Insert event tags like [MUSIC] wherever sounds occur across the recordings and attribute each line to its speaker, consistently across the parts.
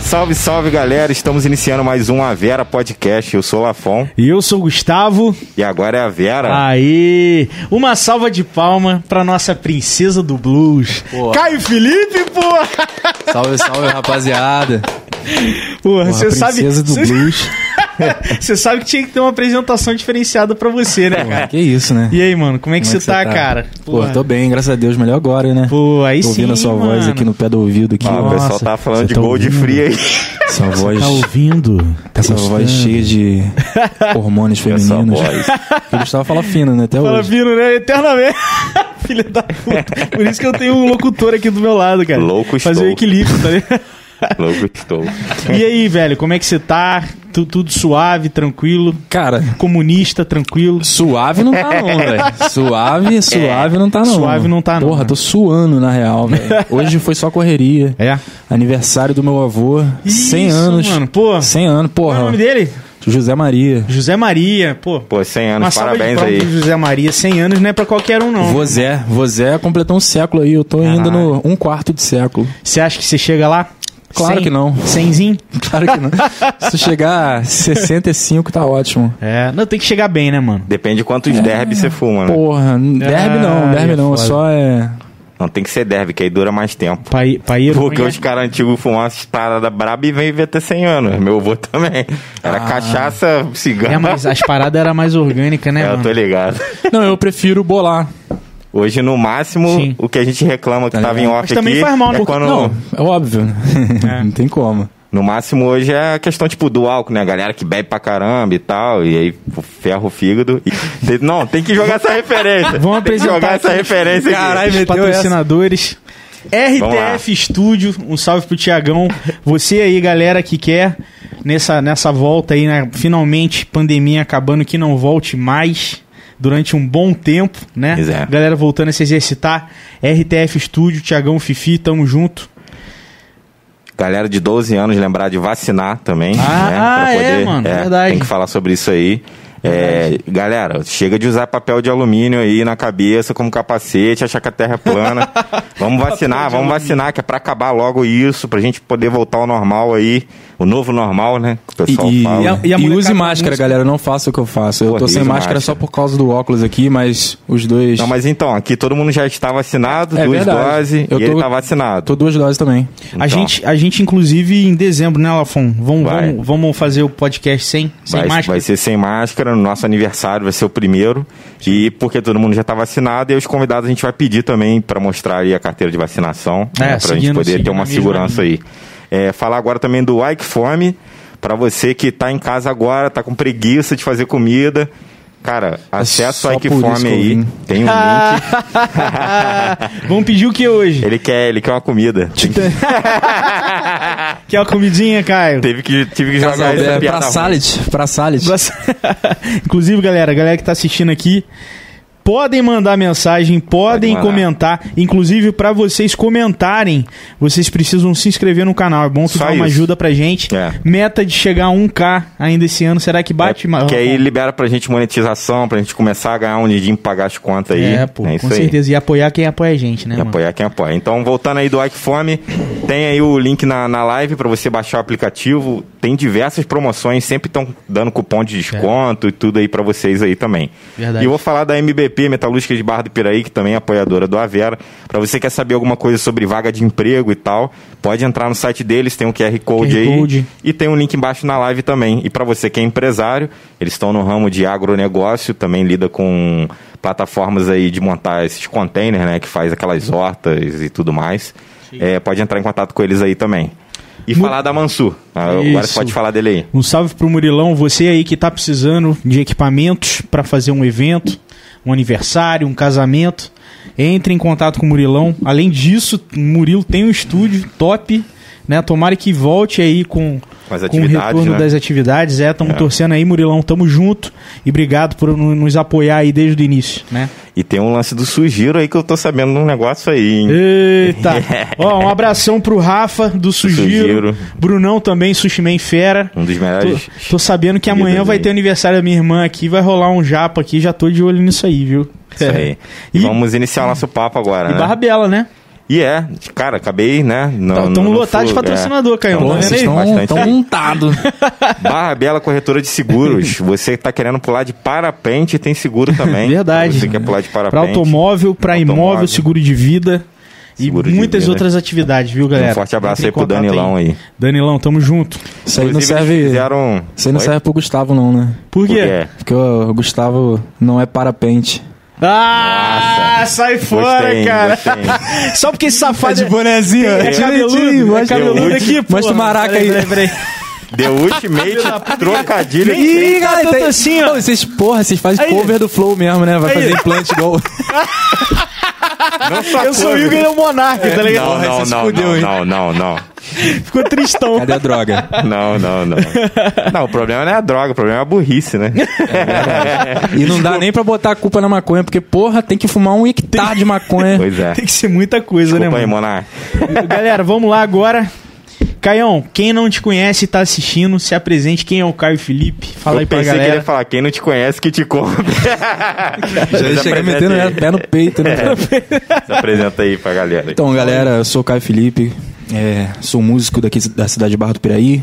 Speaker 1: Salve, salve galera! Estamos iniciando mais um A Vera Podcast. Eu sou o Lafon
Speaker 2: E eu sou o Gustavo.
Speaker 1: e agora é a
Speaker 2: Ah,
Speaker 1: Vera.
Speaker 3: Ah.
Speaker 2: Aí, uma salva de palma pra nossa princesa do blues.
Speaker 3: Boa.
Speaker 2: Caio Felipe, porra!
Speaker 3: Salve, salve, rapaziada.
Speaker 2: Porra,
Speaker 3: Porra,
Speaker 2: você sabe,
Speaker 3: princesa do
Speaker 2: você-
Speaker 3: blues.
Speaker 2: [LAUGHS] você sabe que tinha que ter uma apresentação diferenciada pra você, né,
Speaker 3: Porra,
Speaker 2: cara?
Speaker 3: que isso, né?
Speaker 2: E aí, mano, como é que,
Speaker 3: Como
Speaker 2: você tá, cara?
Speaker 3: Porô, tô bem, graças a Deus, melhor agora, né?
Speaker 2: Pô, aí
Speaker 3: tô ouvindo
Speaker 2: sim,
Speaker 3: a sua voz
Speaker 2: mano.
Speaker 3: aqui no pé do ouvido aqui.
Speaker 1: Ó, o
Speaker 3: Nossa,
Speaker 1: pessoal tá falando
Speaker 3: você
Speaker 1: de
Speaker 3: tá
Speaker 1: Gold
Speaker 3: ouvindo?
Speaker 1: Free aí. [LAUGHS]
Speaker 3: Essa voz,
Speaker 2: Tá ouvindo? Tá
Speaker 3: essa
Speaker 2: gostando?
Speaker 3: voz cheia de
Speaker 1: [LAUGHS]
Speaker 3: hormônios
Speaker 1: Essa
Speaker 3: femininos.
Speaker 1: voz.
Speaker 3: Eu estava falando fino, né? Até
Speaker 2: Fala
Speaker 3: hoje.
Speaker 2: vindo, né? Eternamente. [LAUGHS] Filha da puta. Por isso que eu tenho um locutor aqui do meu lado, cara.
Speaker 1: Louco
Speaker 2: Fazer
Speaker 1: estou.
Speaker 2: o equilíbrio, tá ligado?
Speaker 3: [LAUGHS]
Speaker 1: Louco estou.
Speaker 2: E aí, velho, como é que você tá? Tu- tudo suave, tranquilo?
Speaker 3: Cara,
Speaker 2: Comunista, tranquilo?
Speaker 3: suave não tá não, velho.
Speaker 1: É.
Speaker 3: Suave, suave não tá não.
Speaker 2: Suave não tá não,
Speaker 3: Porra,
Speaker 2: né?
Speaker 3: tô suando na
Speaker 2: [LAUGHS]
Speaker 3: real, velho. Hoje foi só correria.
Speaker 2: É?
Speaker 3: Aniversário do meu avô, 100
Speaker 2: Isso,
Speaker 3: anos.
Speaker 2: mano, pô.
Speaker 3: 100 anos,
Speaker 2: Qual é o
Speaker 3: porra.
Speaker 2: nome dele?
Speaker 3: José Maria.
Speaker 2: José Maria, pô.
Speaker 1: Pô, 100 anos,
Speaker 2: Uma salva de
Speaker 1: parabéns
Speaker 2: palmas
Speaker 1: aí.
Speaker 2: pro José Maria, 100 anos não é pra qualquer um, não.
Speaker 3: Vozé, Vozé completou um século aí, eu tô ainda no um quarto de século. [LAUGHS]
Speaker 2: Você acha que você chega lá?
Speaker 3: Claro que não.
Speaker 2: Cenzinho?
Speaker 3: Claro que não. Se chegar a 65 tá ótimo.
Speaker 2: É, não, tem que chegar bem, né, mano?
Speaker 1: Depende de quantos derbys você fuma, né?
Speaker 3: Porra, derby não,
Speaker 2: Ah,
Speaker 3: derby
Speaker 2: é
Speaker 3: não,
Speaker 2: foda.
Speaker 3: só é...
Speaker 1: Não tem que ser derby, que aí dura mais tempo.
Speaker 2: Pai, paieiro.
Speaker 1: Porque
Speaker 2: como é?
Speaker 1: os caras antigos fumavam essas paradas braba e vem ver até 100 anos. Meu avô também. Era cachaça, cigarro.
Speaker 2: Ah. É, mas as paradas eram mais orgânicas, né,
Speaker 1: [LAUGHS] É, eu
Speaker 2: mano?
Speaker 1: tô ligado.
Speaker 3: Não, eu prefiro bolar.
Speaker 1: Hoje, no máximo,
Speaker 2: Sim.
Speaker 1: o que a gente reclama que
Speaker 3: Tá
Speaker 1: tava em
Speaker 3: ligado.
Speaker 1: off
Speaker 2: Mas também
Speaker 1: aqui
Speaker 2: faz mal,
Speaker 1: é
Speaker 2: né?
Speaker 1: quando...
Speaker 3: Não, é óbvio. [LAUGHS] não tem como.
Speaker 1: No máximo hoje é a questão, tipo, do álcool, né? A galera que bebe pra caramba e tal, e aí pô, ferra o fígado. E... Tem- Não, tem que jogar essa referência.
Speaker 2: Vamos
Speaker 1: tem que
Speaker 2: apresentar
Speaker 1: jogar essa
Speaker 2: aqui.
Speaker 1: referência aqui.
Speaker 3: Caralho,
Speaker 2: Os
Speaker 3: meteu
Speaker 2: patrocinadores.
Speaker 1: Vamos lá.
Speaker 2: RTF Studio, um salve pro Tiagão. Você aí, galera que quer, nessa, nessa volta aí, né? Finalmente, pandemia acabando, que não volte mais durante um bom tempo, né?
Speaker 1: Pois é.
Speaker 2: Galera voltando a se exercitar. RTF Studio, Tiagão, Fifi, tamo junto.
Speaker 1: Galera de 12 anos, lembrar de vacinar também.
Speaker 2: Ah,
Speaker 1: né?
Speaker 2: ah, é, mano, verdade.
Speaker 1: Tem que falar sobre isso aí. É, galera, chega de usar papel de alumínio aí na cabeça como capacete, achar que a terra é
Speaker 2: [LAUGHS]
Speaker 1: plana. vamos vacinar, vamos vacinar, que é pra acabar logo isso, pra gente poder voltar ao normal aí. O novo normal, né? Que o
Speaker 3: E,
Speaker 1: pessoal
Speaker 3: e-
Speaker 1: fala.
Speaker 2: E é a-
Speaker 3: e
Speaker 2: molecada
Speaker 3: use máscara,
Speaker 2: música.
Speaker 3: galera, não faça o que eu faço. Eu
Speaker 1: Porra,
Speaker 3: tô sem
Speaker 1: use
Speaker 3: máscara,
Speaker 1: máscara.
Speaker 3: só por causa do óculos aqui, mas os dois...
Speaker 1: Não, mas então, aqui todo mundo já está vacinado,
Speaker 3: É
Speaker 1: duas
Speaker 3: verdade.
Speaker 1: doses,
Speaker 3: Eu
Speaker 1: e ele
Speaker 3: tô-
Speaker 1: tá vacinado.
Speaker 3: Tô duas doses
Speaker 2: A,
Speaker 3: também.
Speaker 1: Então,
Speaker 2: gente, a gente, inclusive, em dezembro, né, Lafon? Vamos,
Speaker 1: Vai.
Speaker 2: vamos, vamos fazer o podcast sem, sem
Speaker 1: vai,
Speaker 2: máscara?
Speaker 1: vai ser sem máscara, no nosso aniversário vai ser o primeiro. E porque todo mundo já está vacinado, e os convidados a gente vai pedir também para mostrar aí a carteira de vacinação,
Speaker 2: É,
Speaker 1: para a gente
Speaker 2: seguindo-
Speaker 1: poder ter
Speaker 2: seguindo
Speaker 1: uma
Speaker 2: a mesma
Speaker 1: segurança
Speaker 2: linha.
Speaker 1: aí. É, falar agora também do Ike Fome, para você que está em casa agora, está com preguiça de fazer comida. Cara, acesso
Speaker 3: É só
Speaker 1: ao Ike
Speaker 3: por isso
Speaker 1: Fome
Speaker 3: que eu
Speaker 1: aí,
Speaker 3: vim.
Speaker 1: tem um link.
Speaker 3: [LAUGHS]
Speaker 2: vamos pedir o que hoje?
Speaker 1: Ele quer, ele quer uma comida. Tem
Speaker 3: [LAUGHS]
Speaker 1: que-
Speaker 2: Quer uma comidinha, Caio?
Speaker 1: teve que, tive que jogar essa
Speaker 3: É,
Speaker 1: piada
Speaker 3: pra
Speaker 1: ruim.
Speaker 3: salad, pra salad.
Speaker 2: Nossa. [LAUGHS] Inclusive, galera, a galera que tá assistindo aqui, podem mandar mensagem, podem
Speaker 1: Pode mandar.
Speaker 2: comentar. Inclusive, pra vocês comentarem, vocês precisam se inscrever no canal. É bom que
Speaker 1: Só
Speaker 2: dá uma
Speaker 1: isso.
Speaker 2: ajuda pra gente.
Speaker 1: É.
Speaker 2: Meta de chegar a 1K ainda esse ano. Será que bate?
Speaker 1: É,
Speaker 2: Marrocão?
Speaker 1: que aí libera pra gente monetização, pra gente começar a ganhar um dinheiro pagar as contas aí.
Speaker 2: É, pô, com
Speaker 1: isso aí.
Speaker 2: certeza. E apoiar quem apoia a gente, né,
Speaker 1: E
Speaker 2: mano?
Speaker 1: apoiar quem apoia. Então, voltando aí do Ike Fome, tem aí o link na, na live pra você baixar o aplicativo. Tem diversas promoções, sempre estão dando cupom de desconto e tudo aí pra vocês aí também. E
Speaker 2: Verdade.
Speaker 1: eu vou falar da MBP, Metalúrgica de Barra do Piraí, que também é apoiadora do Avera. Pra você que quer saber alguma coisa sobre vaga de emprego e tal, pode entrar no site deles, tem um QR Code
Speaker 2: QR
Speaker 1: aí.
Speaker 2: Code.
Speaker 1: E tem um link embaixo na live também. E para você que é empresário, eles estão no ramo de agronegócio, também lida com plataformas aí de montar esses containers, né? Que faz aquelas hortas e tudo mais. É, pode entrar em contato com eles aí também. E falar da Mansur. Ah, Agora
Speaker 2: Isso.
Speaker 1: você pode falar dele aí.
Speaker 2: Um salve pro Murilão, você aí que tá precisando de equipamentos para fazer um evento, um aniversário, um casamento, entre em contato com o Murilão. Além disso, o Murilo tem um estúdio top né? Tomara que volte aí com,
Speaker 1: Com as
Speaker 2: com o
Speaker 1: atividades,
Speaker 2: retorno
Speaker 1: né?
Speaker 2: das atividades. É, estamos torcendo aí, Murilão, tamo junto e obrigado por no- nos apoiar aí desde o início, né?
Speaker 1: E tem um lance do Sugiro aí que eu tô sabendo de um negócio aí, hein?
Speaker 2: Eita!
Speaker 1: [LAUGHS]
Speaker 2: Ó, um abração pro Rafa do Sugiro,
Speaker 1: Sugiro.
Speaker 2: Brunão também, Sushiman Fera.
Speaker 1: Um dos melhores.
Speaker 2: Tô, tô sabendo que amanhã
Speaker 1: Queridos
Speaker 2: vai
Speaker 1: aí.
Speaker 2: ter aniversário da minha irmã aqui, vai rolar um japa aqui, já tô de olho nisso aí, viu?
Speaker 1: Isso aí. É. E,
Speaker 2: E-
Speaker 1: vamos iniciar nosso papo agora,
Speaker 2: E
Speaker 1: né?
Speaker 2: Barra Bela, né?
Speaker 1: E é, cara, acabei, né? Não,
Speaker 2: Estamos lotados de
Speaker 1: é.
Speaker 2: patrocinador, Caio.
Speaker 1: Tamo
Speaker 2: Tá
Speaker 3: Porra,
Speaker 2: vendo
Speaker 3: vocês
Speaker 2: aí?
Speaker 1: lotado.
Speaker 3: estão
Speaker 1: Bastante.
Speaker 3: tão [LAUGHS] untados.
Speaker 1: Barra Bela Corretora de
Speaker 2: [LAUGHS]
Speaker 1: Seguros. Você que tá querendo pular de parapente, tem seguro também.
Speaker 2: Verdade.
Speaker 1: Você quer pular de
Speaker 2: Pra
Speaker 1: parapente.
Speaker 2: automóvel, pra
Speaker 1: Automóvel.
Speaker 2: imóvel, seguro de vida
Speaker 1: Seguro
Speaker 2: e
Speaker 1: de
Speaker 2: muitas
Speaker 1: vida. né?
Speaker 2: outras atividades, viu, galera?
Speaker 1: Um forte abraço
Speaker 2: Entre
Speaker 1: aí
Speaker 2: em
Speaker 1: pro
Speaker 2: contato
Speaker 1: Danilão aí.
Speaker 2: Danilão, tamo junto.
Speaker 3: Isso aí não
Speaker 1: Inclusive,
Speaker 3: serve.
Speaker 1: Eles fizeram... um-
Speaker 3: Isso aí não
Speaker 1: Oi? é.
Speaker 3: serve pro Gustavo, não, né?
Speaker 2: Por quê?
Speaker 1: Por quê?
Speaker 3: Porque o Gustavo não é parapente.
Speaker 2: Ah, sai fora,
Speaker 1: Gostei, hein,
Speaker 2: cara.
Speaker 1: gostei, hein.
Speaker 2: Só porque esse safado é-
Speaker 3: bonezinho,
Speaker 2: É cabeludo, é cabeludo
Speaker 1: Deu
Speaker 2: aqui, pô.
Speaker 3: Mostra o maraca aí.
Speaker 1: The Ultimate Trocadilho.
Speaker 2: Ih, cara,
Speaker 3: Cara,
Speaker 2: tanto
Speaker 3: tá-
Speaker 2: assim, ó.
Speaker 3: Ô, Vocês, porra, vocês fazem
Speaker 2: Aí.
Speaker 3: cover do Flow mesmo, né? Vai
Speaker 2: Aí.
Speaker 3: fazer implante
Speaker 2: [LAUGHS]
Speaker 3: igual.
Speaker 1: Não só
Speaker 2: Eu sou o
Speaker 1: coisa.
Speaker 2: Hugo e ele é o Monarca, tá ligado?
Speaker 1: Não,
Speaker 3: Porra,
Speaker 1: não,
Speaker 3: você se
Speaker 1: não,
Speaker 3: fudeu, hein?
Speaker 1: não, não, não, não.
Speaker 2: Ficou tristão.
Speaker 3: Cadê a droga?
Speaker 1: Não, não, não. Não, o problema não é a droga, o problema é a burrice, né?
Speaker 3: E não dá nem pra botar a culpa na maconha, porque, porra, tem que fumar um hectare de maconha.
Speaker 1: Pois é.
Speaker 2: Tem [LAUGHS] que ser muita coisa,
Speaker 1: Desculpa
Speaker 2: né,
Speaker 1: aí,
Speaker 2: mano?
Speaker 1: Monar.
Speaker 2: Galera, vamos lá agora. Caião, quem não te conhece e tá assistindo, se apresente. Quem é o Caio Felipe? Fala
Speaker 1: eu
Speaker 2: aí pra
Speaker 1: pensei que ele
Speaker 2: galera.
Speaker 1: ia falar, quem não te conhece que te compra. [LAUGHS]
Speaker 3: é, Já chega metendo né, pé no peito, né?
Speaker 1: Se Então, apresenta aí pra galera.
Speaker 3: Então, galera, eu sou o Caio Felipe, é, sou músico daqui da cidade de Barra do Piraí,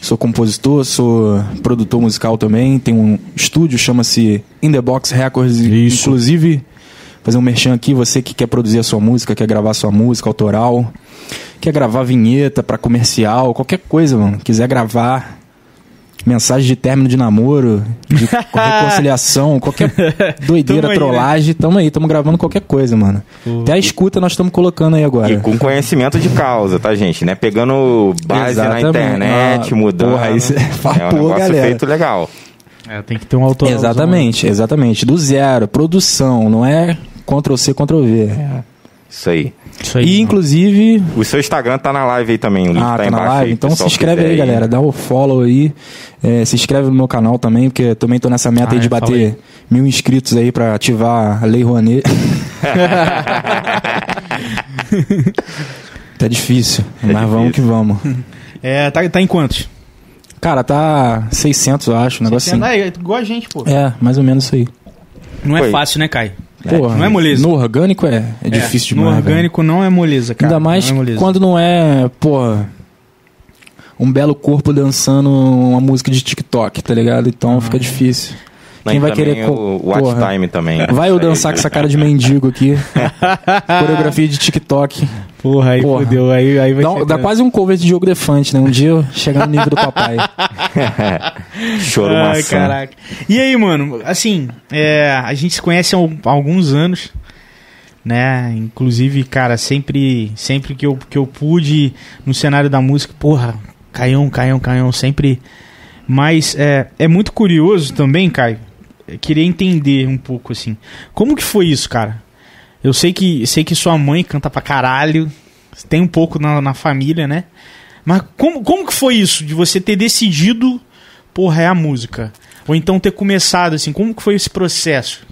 Speaker 3: sou compositor, sou produtor musical também, tenho um estúdio, chama-se In The Box Records, e, inclusive, fazer um merchan aqui, você que quer produzir a sua música, quer gravar sua música autoral, quer gravar vinheta pra comercial, qualquer coisa, mano, quiser gravar... Mensagem de término de namoro,
Speaker 2: [LAUGHS]
Speaker 3: de reconciliação, qualquer doideira,
Speaker 2: Tamo aí, né?
Speaker 3: trollagem, tamo aí, tamo gravando qualquer coisa, mano. Até a escuta nós estamos colocando aí agora.
Speaker 1: E com conhecimento de causa, tá, gente? Né? Pegando base
Speaker 3: Exatamente.
Speaker 1: na internet,
Speaker 3: Ah,
Speaker 1: mudando.
Speaker 3: porra, isso é-
Speaker 1: é um
Speaker 3: Pô,
Speaker 1: negócio
Speaker 3: galera.
Speaker 1: feito legal.
Speaker 2: É, tem que ter um autor.
Speaker 3: Exatamente, exatamente. Do zero, produção, não é Ctrl C, Ctrl
Speaker 2: É,
Speaker 3: V.
Speaker 1: Isso aí.
Speaker 2: Isso
Speaker 3: E
Speaker 2: aí.
Speaker 3: inclusive.
Speaker 1: O seu Instagram tá na live aí também, o link tá
Speaker 3: Ah, tá na
Speaker 1: embaixo
Speaker 3: live.
Speaker 1: aí,
Speaker 3: Então se
Speaker 1: pessoal que
Speaker 3: inscreve
Speaker 1: quiser
Speaker 3: aí,
Speaker 1: ir.
Speaker 3: galera. Dá o follow aí. É, se inscreve no meu canal também, porque eu também tô nessa meta
Speaker 2: Ah,
Speaker 3: aí de
Speaker 2: é, fala
Speaker 3: bater mil inscritos aí pra ativar a Lei Rouanet.
Speaker 1: [LAUGHS]
Speaker 3: tá difícil, mas vamos que
Speaker 1: difícil.
Speaker 3: vamos.
Speaker 2: É, tá, tá em quantos?
Speaker 3: Cara, tá 600, eu acho, um negócio assim.
Speaker 2: Ah, é igual a gente, pô.
Speaker 3: É, mais ou menos isso aí.
Speaker 2: Não é
Speaker 1: Foi.
Speaker 2: fácil, né, Caio?
Speaker 3: Porra,
Speaker 2: não é moleza.
Speaker 3: No orgânico é, é, difícil
Speaker 2: No
Speaker 3: demais. velho.
Speaker 2: orgânico não é moleza, cara.
Speaker 3: Ainda mais
Speaker 2: não é moleza.
Speaker 3: quando não é, porra, um belo corpo dançando uma música de TikTok, tá ligado?
Speaker 2: Ah.
Speaker 3: Então
Speaker 2: [LAUGHS]
Speaker 3: fica difícil.
Speaker 1: Não,
Speaker 3: Quem
Speaker 1: e
Speaker 3: vai
Speaker 1: também
Speaker 3: querer co-
Speaker 1: O Watch
Speaker 3: porra.
Speaker 1: Time também.
Speaker 3: Vai eu
Speaker 1: Isso aí.
Speaker 3: dançar com essa cara de
Speaker 2: [LAUGHS]
Speaker 3: mendigo aqui. Coreografia de TikTok.
Speaker 2: Porra, aí
Speaker 3: Porra.
Speaker 2: fudeu. Aí, aí vai
Speaker 3: Dá,
Speaker 2: ser-
Speaker 3: dá quase um cover de Diogo Defante, né? Um dia eu chegar no nível do papai.
Speaker 1: [LAUGHS] Choro
Speaker 2: Ai,
Speaker 1: maçã.
Speaker 2: caraca. E aí, mano, assim, é, a gente se conhece há al- alguns anos, né? Inclusive, cara, sempre, sempre que, eu, que eu pude no cenário da música, porra, Caião, Caião, Caião, sempre. Mas é, é muito curioso também, Caio. Eu queria entender um pouco, assim. Como que foi isso, cara? Eu sei que, sei que sua mãe canta pra caralho, tem um pouco na, na família, né? Mas como, como que foi isso, de você ter decidido porra, é a música. Ou então ter começado, assim, como que foi esse processo?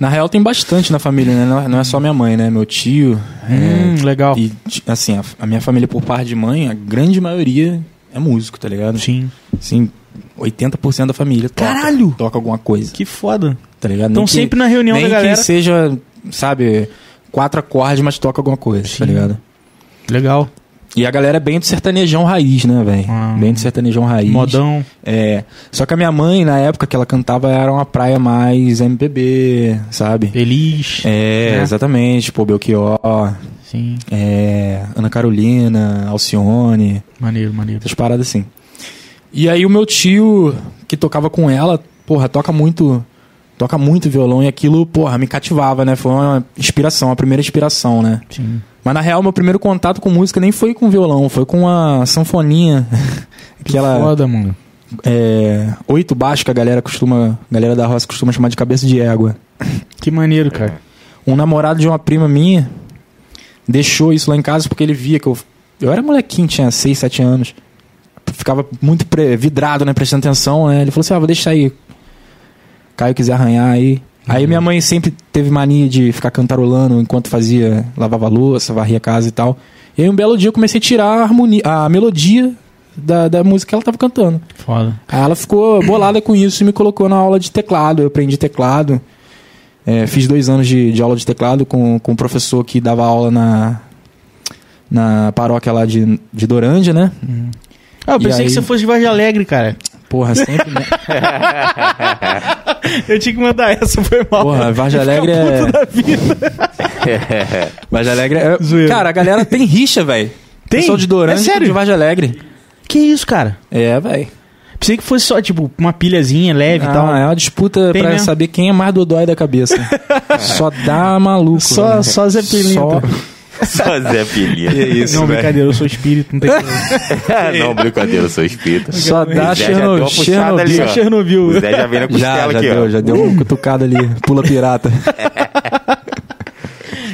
Speaker 3: Na real tem bastante na família, né? Não é- Não é só minha mãe, né? Meu tio. é,
Speaker 2: Hum, legal.
Speaker 3: E, ti- assim, a, a minha família por parte de mãe, a grande maioria é músico, tá ligado?
Speaker 2: Sim.
Speaker 3: Assim, 80% da família toca,
Speaker 2: Caralho!
Speaker 3: toca alguma coisa,
Speaker 2: Que foda.
Speaker 3: tá ligado?
Speaker 2: Então
Speaker 3: Nem que-
Speaker 2: sempre na reunião
Speaker 3: nem
Speaker 2: da galera.
Speaker 3: que seja, sabe, quatro acordes, mas toca alguma coisa,
Speaker 2: Sim.
Speaker 3: tá ligado?
Speaker 2: Legal.
Speaker 3: E a galera é bem do sertanejão raiz, né, velho?
Speaker 2: Ah.
Speaker 3: Bem do sertanejão raiz.
Speaker 2: Modão.
Speaker 3: É. Só que a minha mãe, na época que ela cantava, era uma praia mais MPB, sabe?
Speaker 2: Feliz.
Speaker 3: É,
Speaker 2: Né?
Speaker 3: exatamente. Pô, Belchior,
Speaker 2: Sim.
Speaker 3: é, Ana Carolina, Alcione,
Speaker 2: Maneiro, maneiro.
Speaker 3: essas paradas assim. E aí o meu tio, que tocava com ela, porra, toca muito. Toca muito violão e aquilo, porra, me cativava, né? Foi uma inspiração, a primeira inspiração, né?
Speaker 2: Sim.
Speaker 3: Mas na real, meu primeiro contato com música nem foi com violão, foi com a sanfoninha. [LAUGHS] Aquela
Speaker 2: Foda, mano.
Speaker 3: é, oito baixos que a galera costuma. A galera da roça costuma chamar de cabeça de égua.
Speaker 2: Que maneiro,
Speaker 3: É.
Speaker 2: cara.
Speaker 3: Um namorado de uma prima minha deixou isso lá em casa porque ele via que eu Eu era molequinho, tinha 6, 7 anos. Ficava muito pre- vidrado, né? Prestando atenção, né? Ele falou assim: ah, vou deixar aí. Caio quiser arranhar aí. Aí minha mãe sempre teve mania de ficar cantarolando enquanto fazia, lavava a louça, varria a casa e tal. E aí um belo dia eu comecei a tirar a, harmonia, a melodia da, da música que ela tava cantando.
Speaker 2: Foda.
Speaker 3: Aí ela ficou bolada com isso e me colocou na aula de teclado. Eu aprendi teclado. É, fiz dois anos de, de aula de teclado com, com um professor que dava aula na, na paróquia lá de, de Dorândia, né?
Speaker 2: Ah, eu
Speaker 3: E
Speaker 2: pensei
Speaker 3: aí?
Speaker 2: que você fosse de Vargem Alegre, cara.
Speaker 3: Porra, sempre, né?
Speaker 2: Eu tinha que mandar essa, foi mal.
Speaker 3: Porra, Vargem Alegre é...
Speaker 2: Puto da vida.
Speaker 3: [LAUGHS] Vargem Alegre é...
Speaker 2: Zoeira.
Speaker 3: Cara, a galera tem rixa, velho.
Speaker 2: Tem?
Speaker 3: Pessoal de
Speaker 2: É
Speaker 3: Dorândia e
Speaker 2: sério?
Speaker 3: de Vargem Alegre.
Speaker 2: Que isso, cara?
Speaker 3: É, velho.
Speaker 2: Pensei que fosse só, tipo, uma pilhazinha leve e tal.
Speaker 3: Ah, é uma disputa
Speaker 2: então? Tem
Speaker 3: pra
Speaker 2: mesmo.
Speaker 3: saber quem é mais dodói da cabeça.
Speaker 2: [LAUGHS]
Speaker 3: só dá maluco.
Speaker 2: Só-
Speaker 3: velho.
Speaker 2: só Zé então. Pilintra.
Speaker 3: Só-
Speaker 1: [LAUGHS] Só Zé Pilintra.
Speaker 3: Que isso,
Speaker 2: não,
Speaker 1: velho.
Speaker 2: brincadeira, eu sou espírito,
Speaker 3: [LAUGHS]
Speaker 2: não tem problema.
Speaker 1: não, brincadeira, eu sou espírita.
Speaker 3: Só dá
Speaker 1: O Zé já deu uma
Speaker 3: Chernobyl.
Speaker 1: puxada ali,
Speaker 3: Chernobyl.
Speaker 1: ó.
Speaker 2: Chernobyl.
Speaker 1: O Zé já veio na
Speaker 3: [LAUGHS] Já,
Speaker 1: costela
Speaker 3: já
Speaker 1: aqui,
Speaker 3: deu,
Speaker 1: ó. Uh.
Speaker 3: já deu uma cutucada ali. Pula
Speaker 1: [LAUGHS]
Speaker 3: pirata.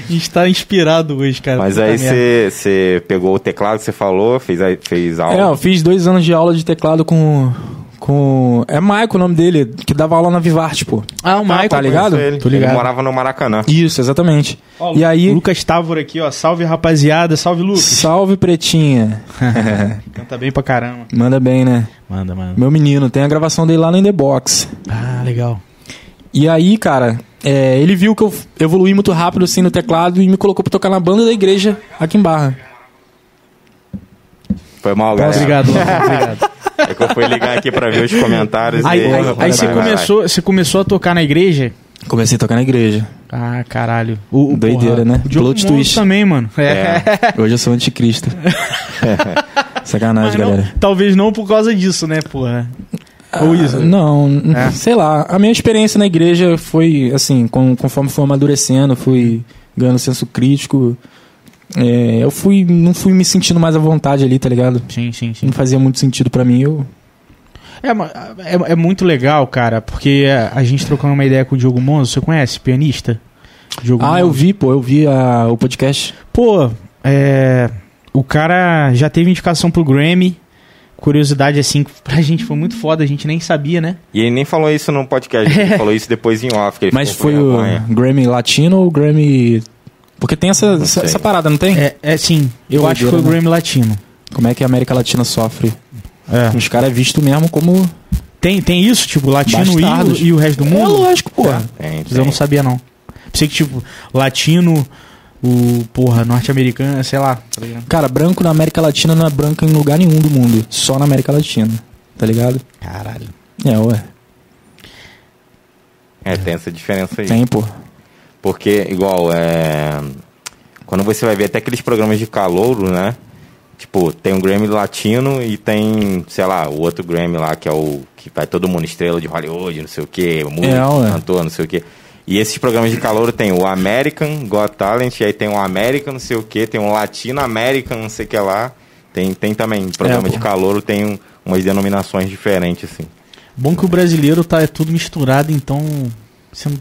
Speaker 2: A gente tá inspirado hoje, cara.
Speaker 1: Mas
Speaker 2: Puta
Speaker 1: aí
Speaker 2: merda.
Speaker 1: você pegou o teclado que você falou, fez, a, fez
Speaker 3: É, eu
Speaker 1: aula.
Speaker 3: fiz dois anos de aula de teclado com. com. É Maico o nome dele, que dava aula na Vivarte, pô.
Speaker 2: Ah, o Michael.
Speaker 3: tá ligado?
Speaker 1: Ele,
Speaker 2: Tô ligado.
Speaker 1: ele morava no Maracanã.
Speaker 3: Isso, exatamente.
Speaker 2: Ó,
Speaker 3: e aí.
Speaker 2: Lucas Távora aqui, ó. Salve, rapaziada. Salve, Lucas.
Speaker 3: Salve, Pretinha.
Speaker 2: Canta bem pra caramba.
Speaker 3: Manda bem, né?
Speaker 2: Manda, manda.
Speaker 3: Meu menino, tem a gravação dele lá no In The Box.
Speaker 2: Ah, legal.
Speaker 3: E aí, cara, é, ele viu que eu f- evoluí muito rápido assim no teclado e me colocou pra tocar na banda da igreja aqui em Barra.
Speaker 1: Foi mal, galera.
Speaker 2: Obrigado, Lucas. [LAUGHS] Obrigado.
Speaker 1: É que eu fui ligar aqui pra ver os comentários.
Speaker 2: Aí,
Speaker 1: e...
Speaker 2: aí-
Speaker 1: Vai,
Speaker 2: aí
Speaker 1: vai,
Speaker 2: você,
Speaker 1: vai,
Speaker 2: começou, você começou a tocar na igreja?
Speaker 3: Comecei a tocar na igreja.
Speaker 2: Ah, caralho. O, o-
Speaker 3: Doideira,
Speaker 2: porra,
Speaker 3: né?
Speaker 2: O Diogo
Speaker 3: Plot
Speaker 2: Monstro
Speaker 3: twist.
Speaker 2: também, mano.
Speaker 1: É.
Speaker 2: né?
Speaker 3: Hoje eu
Speaker 1: [LAUGHS]
Speaker 3: sou anticristo.
Speaker 2: Mas
Speaker 3: Sacanagem,
Speaker 2: não-
Speaker 3: galera.
Speaker 2: [LAUGHS] talvez não por causa disso, né, porra? Ou isso?
Speaker 3: Ah, Não, n- sei lá. A minha experiência na igreja foi, assim, com- conforme fui amadurecendo, fui ganhando senso crítico. é, eu fui, não fui me sentindo mais à vontade ali, tá ligado?
Speaker 2: Sim, sim, sim.
Speaker 3: Não fazia muito sentido pra mim. Eu...
Speaker 2: É, ma- é, é muito legal, cara, porque é, a gente trocando uma ideia com o Diogo Monzo, você conhece? Pianista? Diogo
Speaker 3: Ah, eu
Speaker 2: Monzo.
Speaker 3: vi, pô, eu vi a- o podcast.
Speaker 2: Pô, é, o cara já teve indicação pro Grammy. Curiosidade, assim, [LAUGHS] que pra gente foi muito foda, a gente nem sabia, né?
Speaker 1: E ele nem falou isso no podcast,
Speaker 2: [LAUGHS]
Speaker 1: ele falou isso depois em off. que ele
Speaker 3: Mas
Speaker 1: ficou com
Speaker 3: foi o
Speaker 1: vergonha.
Speaker 3: Grammy Latino ou o Grammy. Porque tem essa, essa,
Speaker 1: sei.
Speaker 3: essa parada, não tem?
Speaker 2: É, é sim, eu
Speaker 3: Doideira,
Speaker 2: acho que foi o
Speaker 3: né?
Speaker 2: Grammy Latino.
Speaker 3: Como é que a América Latina sofre?
Speaker 2: É.
Speaker 3: Os caras é visto mesmo como.
Speaker 2: Tem, tem isso, tipo, latino e o,
Speaker 3: Bastardos.
Speaker 2: e o resto do
Speaker 3: É
Speaker 2: mundo?
Speaker 3: lógico, pô.
Speaker 1: Tem, tem.
Speaker 2: Eu não sabia, não. Pensei que, tipo, latino, o, porra, norte-americano, sei lá. tá ligado?
Speaker 3: Cara, branco na América Latina não é branco em lugar nenhum do mundo. Só na América Latina. Tá ligado?
Speaker 2: Caralho.
Speaker 3: É, ué.
Speaker 1: É, tem essa diferença aí.
Speaker 3: Tem, pô.
Speaker 1: Porque, igual, é... Quando você vai ver até aqueles programas de calouro, né? Tipo, tem um Grammy latino e tem, sei lá, o outro Grammy lá, que é o... Que vai todo mundo estrela de Hollywood, não sei o quê. Músico,
Speaker 3: É, ué.
Speaker 1: cantor, não sei o quê. E esses programas de calouro tem o American Got Talent, e aí tem o American não sei o quê, tem o Latino American não sei o que lá. Tem, tem também, programa
Speaker 3: É,
Speaker 1: de
Speaker 3: pô.
Speaker 1: calouro tem um- umas denominações diferentes, assim.
Speaker 2: Bom que o brasileiro tá é tudo misturado, então. você não-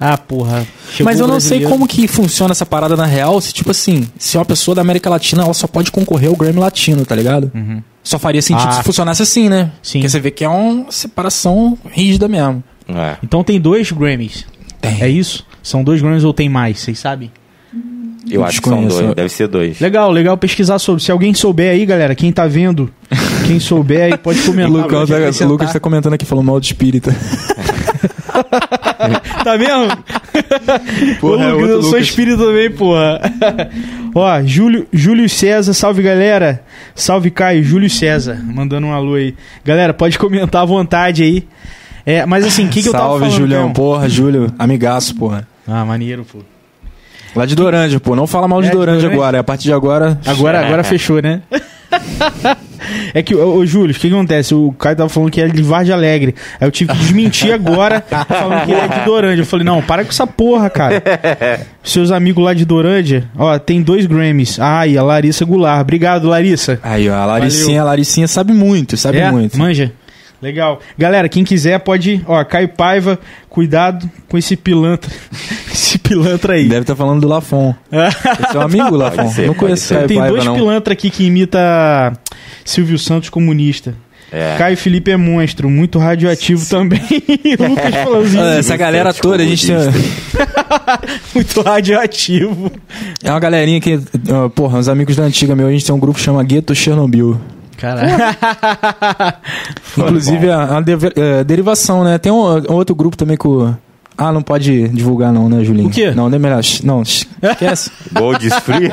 Speaker 2: Ah, porra. chegou
Speaker 3: Mas eu
Speaker 2: o
Speaker 3: não sei
Speaker 2: brasileiro.
Speaker 3: como que funciona essa parada na real. Se, tipo assim, se uma pessoa da América Latina, ela só pode concorrer ao Grammy Latino, tá ligado?
Speaker 2: Uhum.
Speaker 3: Só faria sentido
Speaker 2: Ah.
Speaker 3: se funcionasse assim, né?
Speaker 2: Sim.
Speaker 3: Porque você vê que é uma separação rígida mesmo.
Speaker 1: É.
Speaker 2: Então tem dois Grammys.
Speaker 3: Tem.
Speaker 2: É isso? São dois Grammys ou tem mais? Vocês sabem?
Speaker 1: Eu acho que são
Speaker 3: Desconheço.
Speaker 1: dois, deve ser dois.
Speaker 2: Legal, legal pesquisar sobre. Se alguém souber aí, galera, quem tá vendo, quem souber aí, pode comentar.
Speaker 3: Lucas,
Speaker 2: pode
Speaker 3: tá,
Speaker 2: acrescentar.
Speaker 3: Lucas tá comentando aqui, falou mal de espírita.
Speaker 2: Tá mesmo?
Speaker 3: [LAUGHS] Porra,
Speaker 2: Ô,
Speaker 3: é
Speaker 2: Lucas,
Speaker 3: outro
Speaker 2: eu sou
Speaker 3: Lucas.
Speaker 2: espírito também, porra. [LAUGHS] Ó, Júlio, Júlio César, salve galera. Salve Caio, Júlio César, mandando um alô aí. Galera, pode comentar à vontade aí. É, mas assim, o que, que eu tava falando?
Speaker 3: Salve, Julião.
Speaker 2: Caião?
Speaker 3: Porra, Júlio. Amigaço, porra.
Speaker 2: Ah, maneiro, pô.
Speaker 3: Lá de Dorândia, pô. Não fala mal de
Speaker 2: É, de
Speaker 3: Dorândia
Speaker 2: Dorândia.
Speaker 3: agora. A partir de agora.
Speaker 2: Agora, agora fechou, né? [LAUGHS] É que, ô, ô Júlio, o que que acontece? O Caio tava falando que era de Vargem Alegre. Aí eu tive que desmentir agora, falando que ele é de Dorândia. Eu falei, não, para com essa porra, [LAUGHS] cara. Seus amigos lá de Dorândia, ó, tem dois Grammys. Ai, a Larissa Goulart. Obrigado, Larissa.
Speaker 3: Aí, ó. A Laricinha, a Laricinha sabe muito, sabe
Speaker 2: É?
Speaker 3: muito.
Speaker 2: Manja. Legal. Galera, quem quiser pode. Ó, Caio Paiva, cuidado com esse pilantra. [LAUGHS] esse pilantra aí.
Speaker 3: Deve estar falando do Lafon. Esse é um amigo, Lafon.
Speaker 1: ser,
Speaker 3: não
Speaker 1: pode
Speaker 3: conheço
Speaker 1: ser.
Speaker 3: Caio
Speaker 2: Tem
Speaker 3: Paiva,
Speaker 2: dois
Speaker 3: não.
Speaker 2: pilantra aqui que imita Silvio Santos comunista.
Speaker 1: É.
Speaker 2: Caio Felipe é monstro, muito radioativo também. [LAUGHS] Lucas assim, Flanzinho,
Speaker 3: Ah, Essa galera toda, a gente tem...
Speaker 2: muito radioativo.
Speaker 3: É uma galerinha que... ah, Porra, uns amigos da antiga meu, a gente tem um grupo que chama Gueto Chernobyl.
Speaker 2: Caralho.
Speaker 3: Inclusive, a, a deve- é, derivação, né? Tem um, um outro grupo também que o... Ah, não pode divulgar não, né, Julinho?
Speaker 2: O quê?
Speaker 3: Não, nem melhor. Sh- Não, sh- esquece.
Speaker 1: Gold is
Speaker 3: [LAUGHS]
Speaker 1: free?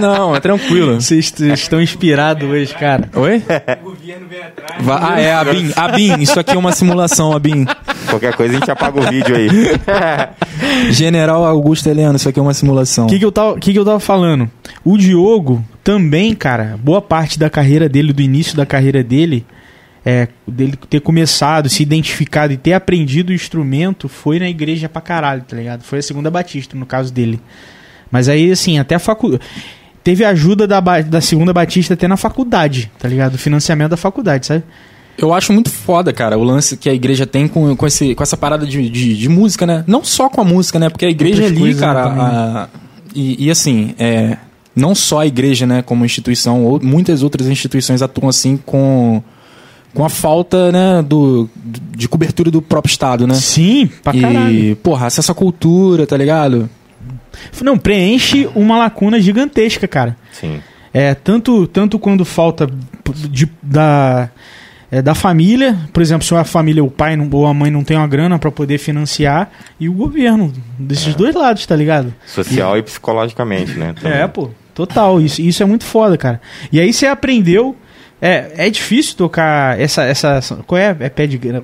Speaker 3: não, é [LAUGHS] tranquilo.
Speaker 2: Vocês t- estão inspirados hoje, cara.
Speaker 3: Oi? Va- ah, é, a BIM. A BIM, isso aqui é uma simulação, a BIM.
Speaker 1: Qualquer coisa a gente apaga o vídeo aí.
Speaker 3: General Augusto Heleno, isso aqui é uma simulação.
Speaker 2: O que, que, eu tava- que que eu tava falando? O Diogo também, cara, boa parte da carreira dele, do início da carreira dele, é, dele ter começado, se identificado e ter aprendido o instrumento foi na igreja pra caralho, tá ligado? Foi a segunda Batista, no caso dele. Mas aí, assim, até a faculdade. Teve ajuda da, Ba- da segunda Batista até na faculdade, tá ligado? O financiamento da faculdade, sabe?
Speaker 3: Eu acho muito foda, cara, o lance que a igreja tem com, com, esse, com essa parada de, de, de música, né? Não só com a música, né? Porque a igreja
Speaker 2: Outras
Speaker 3: ali,
Speaker 2: coisas, né,
Speaker 3: cara.
Speaker 2: também, né?
Speaker 3: a- e, e assim, é, não só a igreja, né, como instituição, ou muitas outras instituições atuam assim com, com a falta, né, do, de cobertura do próprio Estado, né?
Speaker 2: Sim, pra caralho.
Speaker 3: e, porra, acesso à cultura, tá ligado?
Speaker 2: Não, preenche uma lacuna gigantesca, cara.
Speaker 1: Sim.
Speaker 2: É, tanto, tanto quando falta de- da, é, da família, por exemplo, se a família, o pai não- ou a mãe não tem uma grana pra poder financiar, e o governo, desses
Speaker 1: É.
Speaker 2: dois lados, tá ligado?
Speaker 1: Social e psicologicamente, né? também.
Speaker 2: É, pô, total, isso, isso é muito foda, cara. E aí você aprendeu. É, é difícil tocar essa, essa. Qual é? É pé de grana.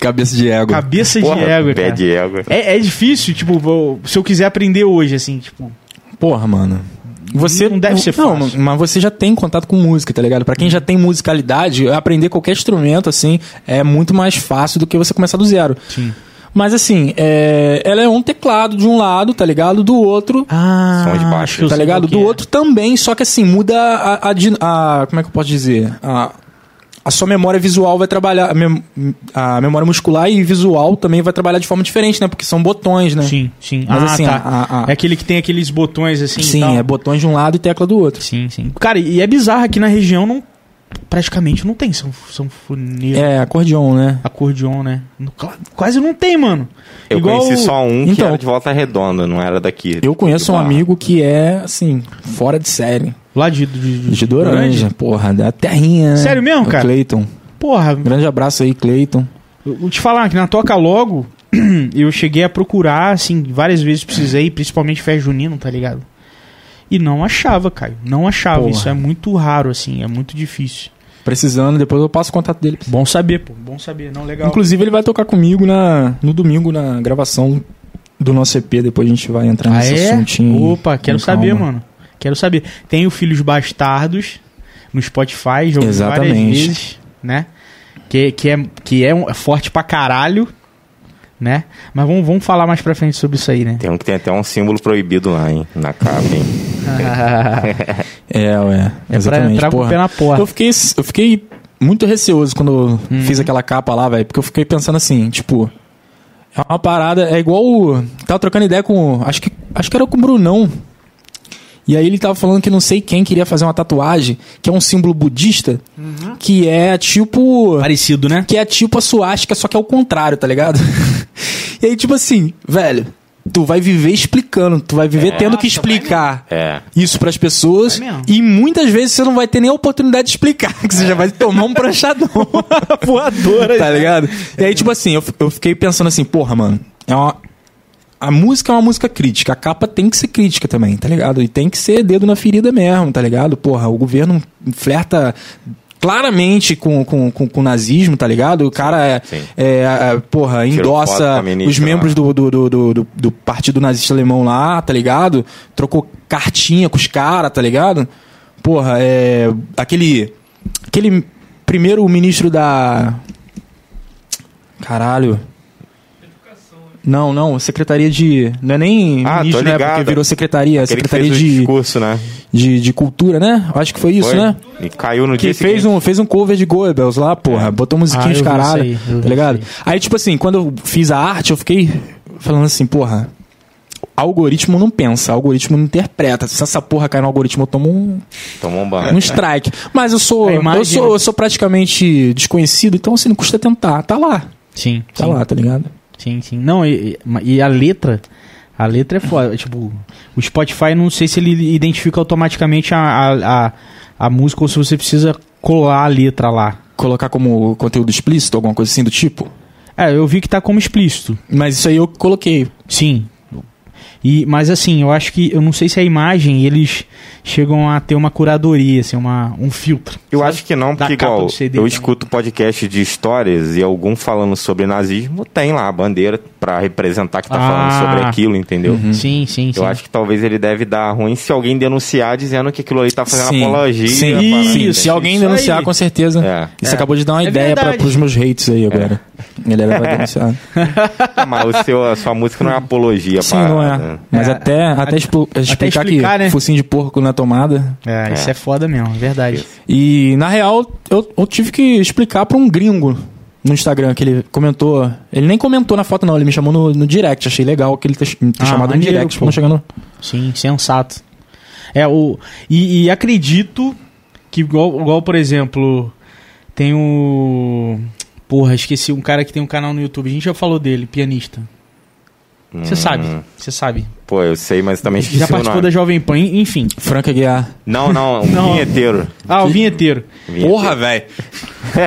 Speaker 3: Cabeça de ego.
Speaker 2: Cabeça
Speaker 1: Porra,
Speaker 2: de égua,
Speaker 1: pé
Speaker 2: cara.
Speaker 1: de égua.
Speaker 2: É, é difícil, tipo, vou- se eu quiser aprender hoje, assim, tipo.
Speaker 3: Porra, mano. Você
Speaker 2: Não deve ser
Speaker 3: Não,
Speaker 2: fácil.
Speaker 3: mas você já tem contato com música, tá ligado? Pra quem já tem musicalidade, aprender qualquer instrumento assim é muito mais fácil do que você começar do zero.
Speaker 2: Sim.
Speaker 3: Mas assim, é... ela é um teclado de um lado, tá ligado? Do outro,
Speaker 2: Ah,
Speaker 1: Sons baixos,
Speaker 2: acho que eu
Speaker 3: tá
Speaker 2: sei
Speaker 3: ligado?
Speaker 2: qual que
Speaker 3: Do
Speaker 2: é.
Speaker 3: outro também, só que assim muda a, a din- a- como é que eu posso dizer? A a sua memória visual vai trabalhar, a, mem- a memória muscular e visual também vai trabalhar de forma diferente, né? Porque são botões, né?
Speaker 2: Sim, sim.
Speaker 3: Mas
Speaker 2: ah,
Speaker 3: assim,
Speaker 2: tá.
Speaker 3: a- a-
Speaker 2: É aquele que tem aqueles botões assim. e
Speaker 3: Sim,
Speaker 2: tal.
Speaker 3: é botões de um lado e tecla do outro.
Speaker 2: Sim, sim. Cara, e é bizarro aqui na região não praticamente não tem são sanfoneiro,
Speaker 3: É, acordeon, né?
Speaker 2: acordeon, né? No- cla- Quase não tem, mano.
Speaker 1: Eu conheci só um que
Speaker 3: Então-
Speaker 1: era de volta redonda, não era daqui.
Speaker 3: Eu conheço
Speaker 1: De
Speaker 3: um
Speaker 2: Tipo, ah,
Speaker 1: Barra.
Speaker 3: amigo que é, assim, fora de série.
Speaker 2: lá de, de, de-
Speaker 3: De Doranja, porra, da terrinha, né?
Speaker 2: Sério mesmo,
Speaker 3: O
Speaker 2: cara?
Speaker 3: Cleiton.
Speaker 2: Porra,
Speaker 3: Grande abraço aí, Cleiton.
Speaker 2: eu vou te falar que na toca logo [CLEARS THROAT] eu cheguei a procurar assim várias vezes precisei, principalmente fé junino, tá ligado? E não achava, Caio. Não achava.
Speaker 3: Porra.
Speaker 2: Isso é muito raro, assim. É muito difícil.
Speaker 3: Precisando, depois eu passo o contato dele.
Speaker 2: Bom saber, pô. Bom saber. Não, legal.
Speaker 3: Inclusive, ele vai tocar comigo na, no domingo na gravação do nosso EP. Depois a gente vai entrar
Speaker 2: Ah,
Speaker 3: Tá nesse
Speaker 2: é?
Speaker 3: assuntinho. aí,
Speaker 2: Opa, quero
Speaker 3: com
Speaker 2: saber,
Speaker 3: calma.
Speaker 2: mano. Quero saber. Tem o Filhos Bastardos no Spotify, já ouvi várias
Speaker 3: Exatamente.
Speaker 2: vezes, né? Que, que, é, que é, um- é forte pra caralho, né? Mas vamos, vamos falar mais pra frente sobre isso aí, né?
Speaker 1: Tem um que tem até um símbolo proibido lá, hein? Na capa, hein?
Speaker 3: É, ué.
Speaker 2: é pra
Speaker 3: exatamente.
Speaker 2: entrar com o
Speaker 3: porra.
Speaker 2: pé na porta.
Speaker 3: Então, Eu fiquei, eu fiquei muito receoso quando eu fiz aquela capa lá, velho. Porque eu fiquei pensando assim, tipo. É uma parada. É igual. o- Tava trocando ideia com. Acho que, acho que era com o Brunão. E aí ele tava falando que não sei quem queria fazer uma tatuagem, que é um símbolo budista, que é tipo.
Speaker 2: Parecido, né?
Speaker 3: Que é tipo a suástica, só que é o contrário, tá ligado? [LAUGHS] e aí, tipo assim, velho, tu vai viver explicando, tu vai viver tendo que explicar
Speaker 1: É.
Speaker 3: isso pras pessoas.
Speaker 2: Vai É mesmo.
Speaker 3: E muitas vezes você não vai ter nem a oportunidade de explicar, [LAUGHS] que você já vai tomar um pranchadão.
Speaker 2: [LAUGHS] Voadora.
Speaker 3: tá ligado? E aí, tipo assim, eu, eu fiquei pensando assim, porra, mano, é uma. A música é uma música crítica, a capa tem que ser crítica também, tá ligado? E tem que ser dedo na ferida mesmo, tá ligado? Porra, o governo flerta claramente com, com, com, com o nazismo, tá ligado? O cara é,
Speaker 1: sim.
Speaker 3: é, é, porra,
Speaker 1: Tirou foto com
Speaker 3: endossa
Speaker 1: a ministra
Speaker 3: os
Speaker 1: lá.
Speaker 3: membros do, do, do, do, do- do partido nazista alemão lá, tá ligado? Trocou cartinha com os caras, tá ligado? Porra, é. Aquele. Aquele primeiro ministro da. Caralho. Não, não, Secretaria de. Não é nem
Speaker 1: Ah, tô
Speaker 3: ministro, né? Porque
Speaker 1: ligado.
Speaker 3: virou Secretaria.
Speaker 1: Aquele que
Speaker 3: secretaria
Speaker 1: fez o
Speaker 3: de,
Speaker 1: discurso, né?
Speaker 3: de, de Cultura, né? Eu Acho que foi isso,
Speaker 1: Foi?
Speaker 3: né?
Speaker 1: E caiu no
Speaker 3: Que
Speaker 1: dia
Speaker 3: fez
Speaker 1: seguinte.
Speaker 3: um, fez um cover de Goebbels lá, porra. Botou musiquinha
Speaker 2: Ah, eu
Speaker 3: de
Speaker 2: vi
Speaker 3: caralho.
Speaker 2: isso aí, eu vi
Speaker 3: tá ligado?
Speaker 2: isso
Speaker 3: Aí, tipo assim, quando eu fiz a arte, eu fiquei falando assim, porra, algoritmo não pensa, algoritmo não interpreta. Se essa porra cair no algoritmo, eu tomo um,
Speaker 1: Tomou um banho.
Speaker 3: um strike. Mas eu sou,
Speaker 2: A imagem,
Speaker 3: eu sou,
Speaker 2: né?
Speaker 3: eu sou praticamente desconhecido, então assim, não custa tentar. Tá lá,
Speaker 2: Sim,
Speaker 3: tá
Speaker 2: sim.
Speaker 3: lá, tá ligado?
Speaker 2: Sim, sim. Não, e, e- e a letra. A letra é
Speaker 3: [LAUGHS]
Speaker 2: foda. Tipo, o Spotify, não sei se ele identifica automaticamente a, a, a, a música ou se você precisa colar a letra lá.
Speaker 3: Colocar como conteúdo explícito, alguma coisa assim do tipo.
Speaker 2: É, eu vi que tá como explícito.
Speaker 3: Mas isso aí eu coloquei.
Speaker 2: Sim. E, mas assim, eu acho que. Eu não sei se a imagem eles chegam a ter uma curadoria, assim, uma, um filtro.
Speaker 1: Eu acho que não,
Speaker 2: Da
Speaker 1: porque
Speaker 2: capa
Speaker 1: igual
Speaker 2: do CD
Speaker 1: eu
Speaker 2: também.
Speaker 1: escuto podcast de histórias e algum falando sobre nazismo, tem lá a bandeira pra representar que tá
Speaker 2: Ah.
Speaker 1: falando sobre aquilo, entendeu?
Speaker 3: Uhum.
Speaker 2: Sim, sim, sim.
Speaker 1: Hum. Eu acho que talvez ele deve dar ruim se alguém denunciar dizendo que aquilo ali tá fazendo
Speaker 3: Sim,
Speaker 1: apologia.
Speaker 3: sim,
Speaker 1: parada,
Speaker 2: Isso,
Speaker 1: entendeu?
Speaker 3: Se alguém
Speaker 2: Isso
Speaker 3: denunciar,
Speaker 2: aí.
Speaker 3: com certeza.
Speaker 1: É.
Speaker 3: Isso acabou de dar uma
Speaker 2: É
Speaker 3: ideia pra,
Speaker 2: verdade. É.
Speaker 3: pros meus hates aí agora. A galera vai denunciar.
Speaker 1: Ah, Mas o seu, a sua música não é apologia,
Speaker 3: Sim,
Speaker 1: parada.
Speaker 3: não é.
Speaker 1: né?
Speaker 3: Mas
Speaker 2: É,
Speaker 3: até, até, explo- explicar,
Speaker 2: explicar,
Speaker 3: que
Speaker 2: né?
Speaker 3: focinho de porco na tomada.
Speaker 2: É, isso é foda mesmo, é verdade.
Speaker 3: E, na real, eu, eu tive que explicar pra um gringo no Instagram que ele comentou. Ele nem comentou na foto, não. Ele me chamou no, no direct. Achei legal que ele ter, ter
Speaker 2: Ah,
Speaker 3: chamado no
Speaker 2: maneiro,
Speaker 3: direct.
Speaker 2: pô.
Speaker 3: Não chegando.
Speaker 2: Sim, sensato. É, o, e, e acredito que, igual, igual, por exemplo, tem o. Porra, esqueci um cara que tem um canal no YouTube. A gente já falou dele, pianista. Você sabe, você sabe.
Speaker 1: Pô, eu sei, mas também Hum. esqueci
Speaker 2: Já
Speaker 1: o
Speaker 2: participou
Speaker 1: nome.
Speaker 2: da Jovem Pan, enfim.
Speaker 3: Franca Guiar.
Speaker 1: Não, não,
Speaker 3: [LAUGHS]
Speaker 1: um
Speaker 2: Não.
Speaker 1: vinheteiro.
Speaker 2: Ah, o vinheteiro.
Speaker 1: [LAUGHS]
Speaker 3: Porra, velho.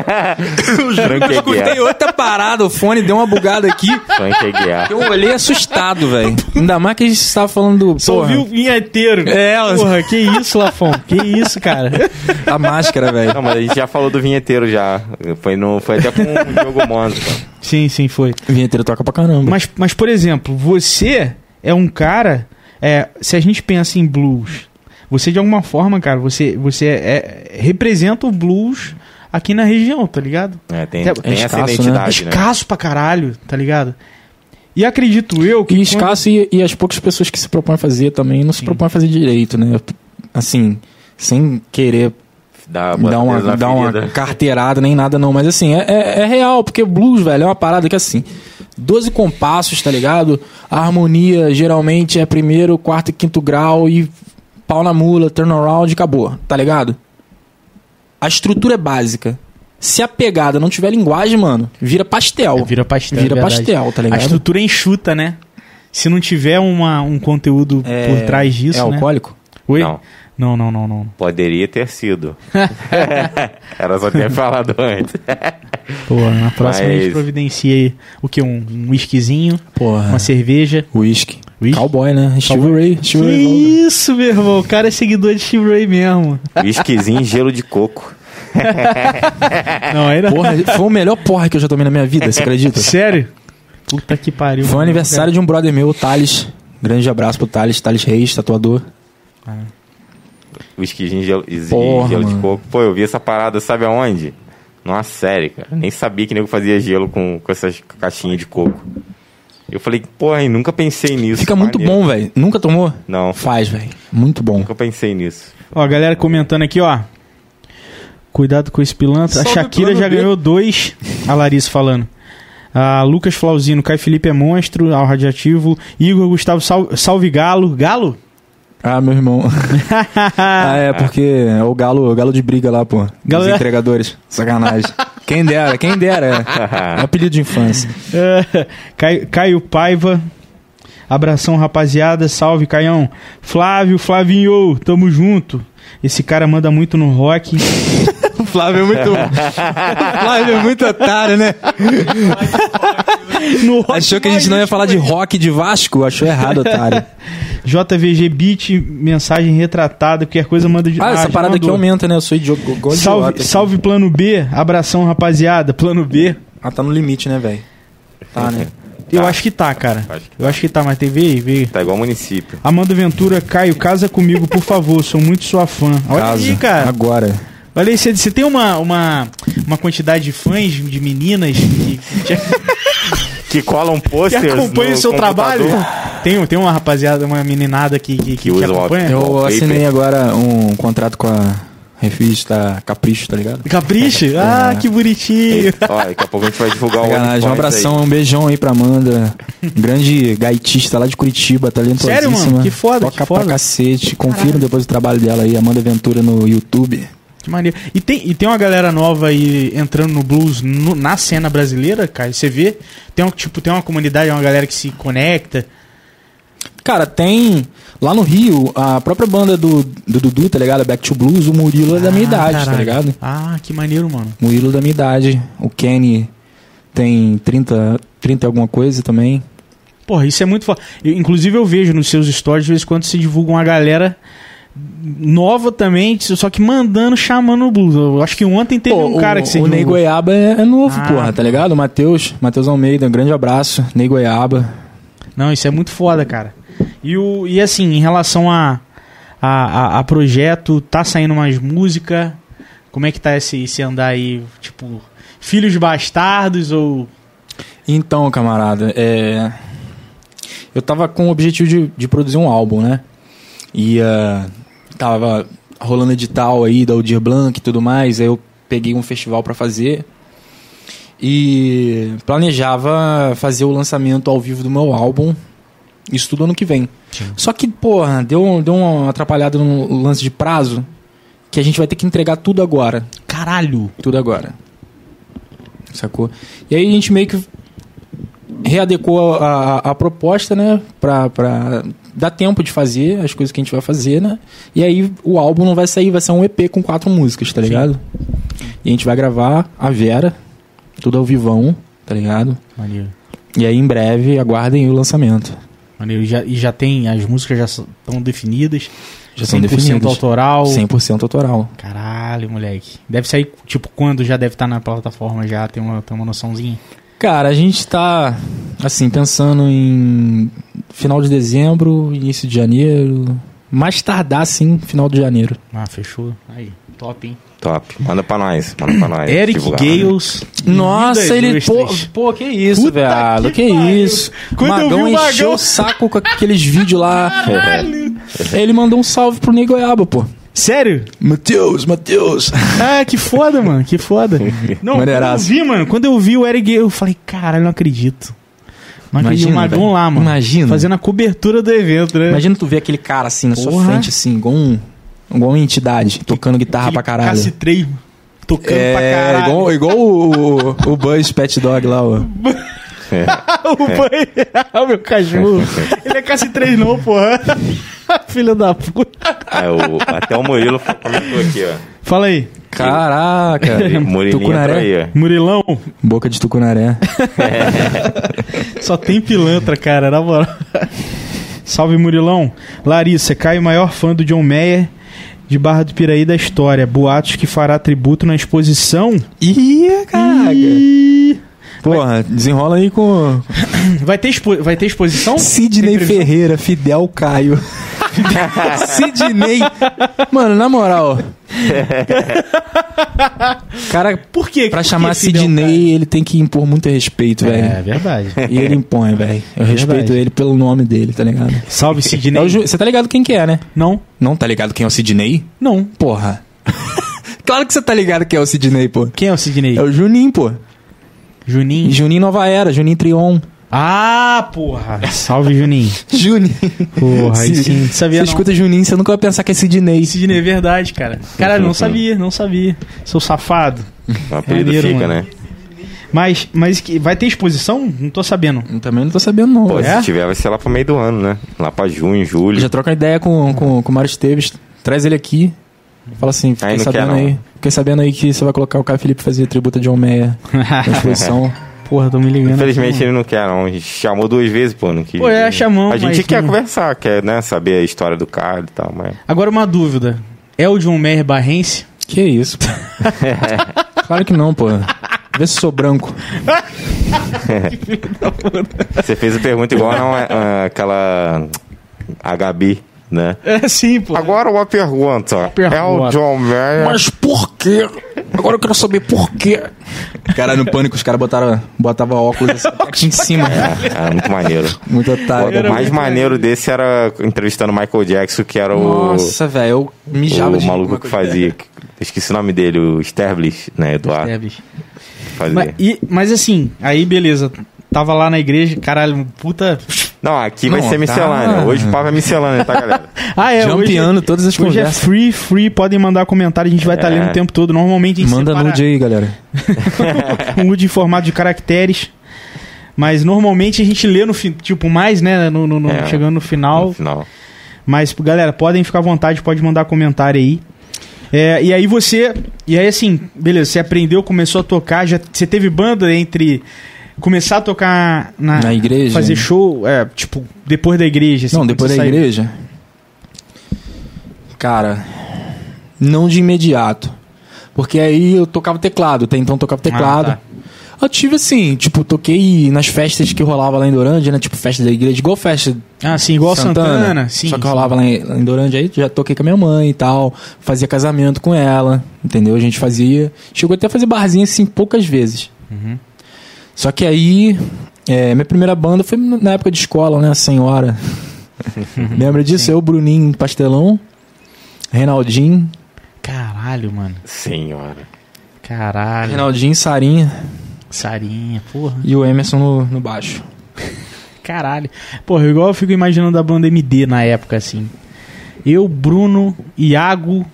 Speaker 1: Frank Aguiar.
Speaker 3: outra parada. O fone deu uma bugada aqui.
Speaker 1: Frank Aguiar.
Speaker 3: Eu olhei assustado, velho. Ainda mais que a gente estava falando do.
Speaker 2: Só
Speaker 3: porra,
Speaker 2: ouviu o vinheteiro.
Speaker 3: É,
Speaker 2: [LAUGHS] Porra, que isso, Lafon? Que isso, cara?
Speaker 3: a máscara, velho.
Speaker 1: Não, mas a gente já falou do vinheteiro já. Foi, no, foi até com o Diogo Monza.
Speaker 2: Sim, sim, foi.
Speaker 3: O vinheteiro toca pra caramba.
Speaker 2: Mas, mas, por exemplo, você é um cara. é, se a gente pensa em blues, você de alguma forma, cara, você, você é- representa o blues aqui na região, tá ligado?
Speaker 1: É, tem
Speaker 2: É
Speaker 1: tem essa
Speaker 3: escasso, né?
Speaker 2: É
Speaker 1: identidade, né?
Speaker 2: escasso pra caralho, tá ligado? E acredito eu que.
Speaker 3: E escasso e, e as poucas pessoas que se propõem a fazer também não se propõem a fazer direito, né? Assim, sem querer
Speaker 1: Dá,
Speaker 3: dar uma, dar uma carteirada nem nada, não. Mas assim, é, é- é real, porque blues, velho, é uma parada que assim. 12 compassos, tá ligado? A harmonia geralmente é primeiro, quarto e quinto grau e pau na mula, turnaround, acabou, tá ligado? A estrutura é básica. Se a pegada não tiver linguagem, mano, vira pastel.
Speaker 2: quando- Vira pastel.
Speaker 3: Vira
Speaker 2: é verdade.
Speaker 3: pastel, tá
Speaker 2: A
Speaker 3: ligado?
Speaker 2: estrutura é enxuta, né? Se não tiver uma, um conteúdo por trás disso.
Speaker 3: É
Speaker 2: né?
Speaker 3: alcoólico?
Speaker 2: Oi?
Speaker 1: Não,
Speaker 2: não, não, não, não.
Speaker 1: poderia ter
Speaker 3: [LAUGHS]
Speaker 1: sido. [LAUGHS] Era só ter falado antes.
Speaker 2: Pô, na próxima a
Speaker 1: Mas-
Speaker 2: gente providencia aí o que? Um, um whiskyzinho,
Speaker 3: Porra.
Speaker 2: uma cerveja.
Speaker 3: Whisky.
Speaker 2: Whisky?
Speaker 3: Cowboy, né? Steve Ray.
Speaker 2: Que
Speaker 3: Steve Ray Vaughan.
Speaker 2: isso, meu irmão. O cara é seguidor de Steve Ray mesmo.
Speaker 1: Whiskyzinho e gelo de coco.
Speaker 2: Não, aí não.
Speaker 3: Porra, foi o melhor porra que eu já tomei na minha vida, você [LAUGHS] acredita?
Speaker 2: Sério? Puta que pariu.
Speaker 3: Foi o aniversário de um brother meu, o Thales. Grande abraço pro Thales, Thales Reis, tatuador.
Speaker 1: Whiskyzinho e gelo, e
Speaker 3: Porra,
Speaker 1: gelo de
Speaker 3: mano.
Speaker 1: coco. Pô, eu vi essa parada, sabe aonde? Numa série, cara. Nem sabia que nego fazia gelo com, com essas caixinhas de coco. Eu falei, porra, hein, nunca pensei nisso.
Speaker 3: Fica muito
Speaker 1: Maneiro.
Speaker 3: bom, velho. Nunca tomou?
Speaker 1: Não,
Speaker 3: Faz, velho. Muito bom.
Speaker 1: nunca pensei nisso.
Speaker 2: Ó, a galera comentando aqui, ó. Cuidado com esse pilantra. A
Speaker 3: Salve,
Speaker 2: Shakira
Speaker 3: plano
Speaker 2: já
Speaker 3: B.
Speaker 2: ganhou dois. A Larissa falando. A Lucas Flauzino, Caio Felipe é monstro, ao radiativo. Igor Gustavo, sal- salve Galo. Galo?
Speaker 3: Ah, meu [LAUGHS] irmão. ah, é, porque é o galo, o galo de briga lá, pô.
Speaker 2: Galo-
Speaker 3: Os entregadores. Sacanagem. quem dera, quem dera. É. É apelido de infância.
Speaker 2: É, Caio, Caio Paiva. Abração, rapaziada. Salve, Caião. Flávio, Flavinho, tamo junto. Esse cara manda muito no rock.
Speaker 3: [LAUGHS] O Flávio é [LAUGHS] muito. o Flávio é muito otário, né?
Speaker 2: No rock
Speaker 3: Achou que a gente não ia falar de rock de Vasco? Achou errado, otário.
Speaker 2: JVG Beat, mensagem retratada, qualquer coisa manda de
Speaker 3: Ah, essa
Speaker 2: já
Speaker 3: parada aqui
Speaker 2: mandou.
Speaker 3: aumenta, né? Eu sou idiota. igual idiota
Speaker 2: Salve,
Speaker 3: aqui.
Speaker 2: salve plano B, abração rapaziada, plano B.
Speaker 3: Ah, tá no limite, né, velho? Tá, né?
Speaker 2: Eu
Speaker 1: Tá.
Speaker 2: acho que tá, cara.
Speaker 1: Acho que
Speaker 2: Eu acho que tá, mas tem vê aí, vê aí.
Speaker 1: Tá igual município.
Speaker 2: Amanda Ventura, Caio, casa comigo, por favor, sou muito sua fã. Olha aí,
Speaker 3: Caso.
Speaker 2: cara.
Speaker 3: Agora.
Speaker 2: Olha aí, você- você tem uma, uma, uma quantidade de fãs, de meninas que, que-
Speaker 1: Que colam
Speaker 2: que
Speaker 1: posters
Speaker 2: acompanham
Speaker 1: no
Speaker 2: o seu trabalho?
Speaker 1: computador.
Speaker 2: Tem, tem uma rapaziada, uma meninada que, que, que,
Speaker 1: usa o
Speaker 2: acompanha?
Speaker 1: óculos.
Speaker 3: Eu
Speaker 1: Wallpaper.
Speaker 3: assinei agora um contrato com a Refis tá capricho, tá ligado?
Speaker 2: Capricho? Ah, que bonitinho.
Speaker 1: Ó, daqui a pouco a gente vai divulgar o
Speaker 3: Sacanagem, um
Speaker 1: OnlyFans aí.
Speaker 3: abração, um beijão aí pra Amanda. Grande gaitista lá de Curitiba, talentosíssima.
Speaker 2: Sério, mano? Que foda,
Speaker 3: Toca
Speaker 2: que foda.
Speaker 3: pra cacete. Confira depois o trabalho dela aí, Amanda Ventura no YouTube.
Speaker 2: Que maneiro. E tem, e tem uma galera nova aí entrando no blues no- na cena brasileira, cara. Você vê? Tem, um, tipo, tem uma comunidade, uma galera que se conecta.
Speaker 3: Cara, tem. Lá no Rio, a própria banda do, do Dudu, tá ligado? Back to Blues, o Murilo é da minha
Speaker 2: Ah,
Speaker 3: idade,
Speaker 2: caralho.
Speaker 3: tá ligado?
Speaker 2: Ah, que maneiro, mano.
Speaker 3: Murilo é da minha idade. O Kenny tem 30, 30 e alguma coisa também.
Speaker 2: Porra, isso é muito foda. Eu- inclusive eu vejo nos seus stories, de vez em quando se divulga uma galera nova também, só que mandando, chamando o blues. Eu acho que ontem teve
Speaker 3: Pô,
Speaker 2: um cara que você
Speaker 3: o, o Ney
Speaker 2: divulgou.
Speaker 3: Goiaba é, é novo,
Speaker 2: Ah,
Speaker 3: porra,
Speaker 2: tá.
Speaker 3: tá ligado? O Matheus, Matheus Almeida, um grande abraço. Ney Goiaba.
Speaker 2: Não, isso é muito foda, cara. E, o, e assim, em relação a, a, a- a projeto, tá saindo mais música? Como é que tá esse, esse andar aí? Tipo, Filhos Bastardos ou.
Speaker 3: Então, camarada, é... eu tava com o objetivo de, de produzir um álbum, né? E ah, tava rolando edital aí da Audir Blanc e tudo mais, aí eu peguei um festival pra fazer e planejava fazer o lançamento ao vivo do meu álbum, isso tudo ano que vem. Só que, porra, deu, um, deu uma atrapalhada no lance de prazo, que a gente vai ter que entregar tudo agora
Speaker 2: Caralho!
Speaker 3: tudo agora. Sacou? E aí a gente meio que readecou a, a- a proposta, né? Pra, pra dar tempo de fazer as coisas que a gente vai fazer, né? E aí o álbum não vai sair, vai ser um EP com quatro músicas, tá ligado? E a gente vai gravar a Vera, tudo ao vivão, tá ligado?
Speaker 2: Maneiro.
Speaker 3: E aí em breve aguardem o lançamento.
Speaker 2: Maneiro. E já, e já tem. As músicas já estão definidas.
Speaker 3: Já são
Speaker 2: 100%
Speaker 3: definidas.
Speaker 2: autoral.
Speaker 3: 100% autoral.
Speaker 2: Caralho, moleque. Deve sair, tipo, quando já deve estar na plataforma já, tem uma, tem uma noçãozinha.
Speaker 3: Cara, a gente tá, assim, pensando em final de dezembro, início de janeiro. Mais tardar, sim, final de janeiro.
Speaker 2: Ah, fechou. Aí, top, hein?
Speaker 1: Top. Manda pra nós. Manda pra
Speaker 3: É,
Speaker 1: nós.
Speaker 2: Eric
Speaker 1: divulgar.
Speaker 3: né?
Speaker 2: Gales.
Speaker 3: Nossa,
Speaker 2: Linda
Speaker 3: ele. Pô,
Speaker 2: Ilustres.
Speaker 3: pô, que isso,
Speaker 2: Puta que
Speaker 3: velho. Que,
Speaker 2: pariu.
Speaker 3: isso.
Speaker 2: Quando eu vi o Magão-
Speaker 3: encheu o saco com aqueles vídeos lá.
Speaker 1: É.
Speaker 3: Ele mandou um salve pro Ney Goiaba, pô.
Speaker 2: Sério?
Speaker 3: Matheus, Matheus.
Speaker 2: Ah, que foda, mano, que
Speaker 3: [LAUGHS]
Speaker 2: foda. Não, quando eu
Speaker 3: Maneiraço.
Speaker 2: vi, mano, quando eu vi o Eric Gale, eu falei, caralho, não acredito. Não acredito, o
Speaker 3: Imagina,
Speaker 2: Magão
Speaker 3: velho.
Speaker 2: lá, mano.
Speaker 3: Imagina.
Speaker 2: Fazendo a cobertura do evento, né?
Speaker 3: Imagina tu ver aquele cara assim na sua
Speaker 2: Porra.
Speaker 3: frente, assim, igual, um, igual uma entidade, tocando guitarra Ah, pra caralho.
Speaker 2: Cacitreio, tocando pra
Speaker 3: É,
Speaker 2: caralho. [LAUGHS]
Speaker 3: igual, igual o, o, o Buzz Pet Dog lá, ó.
Speaker 2: o banheiro, Ah, meu
Speaker 3: [LAUGHS]
Speaker 2: cachorro. Ele é Cacitrei não, porra. [LAUGHS] Filho da puta.
Speaker 1: É, o- até o Murilo comentou aqui,
Speaker 2: [LAUGHS]
Speaker 1: ó.
Speaker 2: Fala aí,
Speaker 3: Caraca.
Speaker 1: O Murilinho entrou aí, ó.
Speaker 2: Murilão,
Speaker 3: Boca de tucunaré.
Speaker 2: só tem pilantra, cara, na moral. Salve, Murilão. Larissa, Caio, maior fã do John Mayer de Barra do Piraí da história. Boatos que fará tributo na exposição.
Speaker 3: [LAUGHS] Ih, caraca.
Speaker 2: Ih.
Speaker 3: Porra, desenrola aí com
Speaker 2: Vai ter, expo- vai ter exposição?
Speaker 3: Sidney
Speaker 2: Tem previsão?
Speaker 3: Ferreira, Fidel [LAUGHS] Caio. Sidney. Mano, na moral. Cara,
Speaker 2: Por quê?
Speaker 3: pra
Speaker 2: Por
Speaker 3: chamar
Speaker 2: que Fidel,
Speaker 3: Sidney, ele tem que impor muito respeito,
Speaker 2: cara? É,
Speaker 3: velho.
Speaker 2: verdade.
Speaker 3: E ele impõe, velho. Eu respeito
Speaker 2: verdade.
Speaker 3: ele pelo nome dele, tá ligado?
Speaker 2: Salve,
Speaker 3: [LAUGHS] É
Speaker 2: Sidney.
Speaker 3: o Ju- Você tá ligado quem que é, né?
Speaker 2: Não,
Speaker 3: Não tá ligado quem é o Sidney?
Speaker 2: não.
Speaker 3: Porra. [LAUGHS] claro que você tá ligado que é o Sidney, pô.
Speaker 2: Quem é o Sidney?
Speaker 3: É o Juninho, pô.
Speaker 2: Juninho.
Speaker 3: Juninho Nova Era, Juninho Trion.
Speaker 2: Ah, porra! Salve, Juninho.
Speaker 3: Juninho.
Speaker 2: Porra, aí
Speaker 3: Se-
Speaker 2: sim. Sabia
Speaker 3: você
Speaker 2: não.
Speaker 3: escuta Juninho, você nunca vai pensar que é Sidney.
Speaker 2: Sidney, é verdade, cara. Cara, não sabia, não sabia. Sou safado.
Speaker 1: O apelido
Speaker 2: Maneiro,
Speaker 1: fica,
Speaker 2: mano.
Speaker 1: né?
Speaker 2: Mas, mas que- vai ter exposição? Não tô sabendo.
Speaker 3: Eu Também não tô sabendo, não.
Speaker 1: Pô,
Speaker 3: velho.
Speaker 2: É? tá
Speaker 1: se tiver, vai ser lá pro meio do ano, né? Lá pra junho,
Speaker 3: Eu
Speaker 1: julho.
Speaker 3: Já troca ideia com, com, com o Mário Esteves. Traz ele aqui. Fala assim, fiquei
Speaker 1: Aí não quer,
Speaker 3: sabendo
Speaker 1: não.
Speaker 3: aí. Fiquei sabendo aí que você vai colocar o Caio Felipe fazer tributo de Almeia na exposição.
Speaker 2: Porra, tô me ligando.
Speaker 1: Infelizmente
Speaker 2: aqui,
Speaker 1: ele não quer, não. A gente chamou duas vezes, pô. Não quis.
Speaker 2: Pô, é, chamamos,
Speaker 1: A gente
Speaker 2: mas
Speaker 1: quer
Speaker 2: não-
Speaker 1: conversar, quer, né? Saber a história do cara e tal, mas.
Speaker 2: mano. Agora uma dúvida. É o John Mayer barrense?
Speaker 3: que isso, pô. claro que não, pô. Vê se sou branco.
Speaker 1: Você fez a pergunta igual não, é, aquela. A Gabi, né?
Speaker 2: É sim, pô.
Speaker 1: Agora uma pergunta. É o
Speaker 2: pergunta.
Speaker 1: John Mayer.
Speaker 3: por quê? Agora eu quero saber por quê. Cara, no pânico, os caras botaram botava óculos assim, aqui [LAUGHS] em cima.
Speaker 1: É, muito
Speaker 2: [LAUGHS]
Speaker 1: maneiro.
Speaker 3: Muito
Speaker 1: O
Speaker 3: otário.
Speaker 1: mais
Speaker 2: é muito
Speaker 1: maneiro desse era entrevistando o Michael Jackson, que era o,
Speaker 3: Nossa, velho, eu mijava
Speaker 1: o
Speaker 3: de
Speaker 2: é
Speaker 1: maluco que fazia. Esqueci o nome dele, o Sterblich, né, Eduardo?
Speaker 2: Debs.
Speaker 1: Fazer.
Speaker 2: É, Mas, e- mas assim, aí beleza. Tava lá na igreja, caralho, um puta.
Speaker 1: Não, aqui vai
Speaker 3: Não,
Speaker 1: ser
Speaker 3: tá-
Speaker 1: miscelânea. Hoje o papo é miscelânea, tá, galera?
Speaker 2: Ah, é, hoje,
Speaker 3: Jampeando todas as
Speaker 2: hoje é
Speaker 3: conversas.
Speaker 2: free, free, podem mandar comentário, a gente vai estar
Speaker 1: É.
Speaker 2: lendo o tempo todo. Normalmente a gente
Speaker 3: Manda
Speaker 2: separa
Speaker 3: nude aí, galera.
Speaker 2: um nude em formato de caracteres. Mas normalmente a gente lê no fim, tipo, mais, né? no- no- no-
Speaker 1: É.
Speaker 2: Chegando no final.
Speaker 1: No final.
Speaker 2: Mas, galera, podem ficar à vontade, pode mandar comentário aí. É, e aí você. E aí, assim, beleza, você aprendeu, começou a tocar, já, você teve banda entre começar a tocar na,
Speaker 3: Na igreja. né?
Speaker 2: Fazer show, é, tipo, depois da igreja. assim,
Speaker 3: Não,
Speaker 2: quando
Speaker 3: depois
Speaker 2: você
Speaker 3: da
Speaker 2: saiu.
Speaker 3: igreja. Cara, não de imediato. Porque aí eu tocava teclado, até então eu tocava teclado.
Speaker 2: tá.
Speaker 3: Eu tive assim, tipo, toquei nas festas que rolava lá em Dorândia, né? Tipo, festa da igreja, igual festa
Speaker 2: Ah, sim, igual Santana, Santana sim.
Speaker 3: só que rolava lá em, lá em Dorândia, aí já toquei com a minha mãe e tal, fazia casamento com ela, entendeu? A gente fazia, chegou até a fazer barzinho assim poucas vezes.
Speaker 2: Uhum.
Speaker 3: Só que aí, é, minha primeira banda foi na época de escola, né,
Speaker 2: [LAUGHS]
Speaker 3: a senhora. Lembra disso? Eu, Bruninho, Pastelão, Reinaldinho,
Speaker 2: Caralho, mano.
Speaker 1: Senhora.
Speaker 2: Caralho.
Speaker 3: Reinaldinho, Sarinha
Speaker 2: Sarinha, porra.
Speaker 3: e o Emerson no, no baixo.
Speaker 2: Caralho. Porra, igual eu fico imaginando a banda MD na época, assim. Eu, Bruno, Iago.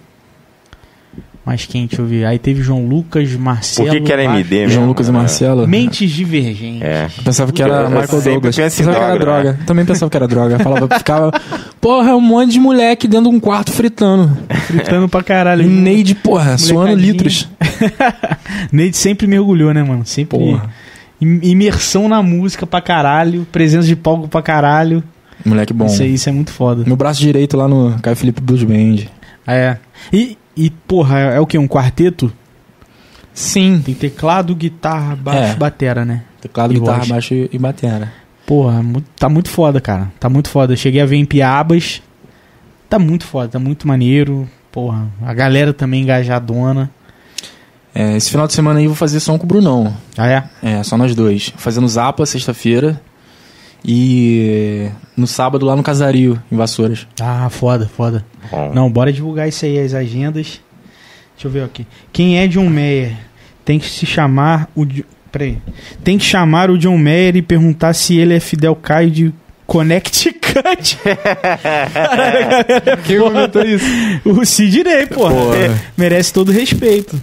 Speaker 2: Mas quem, deixa eu ver. Aí teve João Lucas,
Speaker 1: Por
Speaker 2: Marcelo.
Speaker 1: que, que era
Speaker 2: Vasco.
Speaker 1: MD,
Speaker 3: João
Speaker 1: mesmo,
Speaker 3: Lucas e
Speaker 1: né?
Speaker 3: Marcelo.
Speaker 2: Mentes divergentes. Tá
Speaker 1: É.
Speaker 3: Eu Pensava que
Speaker 1: Eu
Speaker 3: era Michael
Speaker 1: sempre
Speaker 3: Douglas.
Speaker 1: penso em
Speaker 3: Pensava que era
Speaker 1: droga,
Speaker 3: droga. Também pensava que era droga. Falava, ficava. Porra, é um monte de moleque dentro de um quarto fritando.
Speaker 2: Fritando pra
Speaker 3: [LAUGHS]
Speaker 2: caralho.
Speaker 3: E Neide, porra,
Speaker 2: Molecadinho.
Speaker 3: suando litros.
Speaker 2: Neide sempre mergulhou, né, mano? Sempre.
Speaker 3: Porra.
Speaker 2: Im- Imersão na música pra caralho. Presença de palco pra caralho.
Speaker 3: Moleque bom.
Speaker 2: Isso, aí, isso é muito foda.
Speaker 3: Meu braço direito lá no Caio Felipe Blues Band.
Speaker 2: É. E, e porra, é, é o que? Um quarteto?
Speaker 3: Sim.
Speaker 2: Tem teclado, guitarra, baixo,
Speaker 3: É.
Speaker 2: batera, né?
Speaker 3: Teclado,
Speaker 2: E
Speaker 3: guitarra,
Speaker 2: voz.
Speaker 3: baixo e e batera.
Speaker 2: Porra, mu- tá muito foda, cara. Tá muito foda. Eu cheguei a ver em Piabas. Tá muito foda, tá muito maneiro. Porra, a galera também engajadona.
Speaker 3: É, esse final de semana aí eu vou fazer som com o Brunão.
Speaker 2: Ah, é?
Speaker 3: É, só nós dois. Fazendo Zapa sexta-feira. E no sábado lá no Casario, em Vassouras.
Speaker 2: Ah, foda, foda.
Speaker 1: Bom,
Speaker 2: Não, bora divulgar isso aí, as agendas. Deixa eu ver aqui. Quem é John Mayer? Tem que se chamar o. Di- Peraí. Tem que chamar o John Mayer e perguntar se ele é Fidel Caio de Connecticut. [LAUGHS]
Speaker 3: Quem comentou isso?
Speaker 2: o Sidney, porra. É,
Speaker 3: Porra.
Speaker 2: Merece todo respeito.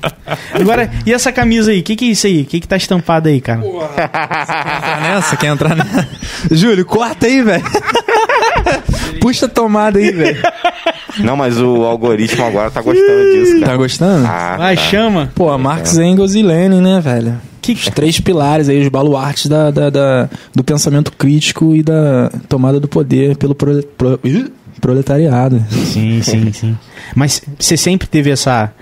Speaker 2: Agora, e essa camisa aí? O que, que é isso aí? O que, que tá estampado aí, cara?
Speaker 3: entrar nessa? Quer entrar nessa? [LAUGHS] Júlio, corta aí, velho. Puxa a tomada aí, velho.
Speaker 1: Não, mas o algoritmo agora tá gostando disso, cara.
Speaker 3: Tá gostando?
Speaker 1: Ah,
Speaker 2: Vai,
Speaker 1: tá.
Speaker 2: chama.
Speaker 3: Pô, Marx, Engels e Lenin, né, velho?
Speaker 2: Que-
Speaker 3: Os três pilares aí, os baluartes da, da- da- do pensamento crítico e da tomada do poder pelo prole- pro- ih, proletariado.
Speaker 2: Sim, sim, sim. Mas você sempre teve essa.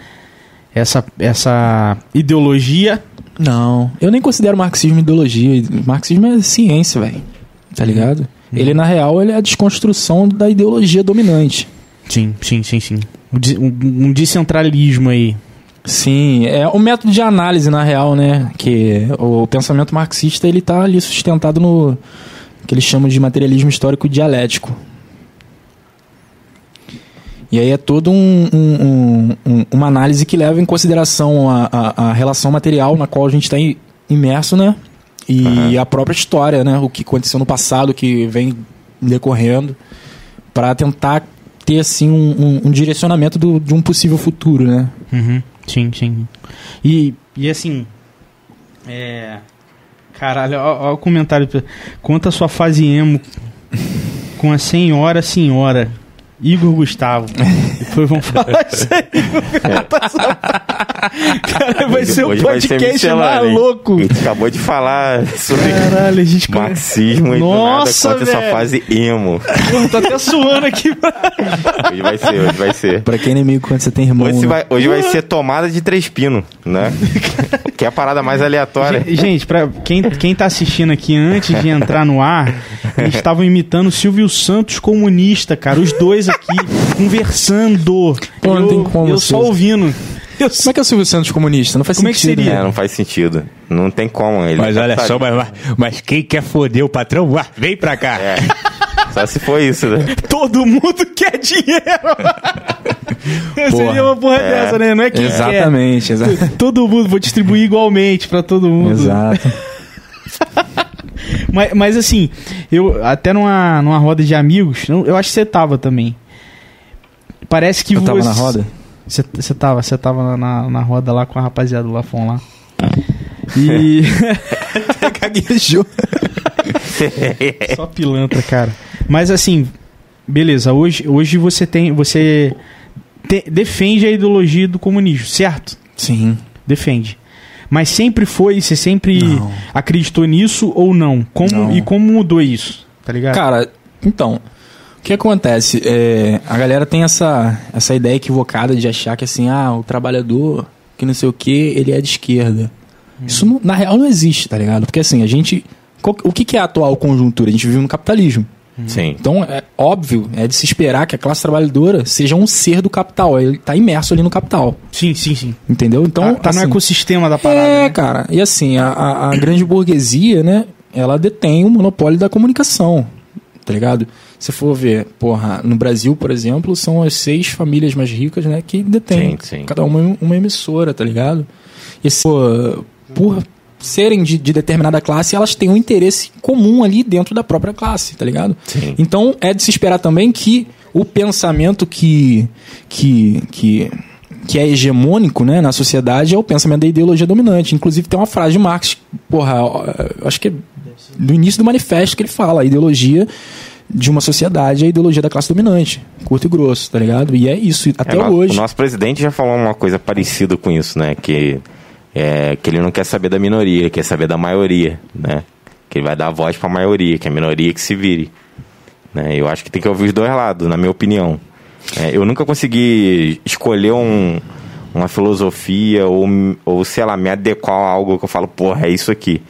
Speaker 2: Essa, essa ideologia.
Speaker 3: Não, eu nem considero marxismo ideologia. Marxismo é ciência, velho. Tá ligado? Ele, na real, ele é a desconstrução da ideologia dominante.
Speaker 2: Sim, sim, sim, sim. Um, de- um- um descentralismo aí.
Speaker 3: Sim, é o método de análise, na real, né? Que o pensamento marxista, ele tá ali sustentado no que eles chamam de materialismo histórico dialético. E aí é todo um, um- um- um- uma análise que leva em consideração a, a- a relação material na qual a gente está imerso, né? E a própria história, né? O que aconteceu no passado, o que vem decorrendo, para tentar ter, assim, um, um- um direcionamento do- de um possível futuro, né?
Speaker 2: Uhum. Sim, sim. E, e assim. É. Caralho, ó, ó o comentário. Conta a sua fase emo com a senhora, senhora. Igor Gustavo. Depois [LAUGHS] vão falar isso aí. É. Cara, vai ser um
Speaker 1: Hoje vai ser
Speaker 2: podcast
Speaker 1: miscelânea,
Speaker 2: mais
Speaker 1: hein?
Speaker 2: louco.
Speaker 1: A gente acabou de falar sobre
Speaker 2: Caralho, a gente começa.
Speaker 1: marxismo e
Speaker 2: Nossa,
Speaker 1: do nada conta
Speaker 2: velho.
Speaker 1: essa fase emo.
Speaker 2: Porra, tá até suando aqui.
Speaker 1: Hoje vai ser, hoje vai ser.
Speaker 3: Pra quem é inimigo quando você tem irmão.
Speaker 1: Hoje,
Speaker 3: né?
Speaker 1: vai, hoje vai ser tomada de três pinos, né? que é a parada mais aleatória.
Speaker 2: Gen- Gente, pra quem, quem tá assistindo aqui antes de entrar no ar, eles estavam imitando o Silvio Santos comunista, cara. Os dois aqui conversando.
Speaker 3: Pô, não
Speaker 2: eu,
Speaker 3: tem como,
Speaker 2: eu só
Speaker 3: Silvio.
Speaker 2: ouvindo. Eu
Speaker 3: Como
Speaker 2: só...
Speaker 3: é que é o Silvio Santos comunista? Não faz
Speaker 2: Como é que
Speaker 3: sentido. né?
Speaker 2: seria? tá
Speaker 1: É, não faz sentido. Não tem como ele. tá
Speaker 4: Mas olha
Speaker 1: sabe?
Speaker 4: só, mas, mas- mas quem quer foder o patrão, vá, vem pra cá.
Speaker 1: É. Só se for isso, né?
Speaker 2: Todo mundo quer dinheiro. [LAUGHS] Seria uma porra
Speaker 1: é,
Speaker 2: dessa, né? Não é quem
Speaker 3: Exatamente,
Speaker 2: quer.
Speaker 3: exato.
Speaker 2: T- Todo mundo, vou distribuir igualmente pra todo mundo. [LAUGHS]
Speaker 3: Exato.
Speaker 2: Mas, mas assim, eu até numa, numa roda de amigos, não- eu acho que você tava também. Parece que
Speaker 3: Eu tava
Speaker 2: você- [LAUGHS]
Speaker 3: na roda?
Speaker 2: Você você tava, você tava na- na, na roda lá com a rapaziada do Lafon lá. [LAUGHS] E. É
Speaker 3: Caguejou.
Speaker 2: Só pilantra, cara. Mas assim, beleza, hoje, hoje você tem. Você te- defende a ideologia do comunismo, certo?
Speaker 3: Sim.
Speaker 2: Defende. Mas sempre foi, você sempre
Speaker 3: Não.
Speaker 2: acreditou nisso ou não? Como,
Speaker 3: Não.
Speaker 2: E como mudou isso? Tá ligado?
Speaker 3: Cara, então, o que acontece? É, a galera tem essa, essa ideia equivocada de achar que assim, ah, o trabalhador, que não sei o que, ele é de esquerda.
Speaker 2: Hum.
Speaker 3: Isso não- na real não existe, tá ligado? Porque assim, a gente. qual- o que, que é a atual conjuntura? A gente vive no capitalismo.
Speaker 1: Sim.
Speaker 3: Então, é óbvio, é de se esperar que a classe trabalhadora seja um ser do capital. Ele tá imerso ali no capital.
Speaker 2: Sim, sim, sim.
Speaker 3: Entendeu? Então,
Speaker 2: Então, tá, tá
Speaker 3: assim,
Speaker 2: no ecossistema da parada.
Speaker 3: é,
Speaker 2: né?
Speaker 3: cara. E assim, a, a- a grande burguesia, né? Ela detém o monopólio da comunicação, tá ligado? Se for ver, porra, no Brasil, por exemplo, são as seis famílias mais ricas, né? Que detêm.
Speaker 1: Sim, sim.
Speaker 3: Cada uma uma emissora, tá ligado? E assim, pô, por serem de, de determinada classe, elas têm um interesse comum ali dentro da própria classe, tá ligado?
Speaker 1: Sim.
Speaker 3: Então é de se esperar também que o pensamento que que que que é hegemônico, né, na sociedade é o pensamento da ideologia dominante. Inclusive tem uma frase de Marx, porra, ó, acho que é do início do manifesto que ele fala, a ideologia de uma sociedade é a ideologia da classe dominante, curto e grosso, tá ligado? E é isso até
Speaker 1: É, no-
Speaker 3: hoje.
Speaker 1: O nosso presidente já falou uma coisa parecida com isso, né? Que, é, que ele não quer saber da minoria, ele quer saber da maioria, né? Que ele vai dar voz pra maioria, que é a minoria que se vire. Né? Eu acho que tem que ouvir os dois lados, na minha opinião. É, eu nunca consegui escolher um- uma filosofia ou, ou, sei lá, me adequar a algo que eu falo, porra, é isso aqui.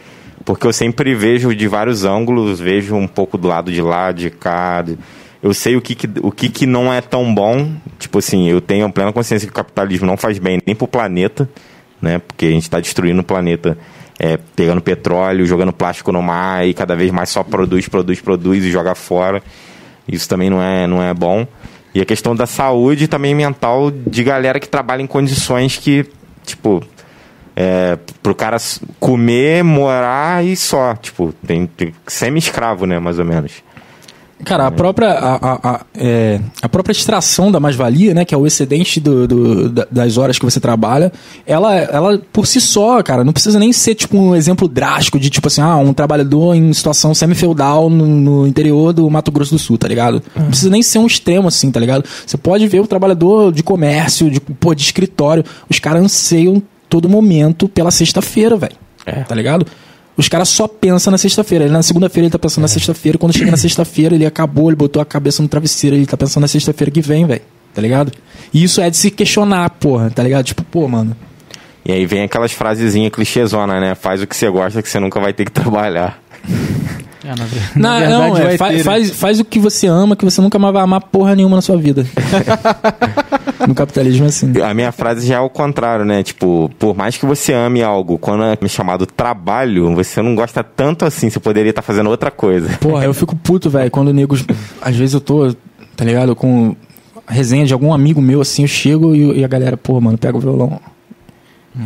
Speaker 1: Porque eu sempre vejo de vários ângulos, vejo um pouco do lado de lá, de cá. de- Eu sei o que, que- o que, que não é tão bom. Tipo assim, eu tenho plena consciência que o capitalismo não faz bem nem pro planeta, né? Porque a gente está destruindo o planeta, é, pegando petróleo, jogando plástico no mar e cada vez mais só produz, produz, produz e joga fora. Isso também não é, não é bom. E a questão da saúde também mental de galera que trabalha em condições que, tipo, é, pro cara s- comer, morar e só. Tipo, tem, tem semi-escravo, né, mais ou menos.
Speaker 3: Cara, a própria, a, a, a, é, a própria extração da mais-valia, né, que é o excedente do, do- da- das horas que você trabalha, ela, ela por si só, cara, não precisa nem ser tipo um exemplo drástico de tipo assim, ah, um trabalhador em situação semi-feudal no, no interior do Mato Grosso do Sul, tá ligado? Não precisa nem ser um extremo assim, tá ligado? Você pode ver o trabalhador de comércio, de, pô, de escritório, os caras anseiam todo momento pela sexta-feira, velho.
Speaker 1: É.
Speaker 3: Tá ligado? Os caras só pensam na sexta-feira. Ele na segunda-feira ele tá pensando
Speaker 2: É.
Speaker 3: na sexta-feira. Quando chega na sexta-feira, ele acabou, ele botou a cabeça no travesseiro, ele tá pensando na sexta-feira que vem, velho. Tá ligado? E isso é de se questionar, porra, tá ligado? Tipo, pô, mano.
Speaker 1: E aí vem aquelas frasezinhas clichêzona, né? Faz o que você gosta que você nunca vai ter que [LAUGHS] trabalhar.
Speaker 2: É, na ver- na
Speaker 3: Não,
Speaker 2: verdade,
Speaker 3: não, é,
Speaker 2: vai
Speaker 3: fa-
Speaker 2: ter, né?
Speaker 3: faz, faz o que você ama, que você nunca mais vai amar porra nenhuma na sua
Speaker 2: [LAUGHS]
Speaker 3: vida. no capitalismo é assim.
Speaker 1: A minha frase já é o contrário, né? Tipo, por mais que você ame algo, quando é chamado trabalho, você não gosta tanto assim, você poderia estar fazendo outra coisa.
Speaker 3: Porra, eu fico puto, velho, quando o nego. Às vezes eu tô, tá ligado? Com resenha de algum amigo meu, assim, eu chego e, e a galera, porra, mano, pega o violão.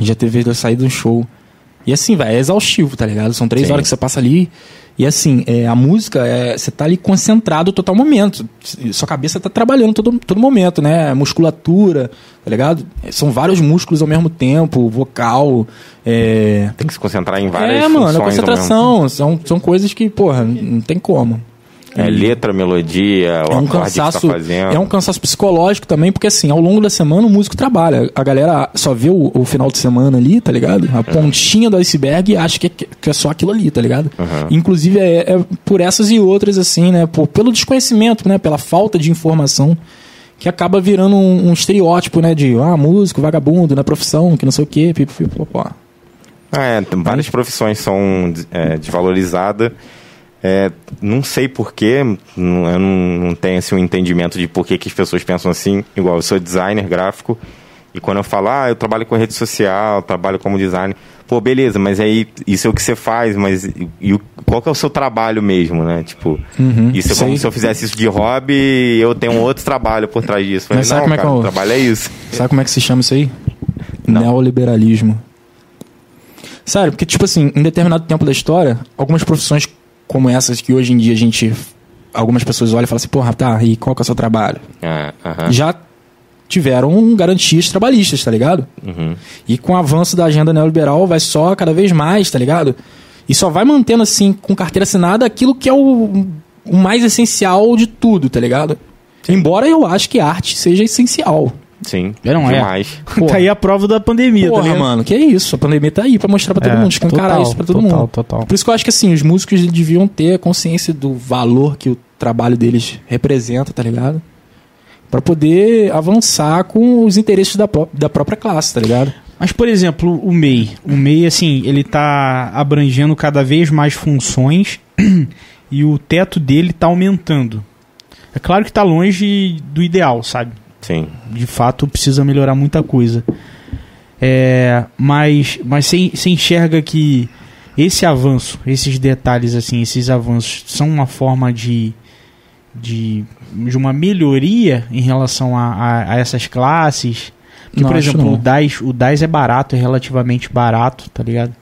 Speaker 3: E Já teve vez de eu sair de um show. E assim, velho, é exaustivo, tá ligado? São três
Speaker 1: Sim.
Speaker 3: horas que você passa ali. E assim, é, a música, é, você tá ali concentrado total momento. Sua cabeça tá trabalhando todo, todo momento, né? Musculatura, tá ligado? São vários músculos ao mesmo tempo, vocal, é,
Speaker 1: Tem que se concentrar em várias
Speaker 3: é, mano, a
Speaker 1: funções ao mesmo
Speaker 3: concentração. São, são coisas que, porra, não tem como.
Speaker 1: É letra, melodia, o
Speaker 3: É um
Speaker 1: acorde que
Speaker 3: cansaço,
Speaker 1: tá fazendo.
Speaker 3: é um cansaço psicológico também, porque assim, ao longo da semana o músico trabalha. A galera só vê o, o final de semana ali, tá ligado? A pontinha do iceberg e acha que é, que é só aquilo ali, tá ligado? Inclusive é, é por essas e outras, assim, né? Por, pelo desconhecimento, né? Pela falta de informação que acaba virando um, um estereótipo, né? De, ah, músico, vagabundo, na profissão, que não sei o quê, pipipipopó.
Speaker 1: Ah, é, tem várias
Speaker 3: Hum.
Speaker 1: profissões são é, desvalorizadas. É, não sei porquê, não, eu não, não tenho assim, um entendimento de por que, que as pessoas pensam assim. Igual, eu sou designer gráfico E quando eu falo, ah, eu trabalho com rede social, eu trabalho como design, pô, beleza, mas aí isso é o que você faz, mas e, e o- qual que é o seu trabalho mesmo, né? Tipo, isso é como
Speaker 3: sei.
Speaker 1: se eu fizesse isso de hobby e eu tenho um outro trabalho por trás disso. Falei,
Speaker 3: Mas sabe
Speaker 1: não,
Speaker 3: como é que
Speaker 1: cara,
Speaker 3: eu-
Speaker 1: o trabalho é isso.
Speaker 3: Sabe como é que se chama isso aí? Neoliberalismo. Sério, porque, tipo assim, em determinado tempo da história, algumas profissões como essas que hoje em dia a gente. Algumas pessoas olham e falam assim, porra, tá, e qual que é o seu trabalho?
Speaker 1: É, aham,
Speaker 3: Já tiveram um garantias trabalhistas, tá ligado?
Speaker 1: uhum.
Speaker 3: E com o avanço da agenda neoliberal vai só cada vez mais, tá ligado? E só vai mantendo, assim, com carteira assinada, aquilo que é o, o mais essencial de tudo, tá ligado? Embora eu acho que a arte seja essencial.
Speaker 1: Sim,
Speaker 2: Eu não é.
Speaker 1: demais.
Speaker 2: Tá aí a prova da pandemia, tá
Speaker 3: Porra,
Speaker 2: ligado?
Speaker 3: mano, que é isso. A pandemia tá aí pra mostrar pra todo mundo, escancarar isso pra todo
Speaker 2: É, total,
Speaker 3: mundo.
Speaker 2: Total, total.
Speaker 3: Por isso que eu acho que assim, os músicos deviam ter consciência do valor que o trabalho deles representa, tá ligado? Pra poder avançar com os interesses da, pró- da própria classe, tá ligado?
Speaker 2: Mas, por exemplo, o MEI. O MEI, assim, ele tá abrangendo cada vez mais funções [CLEARS THROAT] e o teto dele tá aumentando. É claro que tá longe do ideal, sabe?
Speaker 1: Sim.
Speaker 2: De fato, precisa melhorar muita coisa. É, mas mas você você enxerga que esse avanço, esses detalhes, assim, esses avanços são uma forma de, de, de uma melhoria em relação a, a, a essas classes? Porque,
Speaker 3: Não,
Speaker 2: por
Speaker 3: acho
Speaker 2: exemplo,
Speaker 3: não.
Speaker 2: o DAIS, o DAIS é barato, é relativamente barato, tá ligado?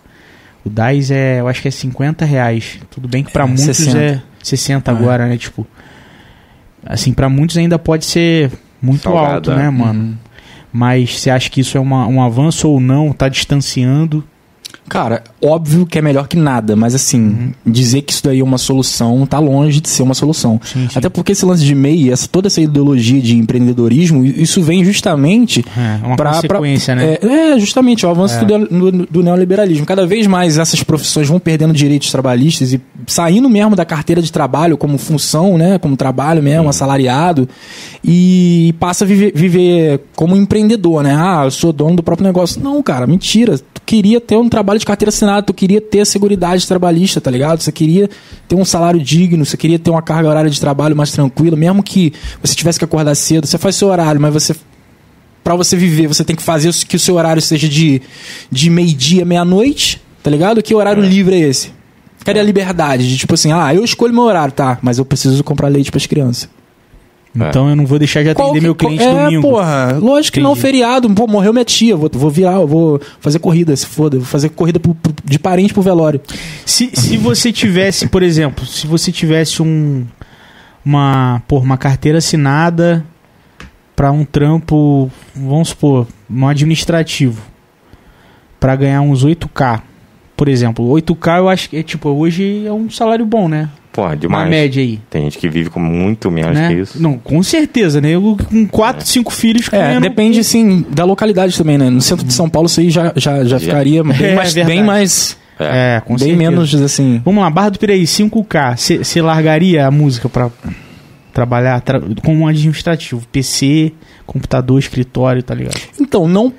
Speaker 2: O DAIS é, eu acho que é 50 reais. Tudo bem que pra
Speaker 3: É,
Speaker 2: muitos
Speaker 3: 60.
Speaker 2: é 60
Speaker 3: É.
Speaker 2: agora, né? Tipo, assim, pra muitos ainda pode ser muito
Speaker 1: Salgado,
Speaker 2: alto,
Speaker 1: é.
Speaker 2: né, mano?
Speaker 3: Uhum.
Speaker 2: Mas você acha que isso é uma- um avanço ou não? Tá distanciando?
Speaker 3: Cara, óbvio que é melhor que nada, mas assim,
Speaker 2: Uhum.
Speaker 3: dizer que isso daí é uma solução tá longe de ser uma solução.
Speaker 2: Sim, sim.
Speaker 3: Até porque esse lance de MEI, essa, toda essa ideologia de empreendedorismo, isso vem justamente
Speaker 2: É, é uma
Speaker 3: pra- pra-
Speaker 2: consequência, né?
Speaker 3: É, é, justamente, o avanço do, do- do neoliberalismo. Cada vez mais essas profissões vão perdendo direitos trabalhistas e saindo mesmo da carteira de trabalho como função, né? Como trabalho mesmo, assalariado, e passa a viver, viver como empreendedor, né? Ah, eu sou dono do próprio negócio. Não, cara, mentira. Tu queria ter um trabalho de carteira assinada, tu queria ter seguridade trabalhista, tá ligado? Você queria ter um salário digno, você queria ter uma carga horária de trabalho mais tranquila, mesmo que você tivesse que acordar cedo, você faz seu horário, mas você Pra você viver, você tem que fazer que o seu horário seja de, de meio-dia, meia-noite, tá ligado? Que horário livre é esse? Cadê a liberdade? De tipo assim, ah, eu escolho meu horário, tá, mas eu preciso comprar leite pras crianças.
Speaker 2: Então eu não vou deixar de atender
Speaker 3: Qual que-
Speaker 2: meu cliente
Speaker 3: é,
Speaker 2: domingo.
Speaker 3: porra, lógico que não,
Speaker 2: Entendi.
Speaker 3: feriado, pô, morreu minha tia, vou, vou virar, eu vou fazer corrida, se foda, vou fazer corrida pro- pro- de parente pro velório.
Speaker 2: Se, se você tivesse, por exemplo, se você tivesse um uma, por uma carteira assinada pra um trampo, vamos supor, um administrativo, pra ganhar uns 8k, por exemplo, 8k eu acho que é tipo, hoje é um salário bom, né?
Speaker 1: Pô,
Speaker 2: Uma
Speaker 1: demais.
Speaker 2: média aí,
Speaker 1: Tem gente que vive com muito menos
Speaker 2: né?
Speaker 1: que é isso.
Speaker 2: Não, com certeza, né? Eu com 4, 5 filhos
Speaker 3: É,
Speaker 2: ganhando-
Speaker 3: depende, assim, da localidade também, né? No centro de São Paulo isso aí já, já, já
Speaker 1: Já.
Speaker 3: [LAUGHS] ficaria bem
Speaker 2: É,
Speaker 3: mais,
Speaker 2: verdade.
Speaker 3: bem, mais,
Speaker 2: É, com
Speaker 3: bem
Speaker 2: certeza.
Speaker 3: menos, assim...
Speaker 2: Vamos lá, Barra do Piraí, 5K. Você largaria a música pra trabalhar tra como um administrativo? PC, computador, escritório, tá ligado?
Speaker 3: Então, não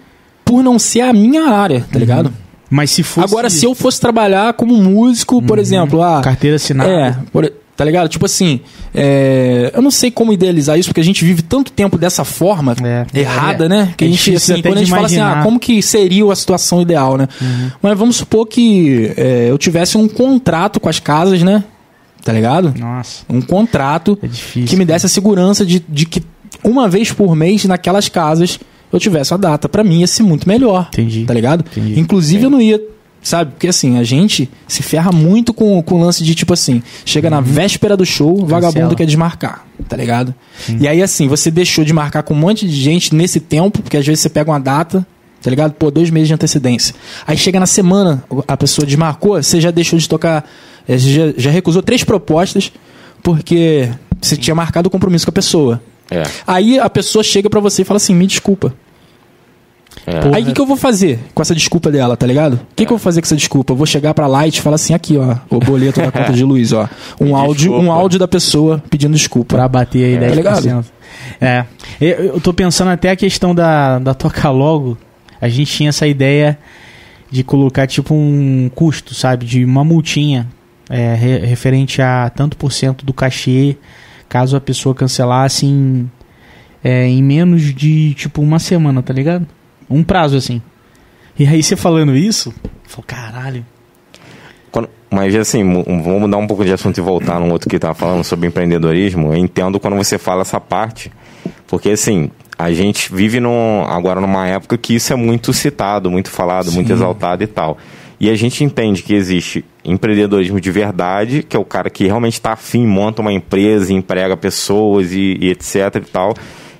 Speaker 3: por não ser a minha área, tá ligado?
Speaker 2: Mas se fosse. Uhum.
Speaker 3: Agora, se eu fosse trabalhar como músico, por exemplo, ah,
Speaker 2: Carteira assinada.
Speaker 3: é, por- tá ligado? Tipo assim, é, eu não sei como idealizar isso, porque a gente vive tanto tempo dessa forma
Speaker 2: É.
Speaker 3: errada, né? Que
Speaker 2: É
Speaker 3: a gente,
Speaker 2: difícil
Speaker 3: assim,
Speaker 2: até
Speaker 3: quando a gente
Speaker 2: de
Speaker 3: fala assim, ah,
Speaker 2: imaginar. Uhum.
Speaker 3: como que seria a situação ideal, né? Mas vamos supor que é, eu tivesse um contrato com as casas, né? Tá ligado?
Speaker 2: Nossa,
Speaker 3: Um contrato
Speaker 2: é difícil.
Speaker 3: que me desse a segurança de, de que uma vez por mês naquelas casas eu tivesse a data. Pra mim ia ser muito melhor.
Speaker 2: Entendi.
Speaker 3: Tá ligado?
Speaker 2: Entendi.
Speaker 3: Inclusive eu não ia. Sabe? Porque assim, a gente se ferra muito com, com o lance de tipo assim: chega na véspera do show, o vagabundo quer desmarcar. Tá ligado? E aí assim, você deixou de marcar com um monte de gente nesse tempo, porque às vezes você pega uma data. Tá ligado? Pô, dois meses de antecedência. Aí chega na semana, a pessoa desmarcou, você já deixou de tocar, eh, já, já recusou três propostas, porque você tinha marcado o compromisso com a pessoa.
Speaker 1: É,
Speaker 3: Aí a pessoa chega pra você e fala assim: me desculpa.
Speaker 1: é.
Speaker 2: Pô,
Speaker 3: Aí o que, que eu vou fazer com essa desculpa dela, tá ligado? O que, que eu vou fazer com essa desculpa? Eu vou chegar pra Light e falar assim, aqui, ó, o boleto da conta de luz,
Speaker 1: [LAUGHS]
Speaker 3: ó. Um áudio, um
Speaker 1: desculpa.
Speaker 3: áudio da pessoa pedindo
Speaker 2: Pra
Speaker 3: desculpa.
Speaker 2: bater aí
Speaker 3: Tá
Speaker 2: 10%.
Speaker 3: ligado?
Speaker 2: É. Eu, eu tô pensando até a questão da, da Toca Logo. A gente tinha essa ideia de colocar tipo um custo, sabe? De uma multinha é, re- referente a tanto por cento do cachê, caso a pessoa cancelasse em, é, em menos de tipo uma semana, tá ligado? Um prazo, assim. E aí você falando isso, eu falo, caralho.
Speaker 1: Quando- mas assim, mu- vamos mudar um pouco de assunto e voltar num outro que estava falando sobre empreendedorismo. Eu entendo quando você fala essa parte, porque assim, a gente vive num, agora numa época que isso é muito citado, muito falado, muito exaltado e tal. E a gente entende que existe empreendedorismo de verdade, que é o cara que realmente está afim, monta uma empresa, emprega pessoas e, e etc e tal.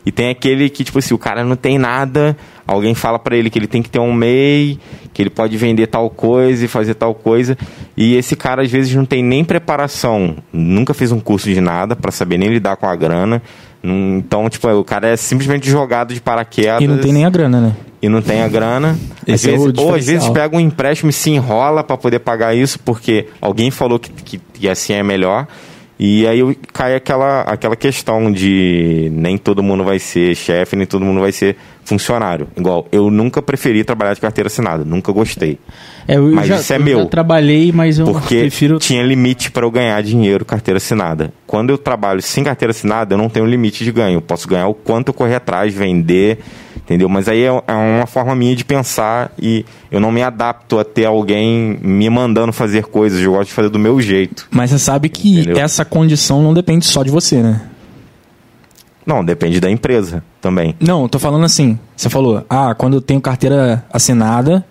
Speaker 1: E tem aquele que, tipo assim, o cara não tem nada, alguém fala pra ele que ele tem que ter um MEI, que ele pode vender tal coisa e fazer tal coisa. E esse cara, às vezes, não tem nem preparação, nunca fez um curso de nada pra saber nem lidar com a grana. Não- Então, tipo, o cara é simplesmente jogado de paraquedas
Speaker 3: E não tem nem a grana, né?
Speaker 1: e não tem a grana. Às
Speaker 3: Esse é o
Speaker 1: vezes- ou às
Speaker 3: diferencial.
Speaker 1: vezes pega um empréstimo e se enrola para poder pagar isso, porque alguém falou que, que, que assim é melhor. E aí eu- cai aquela, aquela questão de nem todo mundo vai ser chefe, nem todo mundo vai ser funcionário. Igual, eu nunca preferi trabalhar de carteira assinada, nunca gostei.
Speaker 2: É, eu
Speaker 1: Mas
Speaker 2: já,
Speaker 1: isso é
Speaker 2: eu
Speaker 1: meu.
Speaker 2: já trabalhei, mas eu
Speaker 1: Porque
Speaker 2: prefiro.
Speaker 1: tinha limite para eu ganhar dinheiro carteira assinada. Quando eu trabalho sem carteira assinada, eu não tenho limite de ganho. Eu posso ganhar o quanto eu correr atrás, vender, entendeu? Mas aí é é uma forma minha de pensar e eu não me adapto a ter alguém me mandando fazer coisas. Eu gosto de fazer do meu jeito.
Speaker 3: Mas você sabe que
Speaker 1: Entendeu?
Speaker 3: essa condição não depende só de você, né?
Speaker 1: Não, depende da empresa também.
Speaker 3: Não, eu tô falando assim. Você falou, ah, quando eu tenho carteira assinada,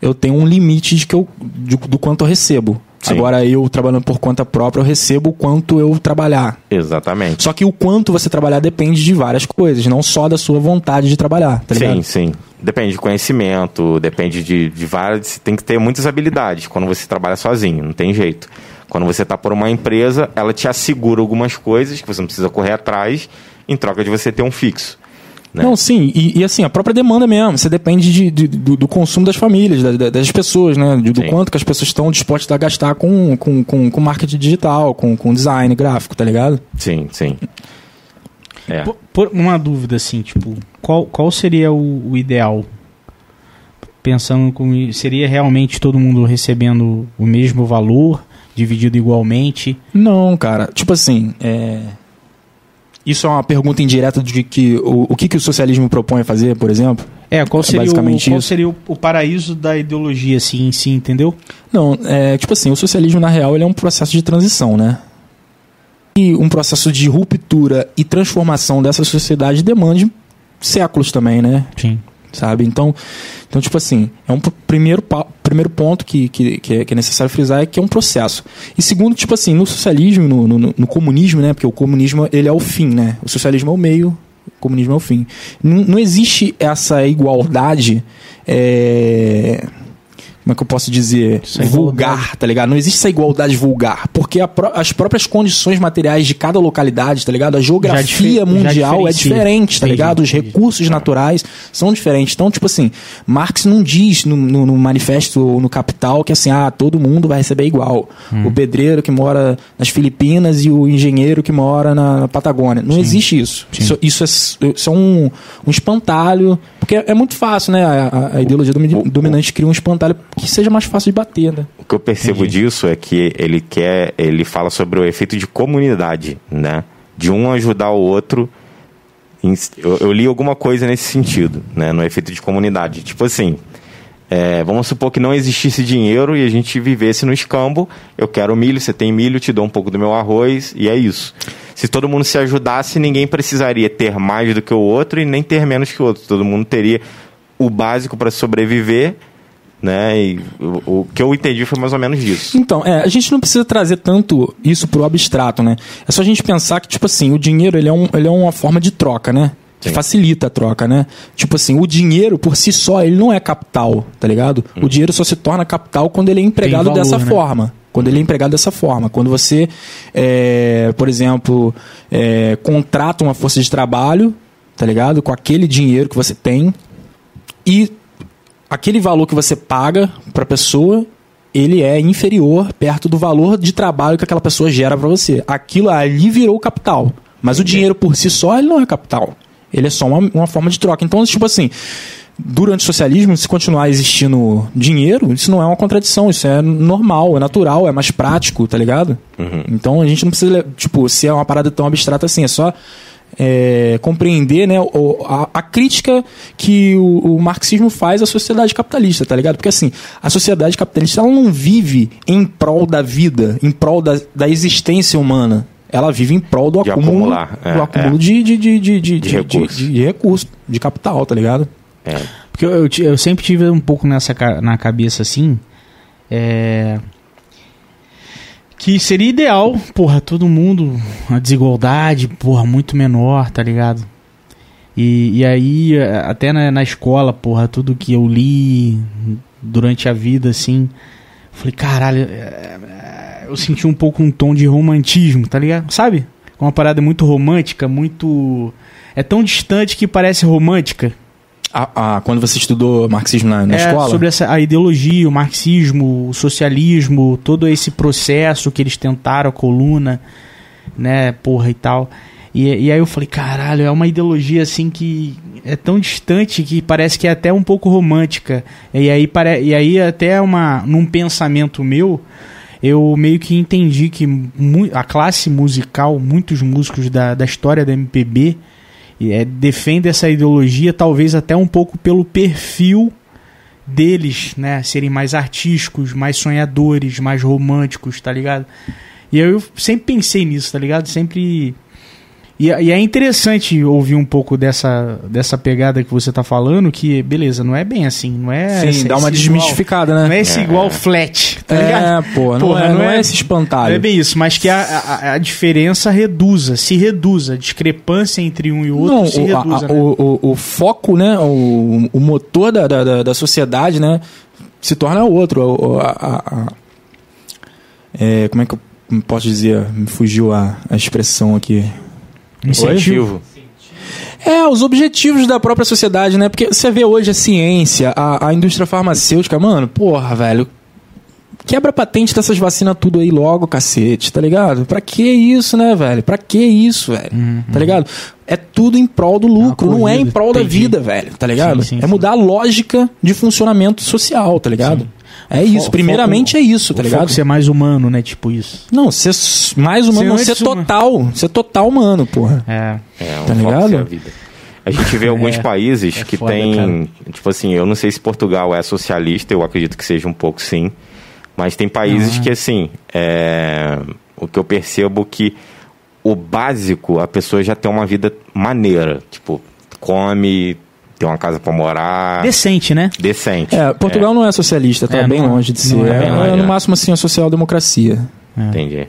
Speaker 3: eu tenho um limite de que eu, de- do quanto eu recebo.
Speaker 1: Sim.
Speaker 3: Agora eu trabalhando por conta própria, eu recebo o quanto eu trabalhar.
Speaker 1: Exatamente.
Speaker 3: Só que o quanto você trabalhar depende de várias coisas, não só da sua vontade de trabalhar, tá
Speaker 1: sim,
Speaker 3: ligado?
Speaker 1: sim. Depende de conhecimento, depende de, de várias. Tem que ter muitas habilidades quando você trabalha sozinho, não tem jeito. Quando você está por uma empresa, ela te assegura algumas coisas que você não precisa correr atrás, em troca de você ter um fixo. né?
Speaker 3: Não, sim, e, e assim, a própria demanda mesmo, você depende de, de- do, do consumo das famílias, da- da- das pessoas, né? De- do
Speaker 1: Sim.
Speaker 3: quanto que as pessoas estão dispostas a gastar com, com, com, com marketing digital, com, com design gráfico, tá ligado?
Speaker 1: Sim, sim. É.
Speaker 2: Por, por uma dúvida, assim, tipo, qual, qual seria o, o ideal? Pensando como seria realmente todo mundo recebendo o mesmo valor, dividido igualmente?
Speaker 3: Não, cara. Tipo assim, é... isso é uma pergunta indireta de que o, o que, que o socialismo propõe a fazer, por exemplo?
Speaker 2: É, qual
Speaker 3: É
Speaker 2: seria,
Speaker 3: basicamente
Speaker 2: o, qual
Speaker 3: isso.
Speaker 2: seria o, o paraíso da ideologia, assim, em si, entendeu?
Speaker 3: Não, é tipo assim, o socialismo na real ele é um processo de transição, né? E um processo de ruptura e transformação dessa sociedade demande séculos também, né?
Speaker 2: Sim.
Speaker 3: sabe? Então, então tipo assim, é um pr- primeiro, pa- primeiro ponto que, que, que é, que é necessário frisar é que é um processo. E segundo, tipo assim, no socialismo, no, no, no comunismo, né? Porque o comunismo ele é o fim, né? O socialismo é o meio, o comunismo é o fim. Não, não existe essa igualdade. é, Como é que eu posso dizer?
Speaker 2: Essa
Speaker 3: vulgar,
Speaker 2: igualdade.
Speaker 3: tá ligado? Não existe essa igualdade vulgar. Porque a pró- as próprias condições materiais de cada localidade, tá ligado? A
Speaker 2: dife- já
Speaker 3: geografia mundial é
Speaker 2: diferencia.
Speaker 3: diferente, tá
Speaker 2: Entendi,
Speaker 3: ligado? Os
Speaker 2: entendi.
Speaker 3: recursos naturais são diferentes. Então, tipo assim, Marx não diz no, no- no manifesto ou no Capital que assim, ah, todo mundo vai receber igual.
Speaker 2: Hum.
Speaker 3: O pedreiro que mora nas Filipinas e o engenheiro que mora na, na Patagônia. Não existe isso. Isso, isso é, s- isso é um, um espantalho. Porque é, é muito fácil, né? A, a- a ideologia domi- dominante cria um espantalho que seja mais fácil de bater, né?
Speaker 1: O que eu percebo disso é que ele quer, ele fala sobre o efeito de comunidade, né? De um ajudar o outro. Em- Eu, eu li alguma coisa nesse sentido, né? No efeito de comunidade. Tipo assim, é, vamos supor que não existisse dinheiro e a gente vivesse no escambo. Eu quero milho, você tem milho, eu te dou um pouco do meu arroz e é isso. Se todo mundo se ajudasse, ninguém precisaria ter mais do que o outro e nem ter menos que o outro. Todo mundo teria o básico para sobreviver né? E o, o que eu entendi foi mais ou menos isso.
Speaker 3: Então, é, a gente não precisa trazer tanto isso pro abstrato, né? É só a gente pensar que, tipo assim, o dinheiro ele é, um, ele é uma forma de troca, né? Que
Speaker 1: Sim.
Speaker 3: facilita a troca, né? Tipo assim, o dinheiro por si só, ele não é capital, tá ligado? O dinheiro só se torna capital quando ele é empregado
Speaker 2: valor,
Speaker 3: dessa
Speaker 2: né?
Speaker 3: forma. Quando ele é empregado dessa forma. Quando você, é, por exemplo, é, contrata uma força de trabalho, tá ligado? Com aquele dinheiro que você tem e aquele valor que você paga para a pessoa, ele é inferior perto do valor de trabalho que aquela pessoa gera para você. Aquilo ali virou capital. Mas o dinheiro por si só, ele não é capital. Ele é só uma, uma forma de troca. Então, tipo assim, durante o socialismo, se continuar existindo dinheiro, isso não é uma contradição. Isso é normal, é natural, é mais prático, tá ligado? Então a gente não precisa, tipo, se é uma parada tão abstrata assim. É só é, compreender né, o- a, a crítica que o, o marxismo faz à sociedade capitalista, tá ligado? Porque assim, a sociedade capitalista ela não vive em prol da vida, em prol da, da existência humana. Ela vive em prol do
Speaker 1: De
Speaker 3: acúmulo,
Speaker 1: acumular, é,
Speaker 3: do acúmulo
Speaker 1: é.
Speaker 3: de, de, de, de, de, de-
Speaker 1: recurso.
Speaker 3: de- de recurso, de capital, tá ligado?
Speaker 2: Porque eu, eu ti- eu sempre tive um pouco nessa ca- na cabeça assim. é, Que seria ideal, porra, todo mundo. A desigualdade, porra, muito menor, tá ligado? E, e aí, é, até na, na escola, porra, tudo que eu li durante a vida, assim. Falei, caralho, é, é, eu senti um pouco um tom de romantismo, tá ligado? Sabe? Uma parada muito romântica, muito. É tão distante que parece romântica.
Speaker 3: A, a- quando você estudou marxismo na, na
Speaker 2: É,
Speaker 3: escola,
Speaker 2: Sobre essa, a ideologia, o marxismo, o socialismo, todo esse processo que eles tentaram, a coluna, né, porra e tal. E, e aí eu falei, caralho, é uma ideologia assim que é tão distante que parece que é até um pouco romântica. E aí, pare, e aí até uma, num pensamento meu, eu meio que entendi que mu- a classe musical, muitos músicos da, da história da MPB, é, defende essa ideologia talvez até um pouco pelo perfil deles, né, serem mais artísticos, mais sonhadores, mais românticos, tá ligado? E eu sempre pensei nisso, tá ligado? Sempre e, e é interessante ouvir um pouco dessa, dessa pegada que você tá falando, que beleza, não é bem assim, não é
Speaker 3: sim,
Speaker 2: esse-
Speaker 3: dá uma
Speaker 2: esse
Speaker 3: desmistificada,
Speaker 2: igual- não
Speaker 3: né?
Speaker 2: é esse igual flat, tá ligado?
Speaker 3: [LAUGHS] é, pô, não,
Speaker 2: Porra,
Speaker 3: é,
Speaker 2: não
Speaker 3: não
Speaker 2: é-
Speaker 3: é esse espantalho.
Speaker 2: Não é bem isso, mas que a, a, a diferença reduza, se reduza, a discrepância entre um e outro se
Speaker 3: o, a-
Speaker 2: reduza.
Speaker 3: a-
Speaker 2: né?
Speaker 3: o, tá o- o foco, né? O, o motor da, da- da, da sociedade, né? Se torna outro. O- o- a- a- a- é, como é que eu posso dizer? Me fugiu a, a expressão aqui.
Speaker 1: Incentivo.
Speaker 3: É, os objetivos da própria sociedade, né? Porque você vê hoje a ciência, a, a indústria farmacêutica, mano, porra, velho. Quebra a patente dessas vacinas tudo aí logo, cacete, tá ligado? Pra que isso, né, velho? Pra que isso, velho? Tá ligado? É tudo em prol do lucro, não é em
Speaker 2: Uhum. corrida,
Speaker 3: prol da
Speaker 2: entendi.
Speaker 3: vida, velho, tá ligado?
Speaker 2: Sim, sim, sim.
Speaker 3: é mudar a lógica de funcionamento social, tá ligado? É isso,
Speaker 2: foco-
Speaker 3: primeiramente é isso, tá
Speaker 2: O
Speaker 3: ligado?
Speaker 2: foco ser mais humano, né? Tipo isso.
Speaker 3: Não, ser s- mais
Speaker 2: Ser
Speaker 3: humano,
Speaker 2: antes um-
Speaker 3: ser
Speaker 2: humano.
Speaker 3: total, ser total humano, porra.
Speaker 2: É.
Speaker 1: É, um foco
Speaker 3: Tá ligado?
Speaker 1: sem a vida. A gente vê alguns
Speaker 2: [LAUGHS] É,
Speaker 1: países
Speaker 2: é
Speaker 1: que
Speaker 2: foda,
Speaker 1: tem,
Speaker 2: cara.
Speaker 1: tipo assim, eu não sei se Portugal é socialista, eu acredito que seja um pouco sim, mas tem países que assim, é, o que eu percebo que o básico, a pessoa já tem uma vida maneira, tipo, come, tem uma casa pra
Speaker 3: Tá.
Speaker 1: morar,
Speaker 2: Decente, né?
Speaker 1: decente.
Speaker 3: É, Portugal não é socialista, tá
Speaker 2: É,
Speaker 3: bem
Speaker 2: não é.
Speaker 3: longe de ser.
Speaker 2: Não é,
Speaker 3: É,
Speaker 1: não é,
Speaker 3: no
Speaker 1: é.
Speaker 3: máximo assim, a social-democracia.
Speaker 1: Entendi.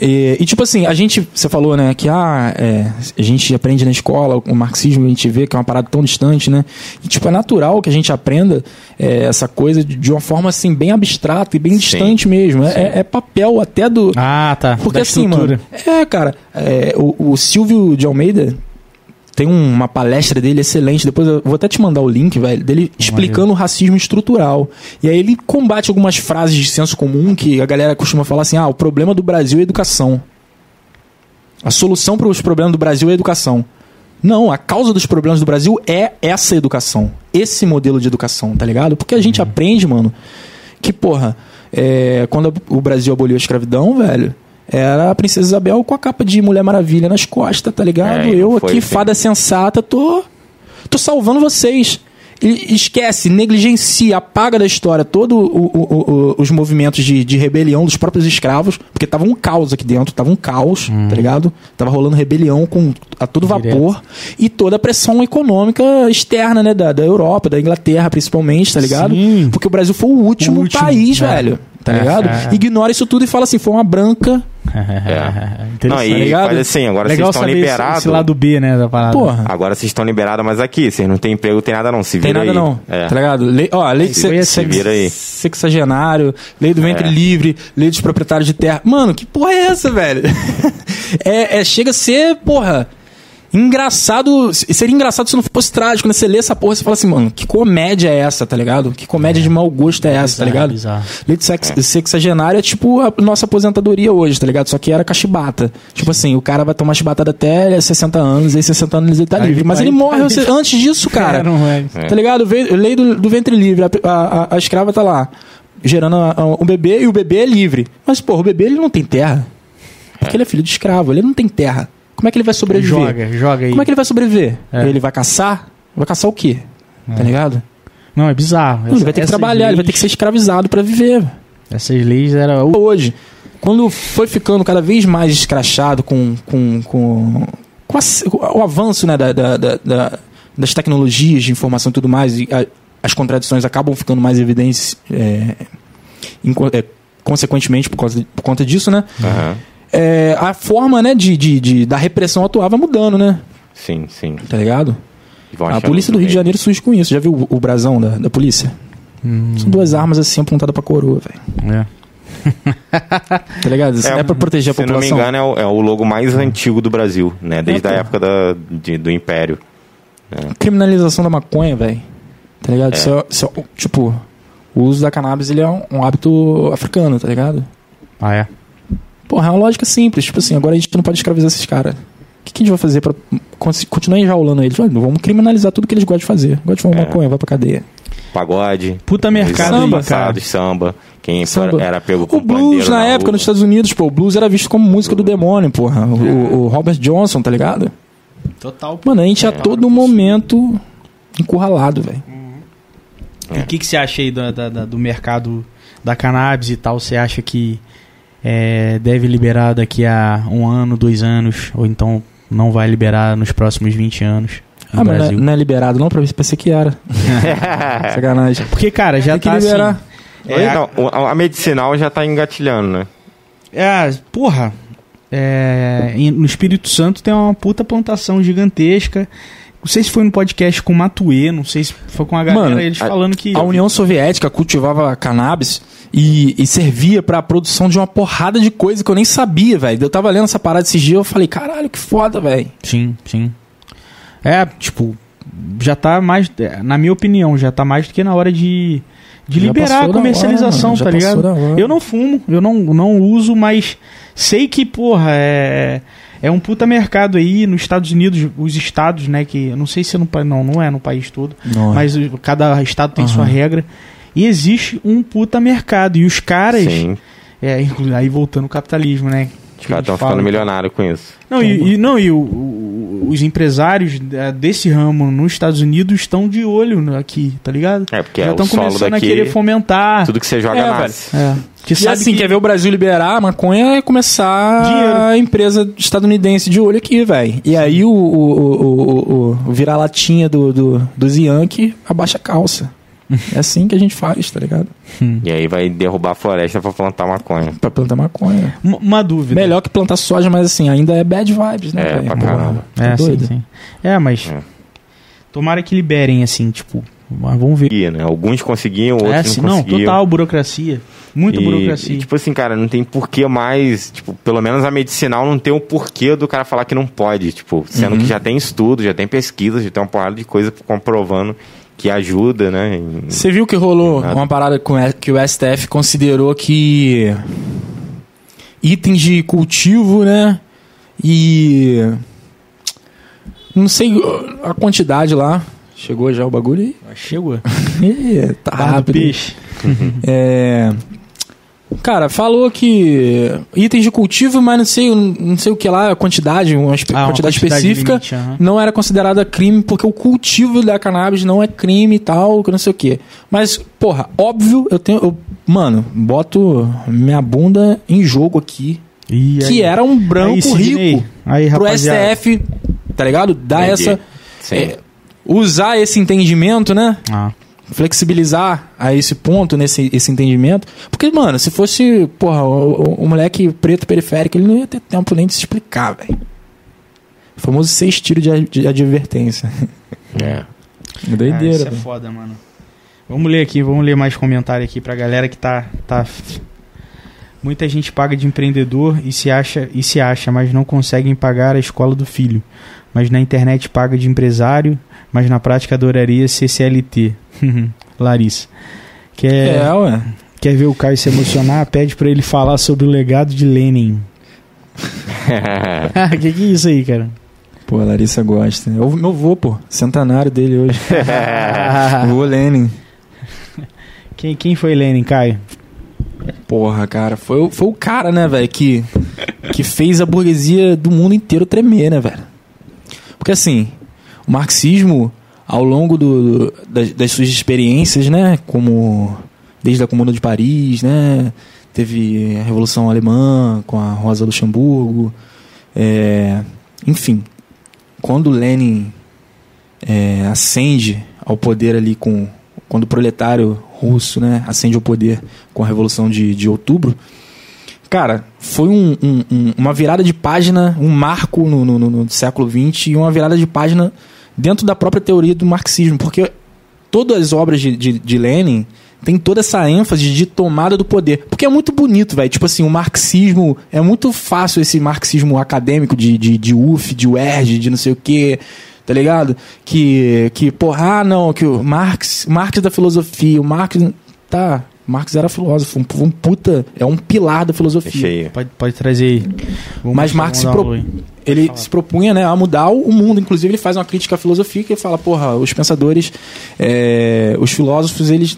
Speaker 3: E, e, tipo assim, a gente, você falou, né, que ah, é, a gente aprende na escola o marxismo, a gente vê que é uma parada tão distante, né? E tipo, é natural que a gente aprenda é, essa coisa de- de uma forma assim, bem abstrata e bem distante mesmo. É- É, é papel até do.
Speaker 2: Ah, tá.
Speaker 3: Porque
Speaker 2: Da
Speaker 3: assim,
Speaker 2: estrutura. [LAUGHS]
Speaker 3: mano. É, cara, é, o, o Silvio de Almeida tem uma palestra dele excelente. Depois eu vou até te mandar o link, velho, dele explicando o racismo estrutural. E aí ele combate algumas frases de senso comum que a galera costuma falar assim: ah, o problema do Brasil é a educação. A solução para os problemas do Brasil é a educação. Não, a causa dos problemas do Brasil é essa educação. Esse modelo de educação, tá ligado? Porque a
Speaker 1: Uhum.
Speaker 3: gente aprende, mano, que, porra, é, quando o Brasil aboliu a escravidão, velho, era a Princesa Isabel com a capa de Mulher Maravilha nas costas, tá ligado?
Speaker 1: É, e não
Speaker 3: Eu
Speaker 1: foi
Speaker 3: aqui,
Speaker 1: assim.
Speaker 3: fada sensata, tô. tô salvando vocês. E esquece, negligencia, apaga da história todos os movimentos de, de rebelião dos próprios escravos, porque tava um caos aqui dentro, tava um caos,
Speaker 2: Hum.
Speaker 3: tá ligado? Tava rolando rebelião com a todo vapor e toda a pressão econômica externa, né? Da, da Europa, da Inglaterra, principalmente, tá ligado?
Speaker 2: Sim.
Speaker 3: Porque o Brasil foi o último,
Speaker 2: O último,
Speaker 3: país,
Speaker 2: é.
Speaker 3: velho. Tá
Speaker 2: É,
Speaker 3: ligado?
Speaker 2: é.
Speaker 3: Ignora isso tudo e fala assim: foi uma branca.
Speaker 2: é, Interessante.
Speaker 1: É. Não,
Speaker 3: tá
Speaker 1: e
Speaker 3: ligado?
Speaker 1: faz assim, agora vocês
Speaker 2: Legal
Speaker 1: estão
Speaker 2: saber esse,
Speaker 1: liberados.
Speaker 2: esse lado B, né, da parada.
Speaker 3: Porra.
Speaker 1: Agora vocês estão liberados, mas aqui, vocês não têm emprego, tem nada não, se
Speaker 3: Tem
Speaker 1: vira
Speaker 3: nada
Speaker 1: aí.
Speaker 3: não,
Speaker 1: É.
Speaker 3: tá ligado? Lei, ó, lei
Speaker 2: Se vira,
Speaker 3: se,
Speaker 2: se
Speaker 1: vira aí.
Speaker 3: sexagenário, lei do ventre
Speaker 1: É.
Speaker 3: livre, lei dos proprietários de terra. Mano, que porra é essa, velho? [LAUGHS] é, é- chega a ser, porra, engraçado, seria engraçado se não fosse trágico, né? Você lê essa porra, você fala assim, mano, que comédia é essa, tá ligado? Que comédia de mau gosto é essa, tá
Speaker 2: Bizarro,
Speaker 3: ligado?
Speaker 2: bizarro.
Speaker 3: Lei de sex sexagenário é tipo a nossa aposentadoria hoje, tá ligado? Só que era com a chibata. Tipo assim, o cara vai tomar chibatada até 60 anos, aí 60 anos ele tá
Speaker 2: Aí
Speaker 3: livre.
Speaker 2: ele-
Speaker 3: Mas
Speaker 2: aí
Speaker 3: ele
Speaker 2: ele tá
Speaker 3: morre
Speaker 2: livre.
Speaker 3: antes disso, cara.
Speaker 2: É, não é.
Speaker 1: É.
Speaker 3: Tá ligado? Ve- Lei do, do ventre livre. A, a- a- a escrava tá lá, gerando a- a- um bebê e o bebê é livre. Mas, porra, o bebê ele não tem terra. Porque ele é filho de escravo, ele não tem terra. Como é que ele vai sobreviver?
Speaker 2: Joga, joga aí.
Speaker 3: Como é que ele vai sobreviver?
Speaker 2: É.
Speaker 3: Ele vai caçar? Vai caçar o quê? Tá ligado?
Speaker 2: Não, é bizarro.
Speaker 3: Não, ele vai ter que
Speaker 2: Essas
Speaker 3: trabalhar, ele vai ter que ser escravizado pra viver.
Speaker 2: Essas leis era o
Speaker 3: Hoje, quando foi ficando cada vez mais escrachado com, com, com, com a- com o avanço né, da- da- da- da- das tecnologias de informação e tudo mais, e a- as contradições acabam ficando mais evidentes é, inco- é, consequentemente por, causa, por conta disso, né?
Speaker 1: Aham.
Speaker 3: É, a forma né, de, de- de- da repressão atual vai mudando, né?
Speaker 1: Sim, sim.
Speaker 3: Tá ligado?
Speaker 1: E vão
Speaker 3: A
Speaker 1: achando
Speaker 3: polícia do Rio de
Speaker 1: também.
Speaker 3: Janeiro surge com isso. Já viu o, o brasão da, da polícia? São
Speaker 1: Hum.
Speaker 3: duas armas assim apontadas pra coroa, velho.
Speaker 2: é.
Speaker 3: Tá ligado? É, pra proteger a
Speaker 1: se
Speaker 3: população. Hum.
Speaker 1: não me engano, é o, é o logo mais antigo do Brasil, né? Desde
Speaker 3: É,
Speaker 1: a
Speaker 3: pô.
Speaker 1: época da, de- do Império.
Speaker 3: criminalização da maconha, velho. Tá ligado? Isso é- isso é, tipo, o uso da cannabis ele é um, um hábito africano, tá ligado?
Speaker 2: Ah, é.
Speaker 3: Porra, é uma lógica simples. Tipo assim, agora a gente não pode escravizar esses caras. O que, que a gente vai fazer pra con- continuar enjaulando eles? Olha, vamos criminalizar tudo que eles gostam de fazer. Gostam de fumar
Speaker 1: É.
Speaker 3: maconha, vai pra cadeia.
Speaker 1: Pagode.
Speaker 2: Puta mercado
Speaker 3: Samba.
Speaker 2: aí, cara.
Speaker 1: Samba, samba. Quem
Speaker 3: Tá. Samba.
Speaker 1: era pego com
Speaker 3: O blues,
Speaker 1: pandeiro
Speaker 3: na, época,
Speaker 1: rua.
Speaker 3: nos Estados Unidos, pô, o blues É. era visto como música do demônio, porra. O, o- o Robert Johnson, tá ligado?
Speaker 2: Total.
Speaker 3: Mano, a gente a todo momento encurralado, velho.
Speaker 1: É.
Speaker 2: E o que, que você acha aí da- da- da- do mercado da cannabis e tal? Você acha que é, deve liberar daqui a um ano, dois anos, ou então não vai liberar nos próximos 20 anos no
Speaker 3: Ah, mas não é,
Speaker 2: Brasil?
Speaker 3: não é liberado não, pra pensei que era.
Speaker 1: [LAUGHS]
Speaker 3: É. Sacanagem.
Speaker 2: Porque, cara, já
Speaker 3: Tem que
Speaker 2: tá
Speaker 3: liberar.
Speaker 2: assim...
Speaker 1: É, então, o- a, a medicinal já tá engatilhando, né?
Speaker 2: É, porra. É, em- no Espírito Santo tem uma puta plantação gigantesca. Não sei se foi no podcast com o Matuê, não sei se foi com a galera,
Speaker 3: Mano,
Speaker 2: eles
Speaker 1: a-
Speaker 2: falando que...
Speaker 3: A União Soviética cultivava cannabis e, e servia pra produção de uma porrada de coisa que eu nem sabia, velho. Eu tava lendo essa parada esses dias eu falei, caralho, que foda, velho.
Speaker 2: Sim, sim. É, tipo, já tá mais. Na minha opinião, já tá mais do que na hora de, de
Speaker 3: Já
Speaker 2: liberar
Speaker 3: passou
Speaker 2: a
Speaker 3: da
Speaker 2: comercialização,
Speaker 3: hora, mano,
Speaker 2: tá
Speaker 3: já
Speaker 2: ligado?
Speaker 3: passou da hora.
Speaker 2: Eu não fumo, eu não, não uso, mas sei que, porra, é. É um puta mercado aí nos Estados Unidos, os estados, né? Que eu não sei se é no país. Não, não é no país todo.
Speaker 3: Não é.
Speaker 2: Mas o- cada estado tem
Speaker 3: Aham.
Speaker 2: sua regra. E existe um puta mercado. E os caras.
Speaker 1: Sim.
Speaker 2: É, inclu- aí voltando ao capitalismo, né?
Speaker 1: Os
Speaker 2: que
Speaker 1: caras
Speaker 2: eles
Speaker 1: estão ficando
Speaker 2: falam e tal.
Speaker 1: milionários com isso.
Speaker 2: Não, e, e- não, e o- o- os empresários eh, desse ramo nos Estados Unidos estão de olho no- aqui, tá ligado?
Speaker 1: É, porque
Speaker 2: Já
Speaker 1: é o
Speaker 2: estão
Speaker 1: solo
Speaker 2: começando a
Speaker 1: daqui.
Speaker 2: querer fomentar.
Speaker 1: Tudo que você joga
Speaker 3: É,
Speaker 1: nasce.
Speaker 2: É, que
Speaker 3: E
Speaker 2: sabe
Speaker 3: assim,
Speaker 2: que-
Speaker 3: quer ver o Brasil liberar a maconha é começar
Speaker 2: Dinheiro.
Speaker 3: a empresa estadunidense de olho aqui, velho. E aí o, o, o, o- o- o vira-latinha do, do, dos Yankee abaixa
Speaker 2: [LAUGHS]
Speaker 3: a calça. É assim que a gente faz, tá ligado?
Speaker 1: E aí vai derrubar a floresta pra plantar maconha.
Speaker 3: Pra plantar maconha.
Speaker 2: Uma, uma dúvida.
Speaker 3: Melhor que plantar soja, mas assim, ainda é bad vibes, né?
Speaker 1: É,
Speaker 3: velho?
Speaker 1: pra
Speaker 3: Porra,
Speaker 1: caramba.
Speaker 3: tá
Speaker 2: É, sim,
Speaker 3: doido?
Speaker 2: sim. É, mas.
Speaker 1: É.
Speaker 2: Tomara que liberem, assim, tipo. Mas vamos ver.
Speaker 1: E, né? Alguns conseguiam, outros
Speaker 2: é, assim,
Speaker 1: não
Speaker 2: não,
Speaker 1: conseguiam.
Speaker 2: total burocracia. Muita
Speaker 1: E-
Speaker 2: burocracia.
Speaker 1: E, tipo assim, cara, não tem porquê mais. Tipo, pelo menos a medicinal não tem o porquê do cara falar que não pode. Tipo, sendo que já tem estudo, já tem pesquisa, já tem uma porrada de coisa comprovando que ajuda, né? em-
Speaker 3: Você viu que rolou
Speaker 1: Nada.
Speaker 3: uma parada com a- que o STF considerou que itens de cultivo, né? E não sei a quantidade lá. Chegou já o bagulho [LAUGHS] aí?
Speaker 2: Chegou.
Speaker 3: Ih, tá
Speaker 2: Barra do
Speaker 3: rápido.
Speaker 2: peixe.
Speaker 3: É, Cara, falou que itens de cultivo, mas não sei, não sei o que lá, a quantidade, uma, espe-
Speaker 2: Ah, uma quantidade
Speaker 3: quantidade, específica,
Speaker 2: limite, aham.
Speaker 3: não era considerada crime porque o cultivo da cannabis não é crime e tal, que não sei o que. Mas, porra, óbvio, eu tenho. eu- mano, boto minha bunda em jogo aqui.
Speaker 2: E aí?
Speaker 3: Que era um branco
Speaker 2: Aí, Sidney,
Speaker 3: rico
Speaker 2: Aí,
Speaker 3: pro
Speaker 2: rapaziada.
Speaker 3: STF, tá ligado? Dar
Speaker 1: Entendi.
Speaker 3: essa.
Speaker 1: Sim.
Speaker 3: é, usar esse entendimento, né?
Speaker 2: Ah,
Speaker 3: flexibilizar a esse ponto, nesse esse entendimento. Porque, mano, se fosse, porra, o, o- o moleque preto periférico, ele não ia ter tempo nem de se explicar, velho. O famoso seis tiros de, a- de [LAUGHS] advertência.
Speaker 1: É.
Speaker 2: Ah, isso
Speaker 3: Doideira,
Speaker 2: é
Speaker 3: velho.
Speaker 2: foda, mano. Vamos ler aqui, vamos ler mais comentário aqui pra galera que tá. tá... Muita gente paga de empreendedor e se acha, e se acha, mas não conseguem pagar a escola do filho. Mas na internet paga de empresário, mas na prática adoraria ser CLT. [LAUGHS] Larissa. Quer,
Speaker 3: É, ué.
Speaker 2: quer ver o Caio se emocionar? Pede pra ele falar sobre o legado de Lenin. [LAUGHS] que que é isso aí, cara?
Speaker 3: Pô, a Larissa gosta. Eu, meu avô, pô, centenário dele hoje. Vô Lenin.
Speaker 2: Quem, quem foi Lenin, Caio?
Speaker 3: Porra, cara, foi, o- foi o cara, né, velho, que que fez a burguesia do mundo inteiro tremer, né, velho? Porque assim, o marxismo, ao longo do, do- das, das suas experiências, né, como desde a Comuna de Paris, né, teve a Revolução Alemã com a Rosa Luxemburgo, é, enfim, quando Lenin é, ascende ao poder ali com quando o proletário russo né, ascende ao poder com a revolução de, de outubro cara foi um- um- um- uma virada de página um marco no, no- no- no século XX e uma virada de página dentro da própria teoria do marxismo porque todas as obras de, de, de Lenin tem toda essa ênfase de tomada do poder. Porque é muito bonito, velho. Tipo assim, o marxismo. É muito fácil esse marxismo acadêmico de, de, de UF, de UERJ, de não sei o quê. Tá ligado? Que, que porra, ah, não, que o Marx. Marx da filosofia, o Marx. Tá, Marx era filósofo, um, um puta. É um pilar da
Speaker 1: É
Speaker 3: filosofia.
Speaker 1: cheio.
Speaker 2: Pode, pode trazer aí. Vamos
Speaker 3: Mas
Speaker 2: mostrar,
Speaker 3: Marx se
Speaker 2: vamos dar um uma
Speaker 3: pro-
Speaker 2: luz.
Speaker 3: Ele se propunha né, a mudar o mundo. Inclusive, ele faz uma crítica à filosofia que ele fala: porra, os pensadores, é, os filósofos, eles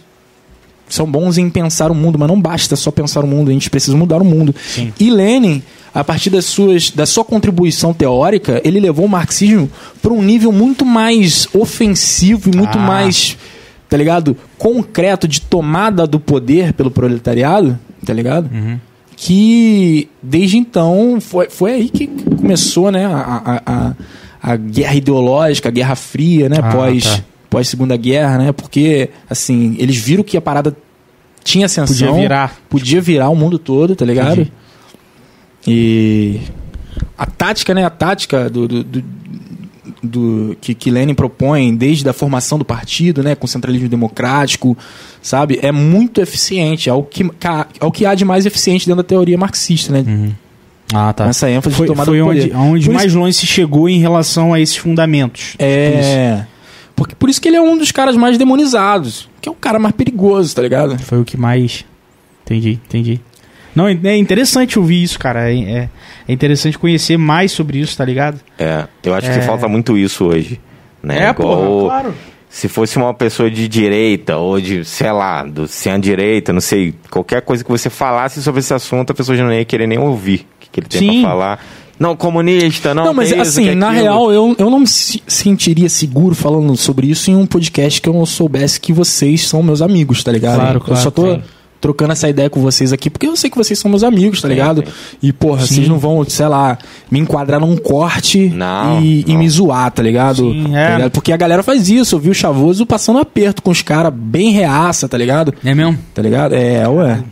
Speaker 3: são bons em pensar o mundo, mas não basta só pensar o mundo, a gente precisa mudar o mundo.
Speaker 2: Sim.
Speaker 3: E Lenin, a partir das suas, da sua contribuição teórica, ele levou o marxismo para um nível muito mais ofensivo e muito
Speaker 2: Ah.
Speaker 3: mais, tá ligado? Concreto de tomada do poder pelo proletariado, tá ligado?
Speaker 2: Uhum.
Speaker 3: que desde então foi, foi aí que começou né, a, a, a, a guerra ideológica, a Guerra Fria, né,
Speaker 2: Ah,
Speaker 3: pós,
Speaker 2: tá.
Speaker 3: pós Segunda Guerra, né? Porque assim, eles viram que a parada tinha ascensão,
Speaker 2: Podia virar.
Speaker 3: podia virar o mundo todo, tá ligado?
Speaker 2: Entendi.
Speaker 3: E a tática, né, a tática do, do, do- do- que, que Lenin propõe desde a formação do partido, né, com centralismo democrático, sabe, é muito eficiente, é o que, ca- é o que há de mais eficiente dentro da teoria marxista, né?
Speaker 2: Ah, tá.
Speaker 3: Com Essa ênfase
Speaker 2: Foi,
Speaker 3: de tomada
Speaker 2: foi
Speaker 3: do
Speaker 2: onde,
Speaker 3: poder.
Speaker 2: onde
Speaker 3: Por isso-
Speaker 2: mais longe se chegou em relação a esses fundamentos. Tipo
Speaker 3: É. Porque, por isso que ele é um dos caras mais demonizados, que é o cara mais perigoso, tá ligado?
Speaker 2: Foi o que mais. Entendi, entendi. Não, é interessante ouvir isso, cara. É, é- é interessante conhecer mais sobre isso, tá ligado?
Speaker 1: É, eu acho
Speaker 2: É.
Speaker 1: que falta muito isso hoje. Né?
Speaker 3: É,
Speaker 1: Igual-
Speaker 2: claro.
Speaker 1: Se fosse uma pessoa de direita ou de, sei lá, do centro-direita, não sei, qualquer coisa que você falasse sobre esse assunto, a pessoa já não ia querer nem ouvir o que, que ele tem
Speaker 2: Sim.
Speaker 1: pra falar. Não, comunista, não.
Speaker 3: Não, mas
Speaker 1: tem isso,
Speaker 3: assim,
Speaker 1: tem
Speaker 3: na
Speaker 1: aquilo.
Speaker 3: real, eu, eu não me se- sentiria seguro falando sobre isso em um podcast que eu não soubesse que vocês são meus amigos, tá ligado?
Speaker 2: Claro, claro,
Speaker 3: Eu só tô
Speaker 2: sim.
Speaker 3: trocando essa ideia com vocês aqui porque eu sei que vocês são meus amigos, tá
Speaker 1: Sim,
Speaker 3: ligado?
Speaker 1: sim.
Speaker 3: E, porra,
Speaker 2: Sim.
Speaker 3: vocês não vão, sei lá, me enquadrar num corte
Speaker 1: Não,
Speaker 3: e, e
Speaker 1: não.
Speaker 3: me zoar, tá ligado?
Speaker 2: Sim,
Speaker 3: Tá
Speaker 2: é.
Speaker 3: ligado? Porque a galera faz isso. Eu vi o Chavoso passando aperto com os caras bem reaça, tá ligado?
Speaker 2: É mesmo?
Speaker 3: Tá ligado? É, ué.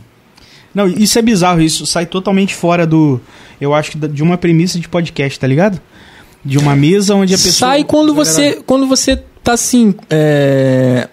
Speaker 2: Não, isso é bizarro, isso sai totalmente fora do. Eu acho que da- de uma premissa de podcast, tá ligado? De uma mesa onde a pessoa. é
Speaker 3: Sai
Speaker 1: É
Speaker 3: quando você, quando você tá assim. é,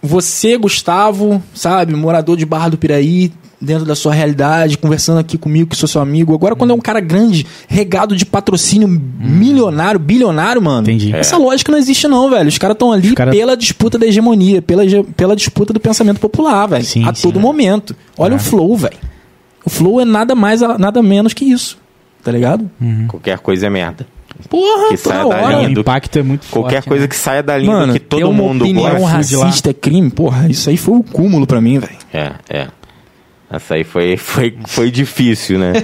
Speaker 3: Você, Gustavo, sabe, morador de Barra do Piraí, dentro da sua realidade, conversando aqui comigo, que sou seu amigo. Agora, quando é um cara grande, regado de patrocínio milionário, bilionário, mano.
Speaker 2: Hum. Entendi.
Speaker 3: Essa
Speaker 1: É.
Speaker 3: lógica não existe, não, velho. Os caras estão ali
Speaker 2: Os cara-
Speaker 3: pela disputa da hegemonia, pela, hege- pela disputa do pensamento popular, velho.
Speaker 2: Sim, sim.
Speaker 3: a
Speaker 2: né? É.
Speaker 3: todo momento. Olha o flow, velho. O flow é nada mais, nada menos que isso. Tá ligado?
Speaker 1: Qualquer coisa é merda.
Speaker 3: Porra,
Speaker 1: Hum. Que
Speaker 3: toda
Speaker 1: saia da
Speaker 3: hora.
Speaker 2: É, o
Speaker 1: do-
Speaker 2: impacto é muito
Speaker 1: Qualquer
Speaker 2: forte,
Speaker 1: coisa
Speaker 2: né?
Speaker 1: que saia da língua que
Speaker 3: ter
Speaker 1: todo
Speaker 3: uma
Speaker 1: mundo
Speaker 3: opinião
Speaker 1: gosta.
Speaker 3: racista é crime, porra, isso aí foi o cúmulo pra mim, velho.
Speaker 1: É, é. Essa aí foi, foi, foi difícil, né?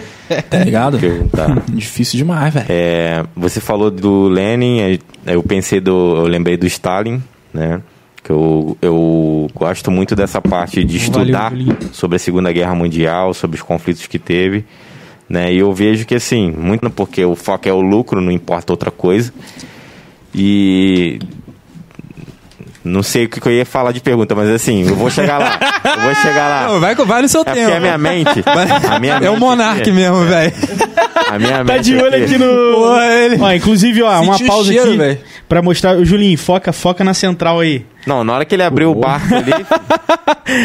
Speaker 3: Tá ligado?
Speaker 1: Porque eu- tá.
Speaker 3: Difícil demais, velho.
Speaker 1: É, você falou do Lenin, aí eu pensei do, eu lembrei do Stalin, né? Que eu, eu gosto muito dessa parte de
Speaker 2: Valeu,
Speaker 1: estudar
Speaker 2: Julinho.
Speaker 1: sobre a Segunda Guerra Mundial, sobre os conflitos que teve, né? E eu vejo que assim, muito porque o foco é o lucro, não importa outra coisa. E não sei o que que eu ia falar de pergunta, mas assim, eu vou chegar lá. Eu vou chegar
Speaker 2: [LAUGHS]
Speaker 1: lá.
Speaker 3: vai, vai no seu
Speaker 1: é porque a minha né? É. mente, a minha
Speaker 2: é
Speaker 1: mente aqui,
Speaker 3: mesmo, velho.
Speaker 1: A minha
Speaker 2: Tá
Speaker 1: mente
Speaker 2: de olho aqui no.
Speaker 3: Porra, ele-
Speaker 2: Ó, inclusive, ó, uma
Speaker 3: Sentiu o
Speaker 2: pausa
Speaker 3: cheiro,
Speaker 2: aqui
Speaker 3: velho.
Speaker 2: pra mostrar. Ô, Julinho, foca, foca na central aí.
Speaker 1: Não, na hora que ele abriu o barco [LAUGHS] ali,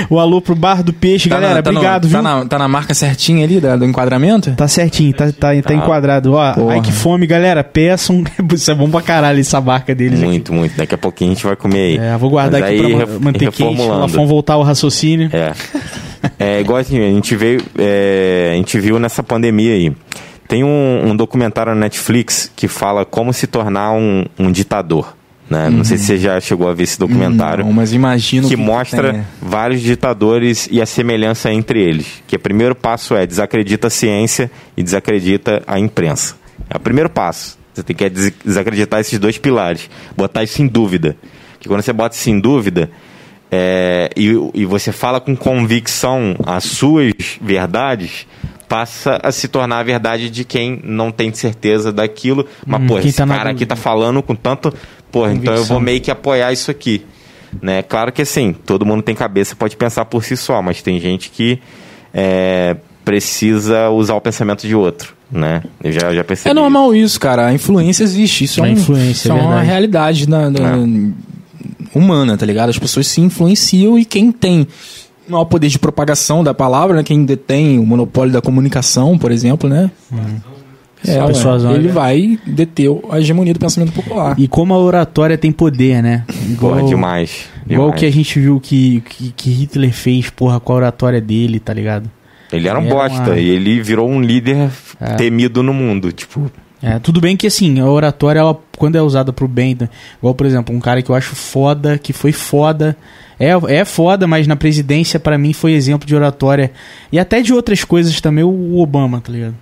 Speaker 2: O alô pro Bar do Peixe, galera. obrigado,
Speaker 3: tá
Speaker 2: viu?
Speaker 3: na, tá na marca certinha ali da- do enquadramento?
Speaker 2: Tá certinho, tá, tá, tá enquadrado. Ó,
Speaker 3: Porra.
Speaker 2: ai que fome, galera. Peçam. [LAUGHS] Isso é bom pra caralho essa barca deles aqui.
Speaker 1: Muito, muito. Daqui a pouquinho a gente vai comer aí.
Speaker 2: É, vou guardar
Speaker 1: Hum. Mas
Speaker 2: aqui
Speaker 1: aí
Speaker 2: pra ma-
Speaker 1: ref-
Speaker 2: manter quente, o
Speaker 1: reformulando.
Speaker 2: Lafon voltar ao raciocínio.
Speaker 1: É. É igual assim, a gente veio, é, a gente viu nessa pandemia aí. Tem um, um documentário na Netflix que fala como se tornar um, um ditador. né? Não
Speaker 2: Uhum.
Speaker 1: sei se você já chegou a ver esse documentário
Speaker 3: Não, mas imagino
Speaker 1: que
Speaker 3: que
Speaker 1: mostra
Speaker 2: né?
Speaker 3: tenha.
Speaker 1: vários ditadores e a semelhança entre eles. Que o primeiro passo é desacredita a ciência e desacredita a imprensa. É o primeiro passo. Você tem que é des- desacreditar esses dois pilares, botar isso em dúvida. Que quando você bota isso em dúvida é, e, e você fala com convicção as suas verdades, passa a se tornar a verdade de quem não tem certeza daquilo. Mas,
Speaker 2: Hum,
Speaker 1: pô,
Speaker 2: quem
Speaker 1: esse
Speaker 2: tá na
Speaker 1: cara aqui tá
Speaker 2: dúvida.
Speaker 1: falando com tanto. Porra, então eu vou
Speaker 2: Convicção.
Speaker 1: meio que apoiar isso aqui. Né? Claro que assim, todo mundo tem cabeça, pode pensar por si só, mas tem gente que é, precisa usar o pensamento de outro. Né? Eu já, já percebi.
Speaker 3: É normal isso, cara. A influência existe. Isso é,
Speaker 2: A
Speaker 3: um-
Speaker 2: influência,
Speaker 3: isso
Speaker 2: é
Speaker 3: é uma
Speaker 2: verdade.
Speaker 3: realidade da- da- humana, tá ligado? As pessoas se influenciam e quem tem o maior poder de propagação da palavra, né? quem detém o monopólio da comunicação, por exemplo, né? É,
Speaker 2: Só
Speaker 3: ué,
Speaker 2: pessoas
Speaker 3: ele
Speaker 2: olham.
Speaker 3: vai deter a hegemonia do pensamento popular.
Speaker 2: E como a oratória tem poder, né? Igual,
Speaker 1: Porra, demais.
Speaker 2: Igual o
Speaker 1: demais.
Speaker 2: que a gente viu que, que, que Hitler fez, porra, com a oratória dele, tá ligado?
Speaker 1: Ele era um
Speaker 2: Ele era
Speaker 1: bosta
Speaker 2: uma-
Speaker 1: e ele virou um líder
Speaker 2: É.
Speaker 1: temido no mundo. Tipo,
Speaker 2: É, tudo bem que assim, a oratória, ela, quando é usada pro bem, né? igual por exemplo, um cara que eu acho foda, que foi foda, é, é foda, mas na presidência pra mim foi exemplo de oratória e até de outras coisas também, o Obama, tá ligado?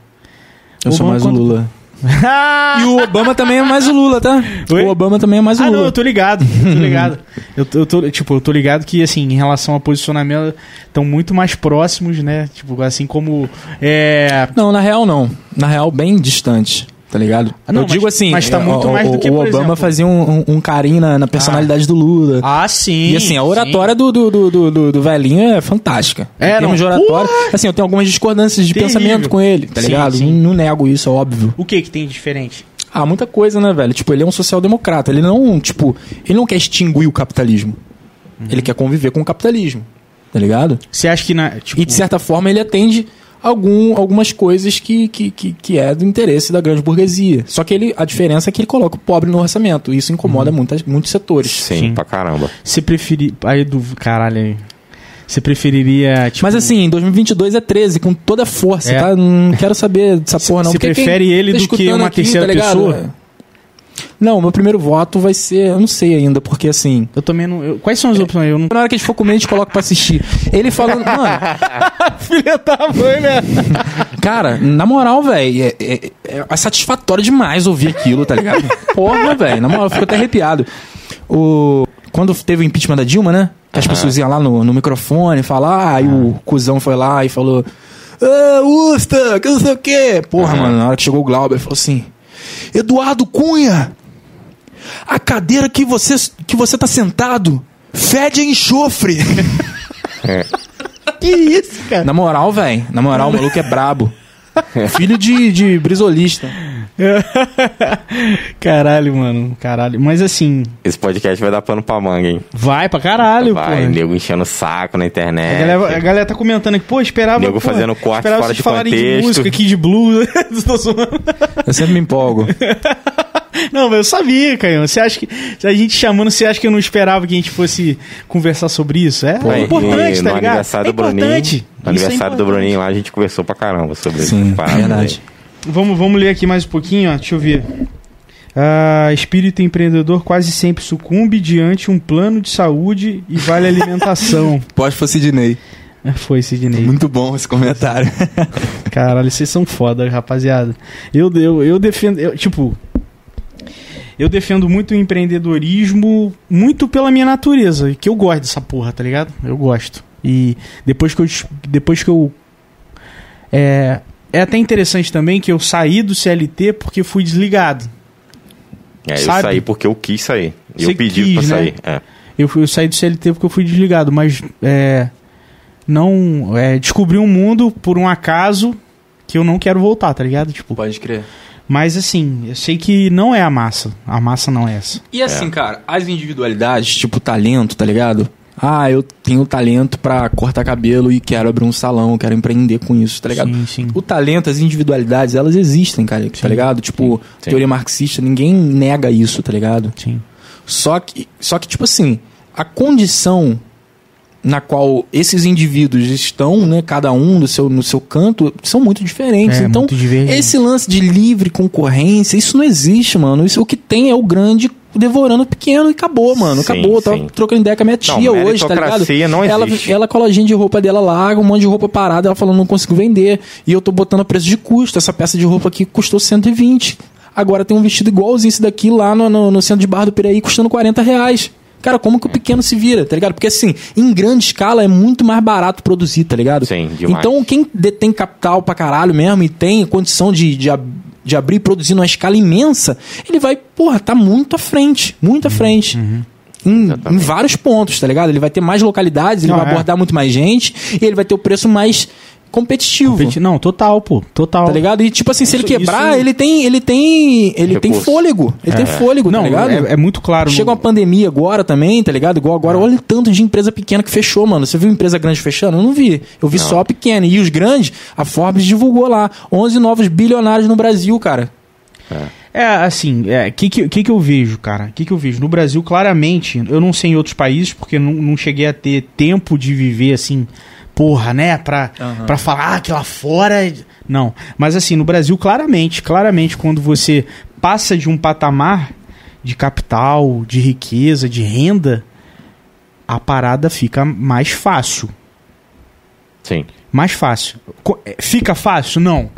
Speaker 3: Eu sou
Speaker 2: Obama
Speaker 3: mais
Speaker 2: quando-
Speaker 3: o Lula. [LAUGHS] E o Obama também é mais o Lula, tá?
Speaker 2: Oi?
Speaker 3: O Obama também é mais o
Speaker 2: Ah, não, eu
Speaker 3: Lula.
Speaker 2: tô ligado, eu tô ligado. [LAUGHS] eu, tô- eu tô, tipo, eu tô ligado que, assim, em relação a posicionamento, estão muito mais próximos, né? Tipo, assim como. É.
Speaker 3: Não, na real não. Na real, bem distante. Tá ligado?
Speaker 2: Ah, não,
Speaker 3: eu digo
Speaker 2: mas-
Speaker 3: assim,
Speaker 2: mas tá
Speaker 3: o-
Speaker 2: muito mais
Speaker 3: o,
Speaker 2: do que,
Speaker 3: o
Speaker 2: por
Speaker 3: Obama
Speaker 2: exemplo-
Speaker 3: fazia um, um- um carinho na, na personalidade do Lula.
Speaker 2: Ah, sim.
Speaker 3: E assim, a
Speaker 2: sim.
Speaker 3: oratória do, do, do, do, do- do velhinho é fantástica.
Speaker 2: É,
Speaker 3: em termos de
Speaker 2: não.
Speaker 3: oratória. Assim, eu tenho algumas discordâncias de
Speaker 2: Terrível.
Speaker 3: pensamento com ele, tá
Speaker 2: Sim,
Speaker 3: ligado?
Speaker 2: sim.
Speaker 3: Não, não nego isso, é óbvio.
Speaker 2: O que que tem de diferente?
Speaker 3: Ah, muita coisa, né, velho? Tipo, ele é um social-democrata. Ele não, tipo, ele não quer extinguir o capitalismo. Ele quer conviver com o capitalismo, tá ligado?
Speaker 2: Você acha que na. Tipo,
Speaker 3: E de certa forma ele atende algum, algumas coisas que, que, que, que é do interesse da grande burguesia. Só que ele, a diferença é que ele coloca o pobre no orçamento. E isso incomoda muitas, muitos setores.
Speaker 1: sim,
Speaker 2: Uhum. Sim.
Speaker 1: pra caramba.
Speaker 2: Você preferir. Aí do. Caralho aí. Você preferiria. Tipo,
Speaker 3: Mas assim, em 2022 é 13, com toda a força,
Speaker 2: É.
Speaker 3: tá? Não quero saber dessa porra não.
Speaker 2: você
Speaker 3: porque quem
Speaker 2: prefere ele
Speaker 3: tá
Speaker 2: do que
Speaker 3: escutando
Speaker 2: uma terceira
Speaker 3: ligado? É.
Speaker 2: pessoa?
Speaker 3: Não, meu primeiro voto vai ser... Eu não sei ainda, porque assim...
Speaker 2: Eu também não. eu- quais são as opções?
Speaker 1: [LAUGHS]
Speaker 2: Eu não.
Speaker 3: Tipo, Na hora que a gente for comer, a gente coloca pra assistir. Ele falando...
Speaker 2: [LAUGHS]
Speaker 3: Mano,
Speaker 2: Filha da mãe, né?
Speaker 3: Cara, na moral, velho, é, é- é- é satisfatório demais ouvir aquilo, tá ligado? Porra, velho, na moral, eu fico até arrepiado. O... Quando teve o impeachment da Dilma, né? Que as pessoas iam lá no, no microfone falar, ah, aí o cuzão foi lá e falou: Ah, Usta, que não sei o quê. Porra, mano, na hora que chegou o Glauber, ele falou assim: Eduardo Cunha, a cadeira que você, que você tá sentado fede a enxofre.
Speaker 2: Que isso, cara?
Speaker 3: Na moral, velho. Na moral, o maluco é brabo. [LAUGHS] Filho de, de brisolista.
Speaker 2: [LAUGHS] caralho, mano. Caralho. Mas assim,
Speaker 1: Esse podcast vai dar pano pra manga, hein?
Speaker 2: vai pra caralho, pô.
Speaker 1: Vai, né? nego enchendo o saco na internet.
Speaker 2: A galera, a galera tá comentando aqui, pô, esperava.
Speaker 1: Nego
Speaker 2: pô,
Speaker 1: fazendo corte
Speaker 2: esperava
Speaker 1: fora
Speaker 2: vocês
Speaker 1: de
Speaker 2: falarem de
Speaker 1: contexto.
Speaker 2: música aqui de blues. [LAUGHS] Tô zoando.
Speaker 3: Eu sempre me empolgo.
Speaker 2: não, mas eu sabia, Caio. Você acha que. A gente chamando, você acha que eu não esperava que a gente fosse conversar sobre isso? É,
Speaker 1: Pô,
Speaker 2: é importante,
Speaker 1: e
Speaker 2: tá
Speaker 1: no
Speaker 2: ligado?
Speaker 1: aniversário
Speaker 2: é
Speaker 1: do Bruninho.
Speaker 2: importante.
Speaker 1: No
Speaker 2: Isso é
Speaker 1: aniversário do
Speaker 2: importante.
Speaker 1: Bruninho lá, a gente conversou pra caramba sobre né?
Speaker 3: Sim, é
Speaker 1: essas paradas
Speaker 3: verdade.
Speaker 2: Vamos, vamos ler aqui mais um pouquinho, ó. deixa eu ver. Ah, espírito empreendedor quase sempre sucumbe diante um plano de saúde e vale alimentação. É,
Speaker 3: Pode for Sidney.
Speaker 2: Foi, Sidney.
Speaker 3: Muito bom esse comentário.
Speaker 2: Caralho, vocês são foda, rapaziada. Eu, eu, eu defendo. eu, tipo. Eu defendo muito o empreendedorismo, muito pela minha natureza, que eu gosto dessa porra, tá ligado? Eu gosto. E depois que eu. des- Depois que eu. É, é até interessante também que eu saí do CLT porque fui desligado.
Speaker 1: É, eu
Speaker 2: Sabe?
Speaker 1: saí porque eu quis sair. E
Speaker 2: Você
Speaker 1: eu pedi
Speaker 2: quis,
Speaker 1: pra
Speaker 2: né?
Speaker 1: sair. É.
Speaker 2: Eu, fui- eu saí do CLT porque eu fui desligado, mas é, não é, descobri um mundo por um acaso que eu não quero voltar, tá ligado? Tipo,
Speaker 3: [LAUGHS] Pode crer.
Speaker 2: Mas assim, eu sei que não é a massa. A massa não é essa.
Speaker 3: E assim, cara, as individualidades, tipo talento, tá ligado? Ah, eu tenho talento pra cortar cabelo e quero abrir um salão, quero empreender com isso, tá ligado?
Speaker 2: Sim, sim.
Speaker 3: O talento, as individualidades, elas existem, cara, tá ligado? Tipo,
Speaker 1: sim.
Speaker 3: teoria marxista, ninguém nega isso, tá ligado?
Speaker 2: Sim.
Speaker 3: Só que, só que tipo assim, a condição na qual esses indivíduos estão, né, cada um no seu, no seu canto, são muito diferentes.
Speaker 2: É,
Speaker 3: então,
Speaker 2: muito divergente.
Speaker 3: esse lance de livre concorrência, isso não existe, mano. Isso, o que tem é o grande devorando pequeno e acabou,
Speaker 1: Sim,
Speaker 3: mano. acabou. Eu tava
Speaker 1: sim.
Speaker 3: trocando ideia com a minha tia hoje, tá ligado?
Speaker 1: meritocracia não
Speaker 3: ela,
Speaker 1: existe.
Speaker 3: ela com a lojinha de roupa dela lá, um monte de roupa parada, ela falando, não consigo vender. E eu tô botando a preço de custo. Essa peça de roupa aqui custou 120. Agora tem um vestido igualzinho esse daqui lá no, no, no centro de Barra do Piraí, custando 40 reais. Cara, como que o pequeno se vira, tá ligado? Porque assim, em grande escala é muito mais barato produzir, tá ligado?
Speaker 1: Sim, demais.
Speaker 3: Então, quem detém capital pra caralho mesmo e tem condição de, de, ab- de abrir e produzir numa escala imensa, ele vai, porra, tá muito à frente, muito à frente. Em, em
Speaker 1: Exatamente.
Speaker 3: vários pontos, tá ligado? Ele vai ter mais localidades, ele
Speaker 2: Não,
Speaker 3: vai
Speaker 2: é.
Speaker 3: abordar muito mais gente e ele vai ter o preço mais competitivo.
Speaker 2: Competi- Não, total, pô. Total.
Speaker 3: Tá ligado? E tipo assim, se ele
Speaker 2: Isso-
Speaker 3: quebrar,
Speaker 2: isso-
Speaker 3: ele tem. Ele tem. Ele tem
Speaker 1: Recurso.
Speaker 3: fôlego. Ele tem fôlego,
Speaker 2: Não,
Speaker 3: tá ligado?
Speaker 2: é, é muito claro.
Speaker 3: Chega uma
Speaker 2: no-
Speaker 3: pandemia agora também, tá ligado? Igual agora, olha o tanto de empresa pequena que fechou, mano. Você viu empresa grande fechando? Eu não vi. Eu vi só a pequena. E os grandes, a Forbes divulgou lá. 11 novos bilionários no Brasil, cara.
Speaker 2: É, assim, o é, que, que, que que eu vejo, cara? O que, que eu vejo? No Brasil, claramente, eu não sei em outros países, porque não, não cheguei a ter tempo de viver assim, porra, né? Pra, pra falar ah, que lá fora. Não. Mas assim, no Brasil, claramente, claramente, quando você passa de um patamar de capital, de riqueza, de renda, a parada fica mais fácil.
Speaker 1: Sim.
Speaker 2: Mais fácil. Co- é, Fica fácil? Não.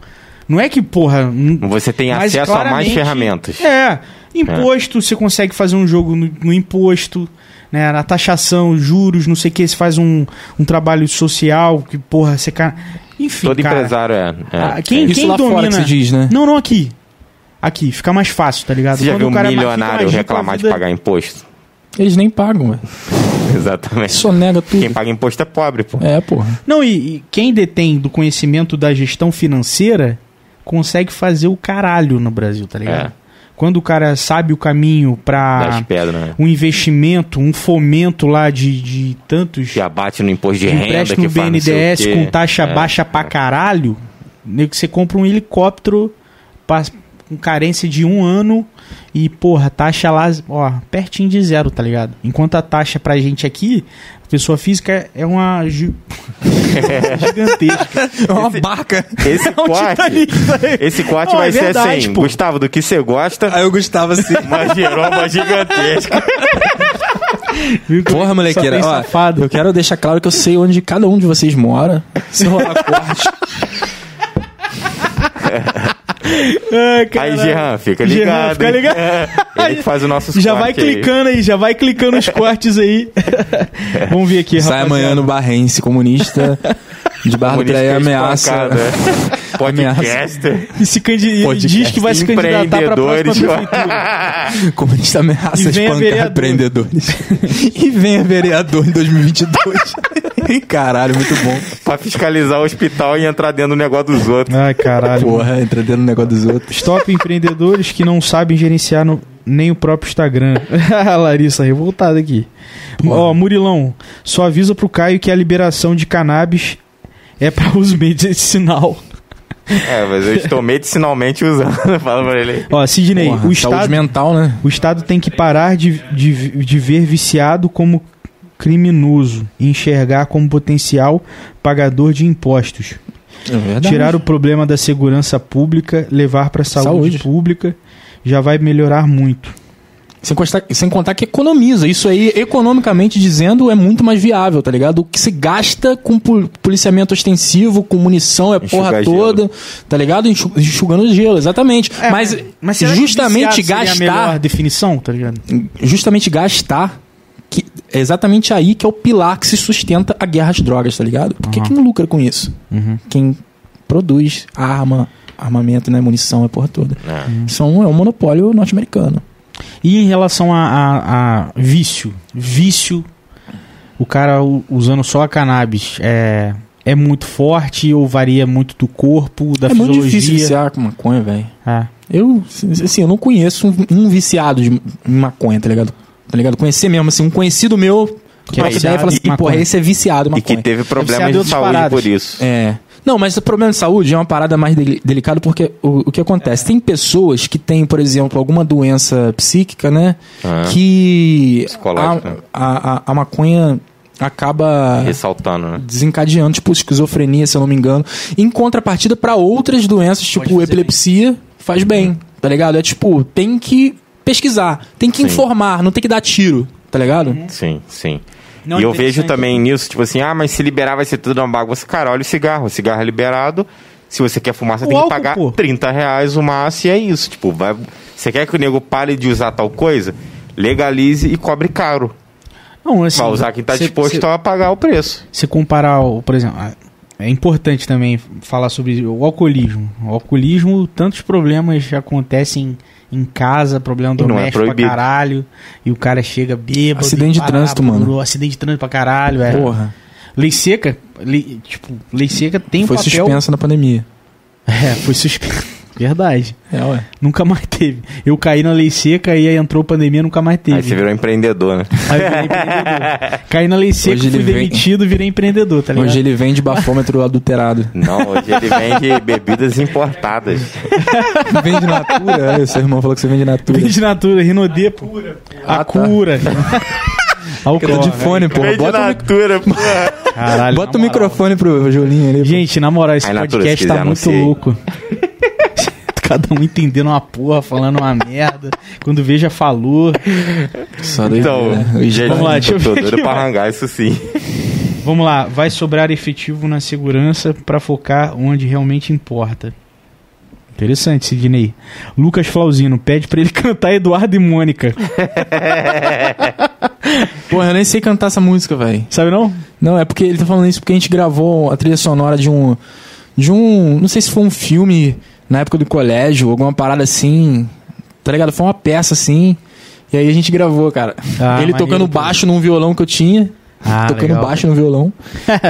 Speaker 2: Não é que, porra. n-
Speaker 1: Você tem
Speaker 2: Mas
Speaker 1: acesso a mais
Speaker 2: claramente-
Speaker 1: ferramentas.
Speaker 2: é, imposto, você consegue fazer um jogo no, no imposto, né? Na taxação, juros, não sei o que, você faz um, um trabalho social, que porra, você cara. Enfim.
Speaker 1: Todo
Speaker 2: cara,
Speaker 1: empresário é. é.
Speaker 2: ah, quem
Speaker 3: Isso
Speaker 2: quem
Speaker 3: lá
Speaker 2: domina.
Speaker 3: fora que você diz, né?
Speaker 2: Não, não aqui. Aqui, fica mais fácil, tá ligado?
Speaker 1: Você já
Speaker 2: Quando
Speaker 1: viu
Speaker 2: o
Speaker 1: um
Speaker 2: cara fica
Speaker 1: milionário
Speaker 2: mais rico, a
Speaker 1: reclamar de
Speaker 2: vida-
Speaker 1: pagar imposto? [LAUGHS]
Speaker 3: Eles nem pagam, velho.
Speaker 1: Exatamente.
Speaker 3: Sonega tudo.
Speaker 1: Quem paga imposto é pobre, pô.
Speaker 3: É, porra.
Speaker 2: Não, e, e quem detém do conhecimento da gestão financeira consegue fazer o caralho no Brasil, tá ligado?
Speaker 1: É.
Speaker 2: Quando o cara sabe o caminho pra
Speaker 1: Das pedras, né?
Speaker 2: um investimento, um fomento lá de, de tantos
Speaker 1: Que abate no imposto de renda,
Speaker 2: empréstimo
Speaker 1: que faz não sei o
Speaker 2: BNDES
Speaker 1: quê.
Speaker 2: com taxa
Speaker 1: É,
Speaker 2: baixa pra caralho, nego que você compra um helicóptero pra- com carência de um ano e, porra, taxa lá, ó, pertinho de zero, tá ligado? Enquanto a taxa pra gente aqui, pessoa física é uma gi- [LAUGHS] gigantesca.
Speaker 3: É uma barca.
Speaker 2: [LAUGHS]
Speaker 1: Esse corte, esse corte
Speaker 2: Não,
Speaker 1: vai
Speaker 2: é
Speaker 1: ser
Speaker 2: verdade,
Speaker 1: assim,
Speaker 2: pô.
Speaker 1: Gustavo, do que você gosta,
Speaker 3: Aí eu gostava assim.
Speaker 1: uma giromba gigantesca.
Speaker 2: Viu como
Speaker 3: Porra,
Speaker 2: só
Speaker 3: molequeira.
Speaker 2: tem
Speaker 3: Ó,
Speaker 2: safado.
Speaker 3: eu quero deixar claro que eu sei onde cada um de vocês mora. Se rolar corte.
Speaker 2: Ai,
Speaker 1: Aí,
Speaker 2: caralho.
Speaker 1: Jean, fica
Speaker 2: Jean,
Speaker 1: ligado.
Speaker 2: fica
Speaker 1: hein?
Speaker 2: ligado.
Speaker 1: É,
Speaker 2: [LAUGHS]
Speaker 1: Ele que faz o nosso
Speaker 2: Já vai clicando aí, já vai clicando os cortes aí. [LAUGHS] Vamos ver aqui,
Speaker 3: Sai amanhã no Barrense, comunista. De Barra do
Speaker 2: é
Speaker 3: Piraí é [LAUGHS] ameaça.
Speaker 1: é. Podcaster.
Speaker 2: E, se candi- e
Speaker 3: Podcast.
Speaker 2: diz que vai se candidatar pra próxima
Speaker 1: Empreendedores. [LAUGHS]
Speaker 2: prefeitura.
Speaker 3: [LAUGHS] Comunista
Speaker 2: é. E
Speaker 3: ameaça
Speaker 2: venha
Speaker 3: espancar
Speaker 2: vereador.
Speaker 3: empreendedores. [LAUGHS] e venha vereador em 2022. [LAUGHS] Caralho, muito bom.
Speaker 1: pra fiscalizar o hospital e entrar dentro do negócio dos outros.
Speaker 2: Ai, caralho.
Speaker 3: Porra, entra dentro do negócio dos outros.
Speaker 2: Stop empreendedores que não sabem gerenciar no- nem o próprio Instagram. [LAUGHS] a Larissa revoltada aqui. Ó, Murilão, só avisa pro Caio que a liberação de cannabis é pra [LAUGHS] uso medicinal.
Speaker 1: É, mas eu estou medicinalmente usando. [LAUGHS] Fala pra ele. aí.
Speaker 2: Ó, Sidney,
Speaker 3: Porra,
Speaker 2: o
Speaker 3: saúde
Speaker 2: Estado...
Speaker 3: mental, né?
Speaker 2: O Estado tem que parar de, de, de ver viciado como criminoso e enxergar como potencial pagador de impostos.
Speaker 3: É verdade.
Speaker 2: Tirar o problema da segurança pública, levar para a saúde,
Speaker 3: Saúde.
Speaker 2: pública, já vai melhorar muito.
Speaker 3: Sem, constar- sem contar que economiza. Isso aí, economicamente dizendo, é muito mais viável, tá ligado? O que se gasta com pol- policiamento ostensivo, com munição, é
Speaker 1: Enxugar
Speaker 3: porra
Speaker 1: gelo.
Speaker 3: toda, tá ligado? Enxu- Enxugando gelo, exatamente.
Speaker 2: É,
Speaker 3: mas justamente
Speaker 2: a
Speaker 3: gastar
Speaker 2: melhor definição, tá ligado?
Speaker 3: justamente gastar, que é exatamente aí que é o pilar que se sustenta a guerra às drogas, tá ligado? Porque quem lucra com isso? Quem produz arma, armamento, né, munição, a porra toda. Isso é um, é um monopólio norte-americano.
Speaker 2: E em relação a, a- a vício, vício, o cara u- usando só a cannabis é, é muito forte ou varia muito do corpo, da
Speaker 3: é muito difícil
Speaker 2: fisiologia.
Speaker 3: viciar com maconha, velho.
Speaker 2: É.
Speaker 3: Eu, assim, eu não conheço um, um viciado de maconha, tá ligado? Tá ligado? Conhecer mesmo, assim, um conhecido meu
Speaker 2: Que
Speaker 3: que
Speaker 2: é
Speaker 3: troca ideia e
Speaker 2: viciado
Speaker 3: fala assim,
Speaker 2: em maconha.
Speaker 3: porra, esse é viciado em
Speaker 1: E
Speaker 3: maconha.
Speaker 1: que teve
Speaker 2: ser
Speaker 1: problemas
Speaker 2: de
Speaker 1: de
Speaker 2: outras
Speaker 1: saúde
Speaker 2: paradas.
Speaker 1: por isso.
Speaker 3: É. Não, mas o problema de saúde é uma parada mais deli- delicada porque o, o que acontece? Tem pessoas que têm, por exemplo, alguma doença psíquica, né?
Speaker 1: Ah.
Speaker 3: Que
Speaker 1: Psicológica.
Speaker 3: A, a, a, a maconha acaba
Speaker 1: Ressaltando, né?
Speaker 3: desencadeando, tipo esquizofrenia, se eu não me engano. Em contrapartida para outras doenças, tipo epilepsia, faz bem, tá ligado? É tipo, tem que pesquisar, tem que informar, não tem que dar tiro, tá ligado?
Speaker 1: Sim, sim.
Speaker 2: Não,
Speaker 1: e eu
Speaker 2: interessante.
Speaker 1: vejo também nisso, tipo assim, ah, mas se liberar vai ser tudo uma bagunça. Cara, olha o cigarro, o cigarro é liberado. Se você quer fumar, você
Speaker 2: O
Speaker 1: tem
Speaker 2: álcool,
Speaker 1: que pagar
Speaker 2: pô.
Speaker 1: 30 reais o maço e é isso. Tipo, vai... você quer que o nego pare de usar tal coisa? Legalize e cobre caro.
Speaker 2: Não, assim,
Speaker 1: Vai usar quem tá
Speaker 2: cê-
Speaker 1: disposto
Speaker 2: cê-
Speaker 1: a pagar o preço.
Speaker 2: se comparar, o- por exemplo, a- é importante também falar sobre o alcoolismo. O alcoolismo, tantos problemas acontecem em casa, problema
Speaker 1: E não é
Speaker 2: doméstico pra
Speaker 1: proibido.
Speaker 2: caralho, e o cara chega bêbado.
Speaker 3: Acidente
Speaker 2: e
Speaker 3: de
Speaker 2: parado,
Speaker 3: trânsito, mano.
Speaker 2: durou, Acidente de trânsito pra caralho, é.
Speaker 3: Porra,
Speaker 2: Lei seca, lei, tipo, lei seca tem um
Speaker 3: foi
Speaker 2: papel...
Speaker 3: suspensa na pandemia.
Speaker 2: [LAUGHS] É, foi suspenso. Verdade.
Speaker 3: É, ué.
Speaker 2: Nunca mais teve. Eu caí na lei seca e aí entrou pandemia, nunca mais teve.
Speaker 1: Aí você virou empreendedor, né?
Speaker 2: Aí eu
Speaker 1: [LAUGHS]
Speaker 2: virei empreendedor. Caí na lei seca,
Speaker 3: Hoje ele
Speaker 2: fui
Speaker 3: vem-
Speaker 2: demitido, virei empreendedor, tá ligado?
Speaker 3: Hoje ele vende bafômetro adulterado.
Speaker 1: Não, hoje ele
Speaker 2: [LAUGHS]
Speaker 1: vende bebidas importadas.
Speaker 3: [LAUGHS] Vende natura? É, seu irmão falou que você vende natura.
Speaker 2: Vende natura, Rinodepo. A
Speaker 3: Ah, tá.
Speaker 2: cura.
Speaker 3: [LAUGHS]
Speaker 2: Álcool,
Speaker 3: Fica de
Speaker 2: né?
Speaker 3: fone, porra.
Speaker 1: vende
Speaker 3: Bota, o mic-
Speaker 1: natura, porra.
Speaker 2: Caralho,
Speaker 3: bota o
Speaker 2: na moral.
Speaker 3: microfone pro Jolinho ali. pô.
Speaker 2: Gente, na moral, esse
Speaker 1: Aí, Natura,
Speaker 2: podcast
Speaker 1: se quiser,
Speaker 2: tá muito
Speaker 1: anuncia aí.
Speaker 2: louco. [LAUGHS] Cada um entendendo uma porra, falando uma merda. Quando veja, falou.
Speaker 3: Só
Speaker 1: Então,
Speaker 3: doideira, né? O
Speaker 1: gente,
Speaker 2: Vamos lá, deixa eu
Speaker 1: eu tô
Speaker 2: ver
Speaker 1: doido
Speaker 2: aqui,
Speaker 1: pra
Speaker 2: vai.
Speaker 1: arrancar isso sim. [LAUGHS]
Speaker 2: Vamos lá, vai sobrar efetivo na segurança para focar onde realmente importa. Interessante, Sidney. Lucas Flauzino pede pra ele [LAUGHS] cantar Eduardo e Mônica.
Speaker 3: Porra, eu nem sei cantar essa música, velho.
Speaker 2: Sabe não?
Speaker 3: Não, é porque ele tá falando isso porque a gente gravou a trilha sonora de um. De um. Não sei se foi um filme na época do colégio, alguma parada assim. Tá ligado? Foi uma peça assim. E aí a gente gravou, cara.
Speaker 2: Ah,
Speaker 3: ele
Speaker 2: maneiro,
Speaker 3: tocando
Speaker 2: pô.
Speaker 3: baixo num violão que eu tinha.
Speaker 2: Ah,
Speaker 3: tocando
Speaker 2: legal.
Speaker 3: baixo
Speaker 2: [LAUGHS]
Speaker 3: no violão.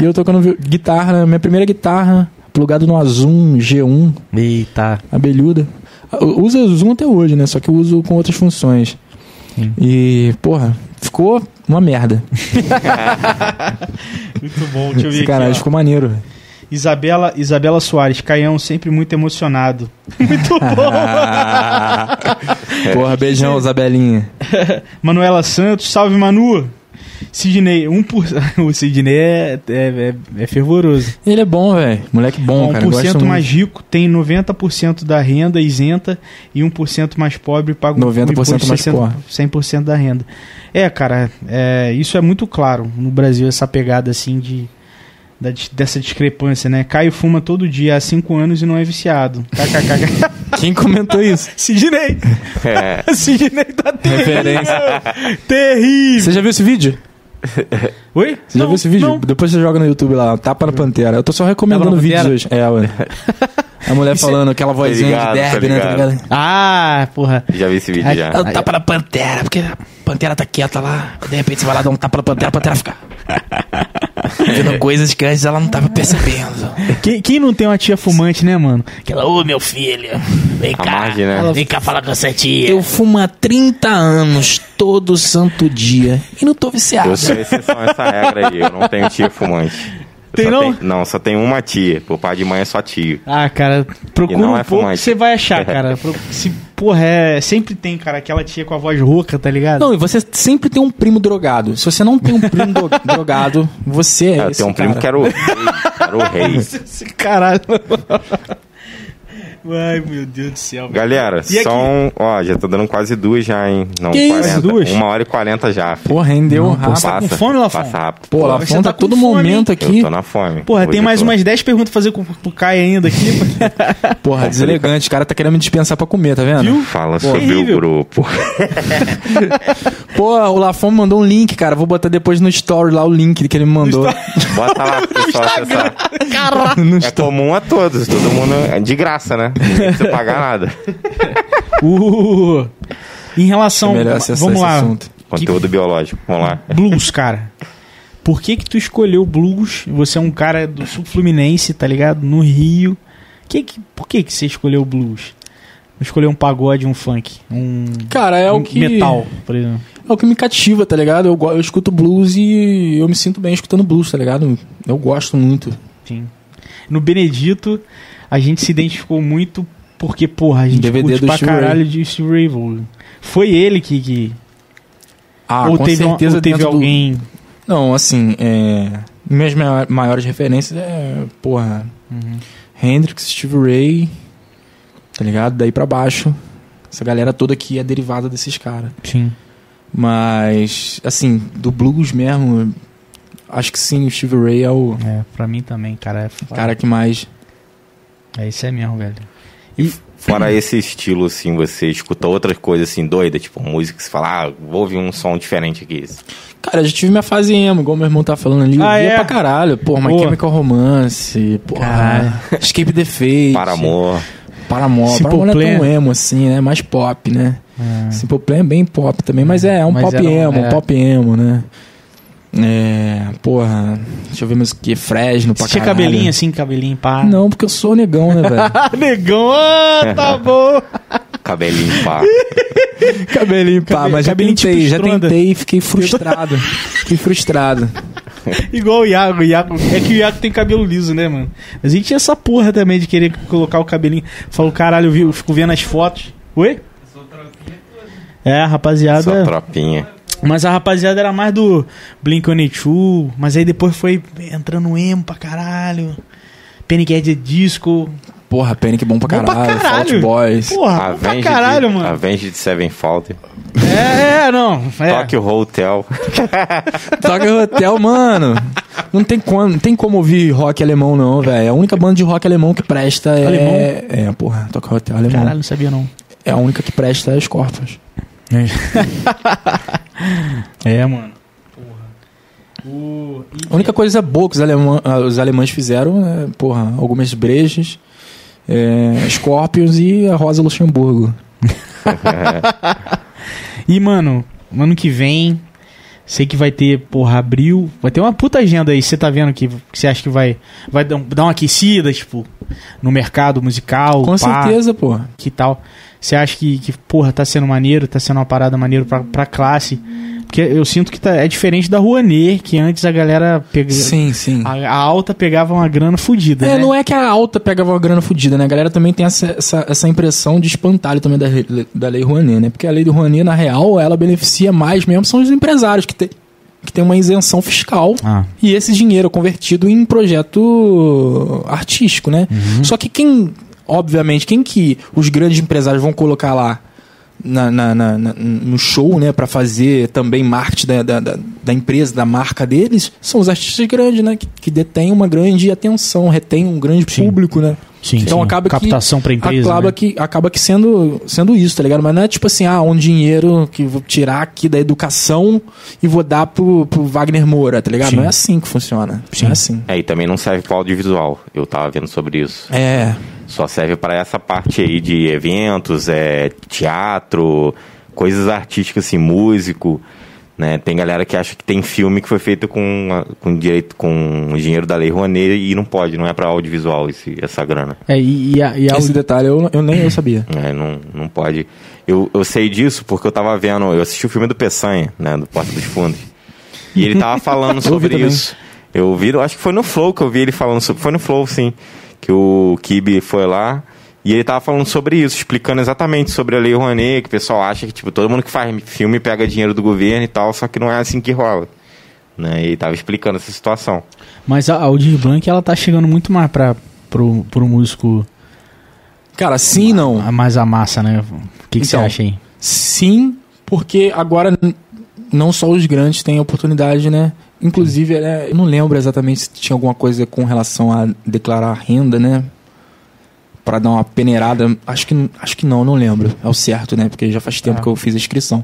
Speaker 3: e eu tocando vi- guitarra, minha primeira guitarra, plugado no Azum G1,
Speaker 2: Eita.
Speaker 3: abelhuda. Eu uso o Zoom até hoje, né? Só que eu uso com outras funções.
Speaker 2: Sim.
Speaker 3: E, porra, ficou uma merda.
Speaker 2: Muito bom, deixa eu ver
Speaker 3: Caralho,
Speaker 2: aqui. ó.
Speaker 3: ficou maneiro. velho.
Speaker 2: Isabela, Isabela Soares, Caião sempre muito emocionado. [LAUGHS] Muito
Speaker 3: [LAUGHS]
Speaker 2: bom.
Speaker 1: É.
Speaker 3: Porra, beijão, Isabelinha.
Speaker 2: Manuela Santos, salve Manu. Sidney, 1%. [LAUGHS] O Sidney é, é, é, é fervoroso.
Speaker 3: Ele é bom, velho. Moleque bom, cara. eu
Speaker 2: 1%
Speaker 3: gosto muito.
Speaker 2: mais rico tem 90% da renda isenta e 1% mais pobre paga um
Speaker 3: 90%
Speaker 2: imposto
Speaker 3: mais
Speaker 2: de 100% da renda. É, cara, é, isso é muito claro no Brasil, essa pegada assim de. da dis- dessa discrepância, né? Caio fuma todo dia há 5 anos e não é viciado. KKK. [LAUGHS]
Speaker 3: Quem comentou isso?
Speaker 2: Sidney! [LAUGHS]
Speaker 1: É.
Speaker 2: Sidney tá terrível!
Speaker 3: Referência.
Speaker 2: terrível!
Speaker 3: Você já viu esse vídeo?
Speaker 2: Oi?
Speaker 3: Você já
Speaker 2: Não,
Speaker 3: viu esse vídeo?
Speaker 2: não. Hum.
Speaker 3: Depois você joga no YouTube lá, tapa na pantera. Eu tô só
Speaker 2: Tapa
Speaker 3: recomendando
Speaker 2: na
Speaker 3: vídeos
Speaker 2: Pantera? é-
Speaker 3: hoje. É,
Speaker 2: [LAUGHS]
Speaker 3: ué. A mulher falando aquela vozinha
Speaker 1: ligado,
Speaker 3: de derby,
Speaker 1: tá
Speaker 3: né? Tá
Speaker 1: ligado.
Speaker 3: ligado?
Speaker 2: Ah, porra.
Speaker 1: Já vi esse vídeo
Speaker 2: Ai, tá
Speaker 1: já.
Speaker 4: Dá um tapa na pantera, porque a pantera tá quieta lá. De repente você vai lá dar um tapa na pantera, a
Speaker 1: [LAUGHS]
Speaker 4: pantera fica. Vendo coisas que antes ela não tava percebendo.
Speaker 2: Quem, quem não tem uma tia fumante, né, mano?
Speaker 4: Aquela, ô meu filho, vem
Speaker 1: A
Speaker 4: cá.
Speaker 1: margem, né?
Speaker 4: Vem cá falar com essa tia.
Speaker 5: Eu fumo há 30 anos, todo santo dia. E não tô viciado.
Speaker 1: Eu sou exceção a essa regra aí, eu não tenho tia fumante. Eu
Speaker 2: Tem
Speaker 1: só
Speaker 2: não?
Speaker 1: tenho- não, só tenho uma tia. Por pai de mãe é só tio.
Speaker 2: Ah, cara, procura
Speaker 1: E não
Speaker 2: um
Speaker 1: é
Speaker 2: pouco que
Speaker 1: fumante.
Speaker 2: você
Speaker 1: [LAUGHS]
Speaker 2: vai achar, cara. Pro- Se, porra, é, sempre tem, cara, aquela tia com a voz rouca, tá ligado?
Speaker 3: Não, e você sempre tem um primo drogado. Se você não tem um primo do- drogado, você é
Speaker 1: eu
Speaker 3: esse
Speaker 1: tenho um
Speaker 3: cara.
Speaker 1: primo que era o rei. Era o rei.
Speaker 2: [LAUGHS] [LAUGHS] Esse Caralho. Ai, meu Deus do céu. velho.
Speaker 1: Galera,
Speaker 2: E aqui?
Speaker 1: são. Ó, já tô dando quase duas já, hein? Não,
Speaker 2: Que isso,
Speaker 1: 40.
Speaker 2: duas?
Speaker 1: Uma hora e quarenta já. filho.
Speaker 3: Porra, rendeu um rápido.
Speaker 2: tá com fome, Lafon?
Speaker 1: Passa rápido.
Speaker 3: Pô,
Speaker 1: Pô,
Speaker 3: lá
Speaker 2: Você
Speaker 3: fora
Speaker 2: tá
Speaker 3: tá
Speaker 2: com
Speaker 3: todo
Speaker 2: fome,
Speaker 3: momento
Speaker 2: hein?
Speaker 3: aqui.
Speaker 1: Eu tô na fome.
Speaker 2: Porra,
Speaker 1: Hoje
Speaker 2: tem
Speaker 1: eu
Speaker 2: mais
Speaker 1: tô-
Speaker 2: umas 10 perguntas pra fazer com, pro Caio ainda aqui.
Speaker 3: [LAUGHS] Porra, deselegante. O cara tá querendo me dispensar pra comer, tá vendo?
Speaker 1: Fala sobre
Speaker 2: terrível.
Speaker 1: o grupo.
Speaker 3: Pô, o Lafon mandou um link, cara. Vou botar depois no story lá o link que ele me mandou.
Speaker 1: Bota
Speaker 2: [LAUGHS]
Speaker 1: lá pro pessoal acessar.
Speaker 3: No
Speaker 1: É comum a todos. Todo mundo. É de graça, né? Não precisa pagar
Speaker 2: [LAUGHS]
Speaker 1: nada.
Speaker 2: Uh, em
Speaker 3: É
Speaker 2: relação.
Speaker 3: melhor acessar
Speaker 2: vamos
Speaker 3: esse
Speaker 2: lá.
Speaker 3: assunto.
Speaker 1: Conteúdo biológico. Vamos lá.
Speaker 2: Blues, cara. Por que que tu escolheu blues? Você é um cara do sul fluminense, tá ligado? No Rio. Que que, por que que você escolheu blues? Não escolheu um pagode, um funk, um,
Speaker 3: Cara, é
Speaker 2: um
Speaker 3: o que.
Speaker 2: metal, por exemplo.
Speaker 3: É o que me cativa, tá ligado? Eu, go- eu escuto blues e eu me sinto bem escutando blues, tá ligado? Eu gosto muito.
Speaker 2: Sim. No Benedito, a gente se identificou muito porque, porra, a gente
Speaker 3: DVD
Speaker 2: curte
Speaker 3: do
Speaker 2: pra
Speaker 3: Steve
Speaker 2: caralho de Steve Ray Vaughan. Foi ele que... que
Speaker 3: Ah,
Speaker 2: ou, teve uma- ou teve
Speaker 3: dentro do-
Speaker 2: alguém...
Speaker 3: Não, assim, é... minhas mai- maiores referências é,
Speaker 2: Uhum.
Speaker 3: porra, Hendrix, Steve Ray, tá ligado? Daí pra baixo. Essa galera toda que é derivada desses caras.
Speaker 2: Sim.
Speaker 3: Mas, assim, do blues mesmo, acho que sim, o Steve Ray é o
Speaker 2: É, pra mim também, cara. É, foda.
Speaker 3: cara que mais.
Speaker 2: é isso é mesmo, velho.
Speaker 1: Fora esse estilo, assim, você escuta outras coisas, assim, doida, tipo música que você fala, ah, vou ouvir um som diferente aqui.
Speaker 3: Cara, eu já tive minha fase emo, igual meu irmão tá falando ali. Eu
Speaker 2: Ah,
Speaker 3: via
Speaker 2: é?
Speaker 3: pra caralho. Porra, My
Speaker 2: Boa.
Speaker 3: Chemical Romance, porra.
Speaker 2: Caralho.
Speaker 3: Escape the Fate.
Speaker 1: Para amor.
Speaker 3: Paramore.
Speaker 2: Simple
Speaker 3: Paramore não é
Speaker 2: Plan.
Speaker 3: tão emo assim, né? Mais pop, né? Simple Plan é bem pop também, mas é, é um
Speaker 2: Mas
Speaker 3: pop
Speaker 2: era um-
Speaker 3: emo,
Speaker 2: é.
Speaker 3: pop emo, né? É, porra, deixa eu ver mais o que, Fresno pra
Speaker 2: Você tinha
Speaker 3: caralho.
Speaker 2: cabelinho assim, cabelinho pá?
Speaker 3: Não, porque eu sou negão, né, velho?
Speaker 2: Ah, negão,
Speaker 3: É.
Speaker 2: ah, tá bom.
Speaker 1: Cabelinho
Speaker 2: [LAUGHS]
Speaker 1: pá.
Speaker 3: [LAUGHS] cabelinho, pá,
Speaker 2: Cabe-
Speaker 3: mas já
Speaker 2: cabelinho tipo
Speaker 3: tentei, já
Speaker 2: estronda.
Speaker 3: tentei e fiquei frustrado. fiquei frustrado.
Speaker 2: Igual o Iago, o Iago. É que o Iago tem cabelo liso, né, mano? Mas a gente tinha essa porra também de querer colocar o cabelinho. Falou, caralho, eu, vi, eu fico vendo as fotos. Oi? É, a
Speaker 1: Sua
Speaker 2: rapaziada.
Speaker 1: tropinha.
Speaker 2: Mas a rapaziada era mais do Blink One Mas aí depois foi entrando emo pra caralho. Penny Guedes Disco.
Speaker 3: Porra, Panic é bom pra
Speaker 2: Bom pra
Speaker 3: caralho,
Speaker 2: caralho.
Speaker 3: Fault Boys.
Speaker 2: Porra, bom Ah, pra caralho,
Speaker 1: de,
Speaker 2: mano.
Speaker 1: Avenged Sevenfold.
Speaker 2: É, é, não. É.
Speaker 1: Tokyo Hotel.
Speaker 3: Toca Hotel, mano. Não tem como, não tem como ouvir rock alemão, não, velho. É A única banda de rock alemão que presta é.
Speaker 2: Alemão?
Speaker 3: É, porra, Toca Hotel alemão.
Speaker 2: Caralho, não sabia não.
Speaker 3: É a única que presta é os corpos.
Speaker 2: É, mano. Porra. O...
Speaker 3: A única coisa boa que os, alemã- ah, os alemães fizeram é, porra, algumas brejas, é, Scorpions e a Rosa Luxemburgo.
Speaker 2: E, mano, ano que vem, sei que vai ter, porra, abril. Vai ter uma puta agenda aí. Você tá vendo que que você acha que vai, vai dar um- dar uma aquecida, tipo, no mercado musical?
Speaker 3: Com
Speaker 2: pá,
Speaker 3: certeza, porra.
Speaker 2: Que tal? Você acha que, que, porra, tá sendo maneiro, tá sendo uma parada maneiro pra, pra classe? Porque eu sinto que tá, é diferente da Rouanet, que antes a galera pegava.
Speaker 3: Sim, sim.
Speaker 2: A, a alta pegava uma grana fodida.
Speaker 3: É,
Speaker 2: né?
Speaker 3: não é que a alta pegava uma grana fodida, né? A galera também tem essa, essa, essa impressão de espantalho também da, re- da Lei Rouanet, né? Porque a Lei do Rouanet, na real, ela beneficia mais mesmo são os empresários que tem, que tem uma isenção fiscal
Speaker 2: Ah,
Speaker 3: e esse dinheiro é convertido em projeto artístico, né?
Speaker 2: Uhum.
Speaker 3: Só que quem, obviamente, quem que os grandes empresários vão colocar lá na- na- na- na- no show, né, Pra fazer também marketing da, da, da- da empresa, da marca deles, são os artistas grandes, né, que, que detêm uma grande atenção, retêm um grande
Speaker 2: Sim.
Speaker 3: público, né?
Speaker 2: sim.
Speaker 3: Então
Speaker 2: sim.
Speaker 3: acaba que-
Speaker 2: Captação pra empresa.
Speaker 3: acaba
Speaker 2: né?
Speaker 3: que acaba que sendo sendo isso, tá ligado? Mas não é tipo assim, ah, um dinheiro que vou tirar aqui da educação e vou dar pro, pro Wagner Moura, tá ligado?
Speaker 2: Sim.
Speaker 3: Não é assim que funciona.
Speaker 2: Sim.
Speaker 3: Não é assim.
Speaker 1: É, e também não serve pra audiovisual. Eu tava vendo sobre isso.
Speaker 3: É,
Speaker 1: Só serve pra essa parte aí de eventos, é, teatro, coisas artísticas, assim, músico. Né? Tem galera que acha que tem filme que foi feito com, a- com direito com o dinheiro da Lei Rouanet e não pode, não é pra audiovisual esse, essa grana.
Speaker 2: É, e, e a, e a-
Speaker 3: esse detalhe eu, eu nem eu sabia.
Speaker 1: É, não, não pode. Eu, eu sei disso porque eu tava vendo, eu assisti o filme do Peçanha, né? Do Porta dos Fundos. E ele tava
Speaker 2: [LAUGHS]
Speaker 1: falando sobre
Speaker 3: também.
Speaker 1: isso. Eu vi, eu acho que foi no Flow que eu vi ele falando sobre. Foi no Flow, sim. Que o Kibe foi lá. E ele tava falando sobre isso, explicando exatamente sobre a Lei Rouanet, que o pessoal acha que, tipo, todo mundo que faz filme pega dinheiro do governo e tal, só que não é assim que rola. Né? E ele tava explicando essa situação.
Speaker 2: Mas a a Aldir Blanc, ela tá chegando muito mais pra, pro, pro músico
Speaker 3: Cara, sim não.
Speaker 2: a- mais a massa, né? O que que você
Speaker 3: Então.
Speaker 2: acha aí?
Speaker 3: Sim, porque agora n- não só os grandes têm a oportunidade, né? Inclusive, né, eu não lembro exatamente se tinha alguma coisa com relação a declarar renda, né? Pra dar uma peneirada. Acho que, n- acho que não, não lembro. É o certo, né? Porque já
Speaker 2: É.
Speaker 3: faz tempo que eu fiz a inscrição.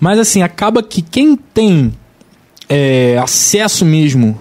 Speaker 3: Mas assim, acaba que quem tem é, acesso mesmo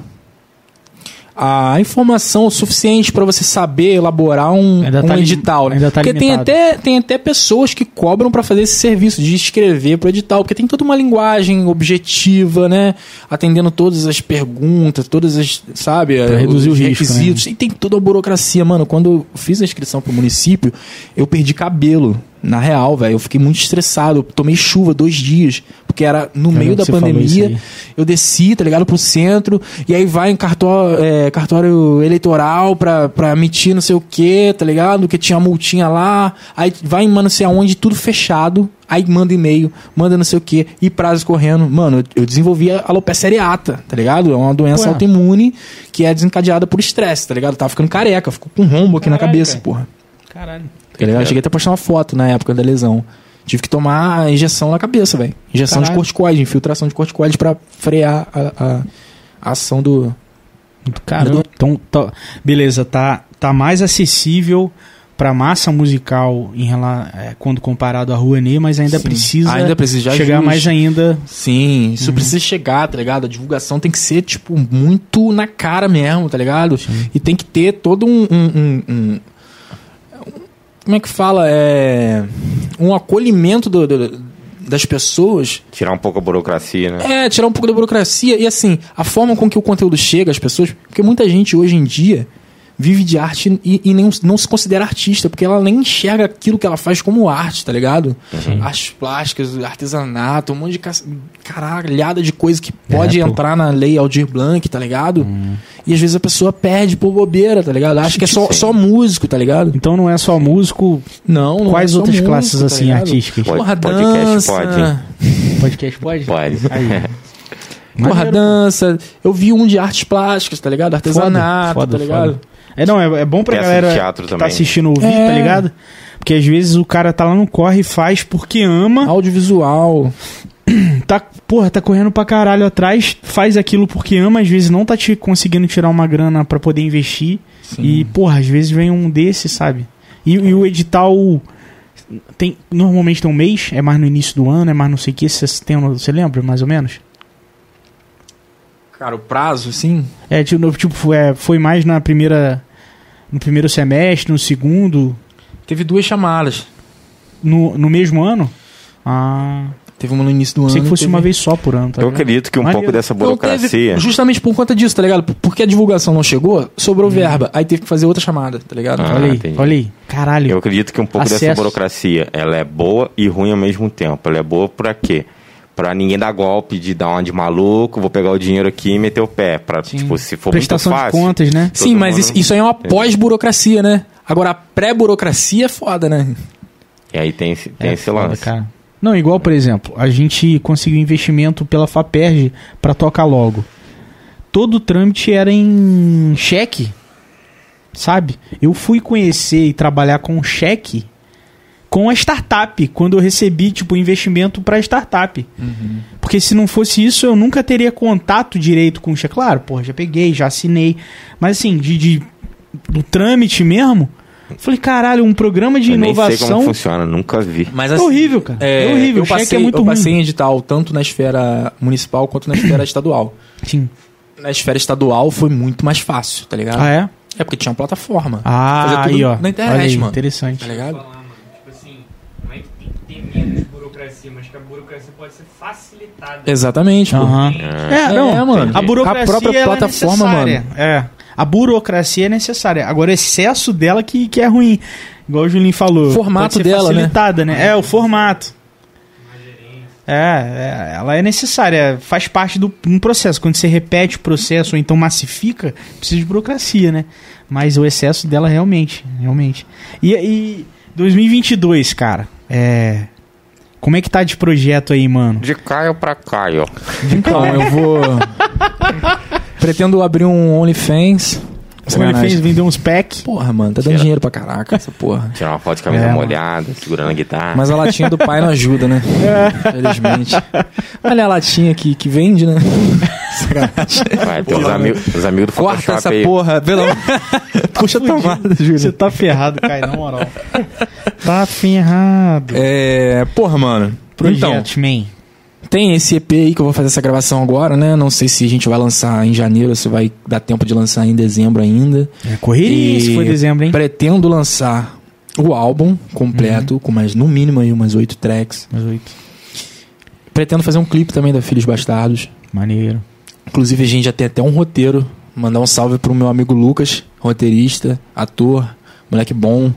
Speaker 3: à informação suficiente para você saber elaborar um,
Speaker 2: Ainda tá
Speaker 3: um
Speaker 2: lim-
Speaker 3: edital, né?
Speaker 2: ainda tá
Speaker 3: Porque tem
Speaker 2: limitado.
Speaker 3: até, tem até pessoas que cobram para fazer esse serviço de escrever pro edital, porque tem toda uma linguagem objetiva, né? Atendendo todas as perguntas, todas as, sabe,
Speaker 2: Pra reduzir o
Speaker 3: os
Speaker 2: risco, né?
Speaker 3: requisitos. E tem toda a burocracia, mano. Quando eu fiz a inscrição pro município, eu perdi cabelo. Na real, velho, eu fiquei muito estressado. Eu tomei chuva dois dias, porque era no
Speaker 2: Eu
Speaker 3: meio
Speaker 2: lembro
Speaker 3: da
Speaker 2: que você falou isso
Speaker 3: pandemia.
Speaker 2: aí.
Speaker 3: Eu desci, tá ligado, pro centro, e aí vai em cartório, é, cartório eleitoral pra, pra emitir não sei o que, tá ligado? Que tinha multinha lá, aí vai em mano não sei aonde, tudo fechado, aí manda e-mail, manda não sei o que, e prazo correndo. Mano, eu, eu desenvolvi a alopecia areata, tá ligado? É uma doença
Speaker 2: Ué.
Speaker 3: autoimune que é desencadeada por estresse, tá ligado? Eu tava ficando careca, ficou com rombo aqui na
Speaker 2: Caralho,
Speaker 3: cabeça,
Speaker 2: cara.
Speaker 3: porra.
Speaker 2: Caralho.
Speaker 3: Tá ligado? Eu cheguei até a postar uma foto na época da lesão. Tive que tomar injeção na cabeça, velho. Injeção de
Speaker 2: Caralho.
Speaker 3: corticoide, infiltração de corticoide pra frear a, a- a ação do.
Speaker 2: Caramba. Então, tá- beleza, tá, tá mais acessível pra massa musical em rela- é, quando comparado à Rouanet, mas ainda
Speaker 3: Sim.
Speaker 2: precisa
Speaker 3: Ainda precisa de
Speaker 2: chegar
Speaker 3: ajuste.
Speaker 2: mais ainda.
Speaker 3: Sim, isso precisa chegar, tá ligado? A divulgação tem que ser, tipo, muito na cara mesmo, tá ligado? E tem que ter todo um. um- um- um- como é que fala? É. Um acolhimento do- do- das pessoas
Speaker 1: Tirar um pouco a burocracia, né?
Speaker 3: É, tirar um pouco da burocracia e assim, a forma com que o conteúdo chega às pessoas, porque muita gente hoje em dia vive de arte e, e nem, não se considera artista, porque ela nem enxerga aquilo que ela faz como arte, tá ligado?
Speaker 2: Uhum.
Speaker 3: Artes plásticas, artesanato, um monte de ca- caralhada de coisa que pode
Speaker 2: É, pô. Uhum.
Speaker 3: entrar na lei Aldir Blanc, tá ligado? E às vezes a pessoa perde por bobeira, tá ligado? Acha que é só, só músico, tá ligado?
Speaker 2: Então não é só músico,
Speaker 3: Não, não é
Speaker 2: quais
Speaker 3: só
Speaker 2: outras
Speaker 3: músico,
Speaker 2: classes
Speaker 3: tá
Speaker 2: assim
Speaker 3: ligado?
Speaker 2: artísticas?
Speaker 1: Pode-
Speaker 3: Porra,
Speaker 1: podcast
Speaker 3: dança,
Speaker 1: pode, hein?
Speaker 2: Podcast pode?
Speaker 1: Pode.
Speaker 3: Porra, dança. Eu vi um de artes plásticas, tá ligado? Artesanato, tá ligado?
Speaker 2: É, não, é, é bom pra
Speaker 1: Peça de
Speaker 2: galera
Speaker 1: teatro
Speaker 2: que tá
Speaker 1: também.
Speaker 2: assistindo ouvir,
Speaker 3: É.
Speaker 2: tá ligado? Porque às vezes o cara tá lá no corre e faz porque ama,
Speaker 3: Audiovisual.
Speaker 2: tá, porra, tá correndo pra caralho atrás, faz aquilo porque ama, às vezes não tá te conseguindo tirar uma grana pra poder investir. E, porra, às vezes vem um desse, sabe? E, e o edital tem normalmente tem um mês, é mais no início do ano, é mais não sei o que, você tem, uma- você lembra mais ou menos?
Speaker 3: Cara, o prazo, assim, sim.
Speaker 2: É, tipo, no- tipo foi, é, foi mais na primeira no primeiro semestre, no segundo,
Speaker 3: Teve duas chamadas.
Speaker 2: no, no mesmo ano? Ah,
Speaker 3: Teve uma no início do ano.
Speaker 2: pensei que fosse
Speaker 3: teve-
Speaker 2: uma vez só por ano, tá
Speaker 1: Eu
Speaker 2: ligado?
Speaker 1: acredito que um
Speaker 2: Maneiro.
Speaker 1: pouco dessa
Speaker 3: Não, teve-
Speaker 1: burocracia.
Speaker 3: justamente por conta disso, tá ligado? Porque a divulgação não chegou,
Speaker 2: Hum.
Speaker 3: sobrou verba. Aí teve que fazer outra chamada, tá ligado?
Speaker 1: Ah.
Speaker 2: Olha aí,
Speaker 1: entendi.
Speaker 2: olha aí. Caralho.
Speaker 1: Eu acredito que um pouco dessa
Speaker 2: Acesso.
Speaker 1: burocracia, ela é boa e ruim ao mesmo tempo. Ela é boa pra quê? Pra ninguém dar golpe de dar uma de maluco, vou pegar o dinheiro aqui e meter o pé. Pra, tipo, se for
Speaker 2: Prestação
Speaker 1: muito
Speaker 2: de
Speaker 1: fácil.
Speaker 2: contas, né?
Speaker 1: todo
Speaker 3: Sim, mas
Speaker 1: mundo-
Speaker 3: isso, isso aí é uma pós-burocracia, né? Agora, a pré-burocracia é foda, né?
Speaker 1: E aí tem, esse- tem
Speaker 2: É
Speaker 1: esse
Speaker 2: foda,
Speaker 1: lance.
Speaker 2: cara. Não, igual, por exemplo, a gente conseguiu investimento pela Faperj pra tocar logo. Todo o trâmite era em cheque, sabe? Eu fui conhecer e trabalhar com cheque com a startup, quando eu recebi, tipo, investimento pra startup.
Speaker 1: Uhum.
Speaker 2: Porque se não fosse isso, eu nunca teria contato direito com o cheque. Claro, porra, já peguei, já assinei. Mas assim, de, de- do trâmite mesmo, falei, caralho, um programa de
Speaker 1: Eu nem sei como
Speaker 2: inovação
Speaker 1: funciona, nunca vi.
Speaker 3: Mas assim,
Speaker 2: é horrível, cara. É, horrível.
Speaker 3: Eu
Speaker 2: o cheque
Speaker 3: passei,
Speaker 2: é muito
Speaker 3: eu
Speaker 2: ruim.
Speaker 3: passei em edital, tanto na esfera municipal quanto na
Speaker 2: [COUGHS]
Speaker 3: esfera estadual.
Speaker 2: Sim.
Speaker 3: Na esfera estadual foi muito mais fácil, tá ligado?
Speaker 2: Ah, é?
Speaker 3: É porque tinha uma plataforma.
Speaker 2: Ah,
Speaker 3: Fazer tudo
Speaker 2: aí, ó.
Speaker 3: na internet,
Speaker 2: Olha aí,
Speaker 3: mano. Tá
Speaker 2: Interessante.
Speaker 3: ligado?
Speaker 6: falar, mano. Tipo assim, não é que tem que ter menos burocracia, mas que a burocracia pode ser facilitada.
Speaker 3: Exatamente, pô.
Speaker 2: Aham. É, não.
Speaker 3: É, mano.
Speaker 2: A burocracia
Speaker 3: A própria
Speaker 2: ela
Speaker 3: plataforma,
Speaker 2: é necessária. É. A burocracia é necessária. Agora, o excesso dela que, que é ruim. Igual o Julinho falou.
Speaker 3: O
Speaker 2: pode
Speaker 3: formato
Speaker 2: ser
Speaker 3: dela, né?
Speaker 2: facilitada, né? É, o formato. É, é, ela é necessária, faz parte do um processo. Quando você repete o processo ou então massifica, precisa de burocracia, né? Mas o excesso dela realmente, realmente. E, e 2022, cara, é. Como é que tá de projeto aí, mano?
Speaker 1: De Caio pra Caio.
Speaker 3: Então,
Speaker 2: é. [LAUGHS]
Speaker 3: eu vou. Pretendo abrir um OnlyFans.
Speaker 2: Como ele fez,
Speaker 3: Sacanagem.
Speaker 2: vendeu uns packs.
Speaker 3: Porra, mano, tá dando
Speaker 1: Tira.
Speaker 3: dinheiro pra caraca essa [LAUGHS] porra.
Speaker 1: Tirar uma foto de camisa
Speaker 2: É, mano.
Speaker 1: molhada, segurando a guitarra.
Speaker 3: Mas a latinha do pai não ajuda, né? Infelizmente. Olha a latinha que, que vende, [LAUGHS] né?
Speaker 1: Vai, tem os,
Speaker 3: Porra,
Speaker 1: ami- os amigos do
Speaker 3: Corta
Speaker 1: Photoshop
Speaker 3: essa
Speaker 1: aí.
Speaker 3: porra, pelo [LAUGHS] amor. Puxa a
Speaker 2: [LAUGHS]
Speaker 3: tomada,
Speaker 2: Você
Speaker 3: Júlio.
Speaker 2: tá ferrado, Caio, na moral. [LAUGHS] tá ferrado.
Speaker 3: É. Porra, mano. Então,
Speaker 2: Projetos, man.
Speaker 3: Tem esse EP aí que eu vou fazer essa gravação agora, né? Não sei se a gente vai lançar em janeiro, se vai dar tempo de lançar em dezembro ainda.
Speaker 2: É correria, se
Speaker 3: E
Speaker 2: foi dezembro, hein?
Speaker 3: Pretendo lançar o álbum completo, com mais, no mínimo aí umas oito tracks.
Speaker 2: Mais oito.
Speaker 3: Pretendo fazer um clipe também da Filhos Bastardos.
Speaker 2: Maneiro.
Speaker 3: Inclusive, a gente já tem até um roteiro. Mandar um salve pro meu amigo Lucas, roteirista, ator, moleque bom,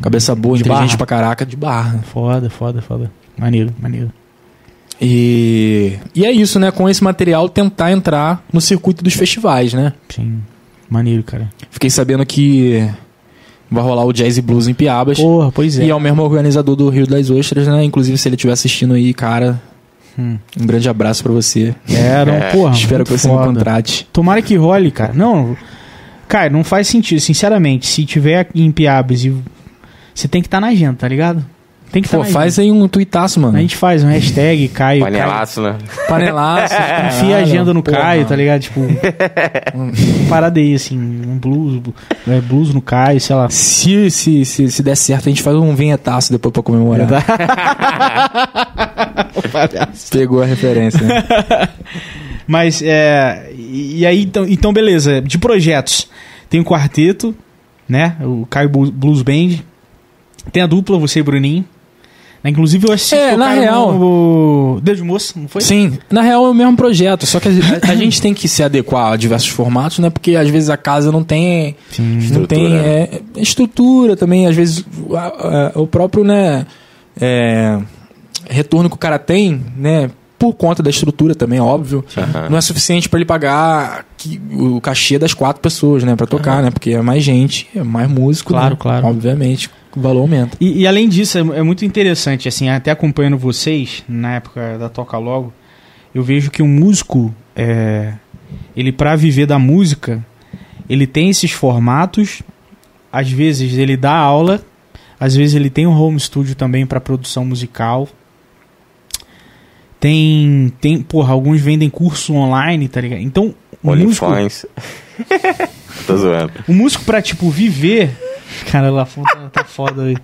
Speaker 3: cabeça boa,
Speaker 2: De
Speaker 3: inteligente
Speaker 2: barra.
Speaker 3: pra caraca, de barra.
Speaker 2: Foda, foda, foda. Maneiro, maneiro.
Speaker 3: E, e é isso, né? Com esse material, tentar entrar no circuito dos festivais, né?
Speaker 2: Sim. Maneiro, cara.
Speaker 3: Fiquei sabendo que vai rolar o Jazz e Blues em Piabas.
Speaker 2: Porra, pois é.
Speaker 3: E é o mesmo organizador do Rio das Ostras, né? Inclusive, se ele estiver assistindo aí, cara,
Speaker 2: Hum.
Speaker 3: um grande abraço pra você.
Speaker 2: É, não, porra.
Speaker 3: Espero que
Speaker 2: muito
Speaker 3: você me
Speaker 2: foda.
Speaker 3: contrate.
Speaker 2: Tomara que role, cara. Não, cara, não faz sentido, sinceramente. Se tiver aqui em Piabas e Você tem que estar na agenda, tá ligado? Tem que estar
Speaker 3: Pô,
Speaker 2: na
Speaker 3: faz aí um tuitaço, mano.
Speaker 2: agenda. Tá A gente faz um hashtag, Caio. Caio
Speaker 1: Panelaço, né?
Speaker 3: [LAUGHS] Panelaço.
Speaker 2: Enfia a
Speaker 3: caralho,
Speaker 2: agenda no
Speaker 3: porra.
Speaker 2: Caio, tá ligado?
Speaker 3: [LAUGHS]
Speaker 2: Tipo, uma parada aí, assim, um blues, é, blues no Caio, sei lá.
Speaker 3: Se, se, se, se der certo, a gente faz um vinhetaço depois pra comemorar. [LAUGHS] Pegou a referência. né?
Speaker 2: Mas, é. E e aí, então, então, beleza. De projetos, tem o quarteto, né? O Caio Bu- Blues Band. Tem a dupla, você e Bruninho. Né? Inclusive, eu assisti
Speaker 3: É, na real-
Speaker 2: O Deus de Moço, não foi?
Speaker 3: Sim, na real é o mesmo projeto, só que a, a gente tem que se adequar a diversos formatos, né? Porque às vezes a casa não tem não tem
Speaker 1: Estrutura.
Speaker 3: é, estrutura também, às vezes a- a- o próprio né, é, retorno que o cara tem, né? Por conta da estrutura também, óbvio,
Speaker 1: Aham.
Speaker 3: não é suficiente pra ele pagar que- o cachê das quatro pessoas, né? Para tocar, né? Porque é mais gente, é mais músico,
Speaker 2: Claro,
Speaker 3: né?
Speaker 2: claro.
Speaker 3: Obviamente, o valor aumenta.
Speaker 2: E, e além disso, é, é muito interessante, assim, até acompanhando vocês, na época da Toca Logo, eu vejo que o músico, é, ele para viver da música, ele tem esses formatos, às vezes ele dá aula, às vezes ele tem um home studio também para produção musical. Tem, tem, porra, alguns vendem curso online, tá ligado? Então, o músico,
Speaker 1: Olifões. [LAUGHS] Tô zoando.
Speaker 2: o músico pra, tipo, viver. Cara, lá fora tá foda aí.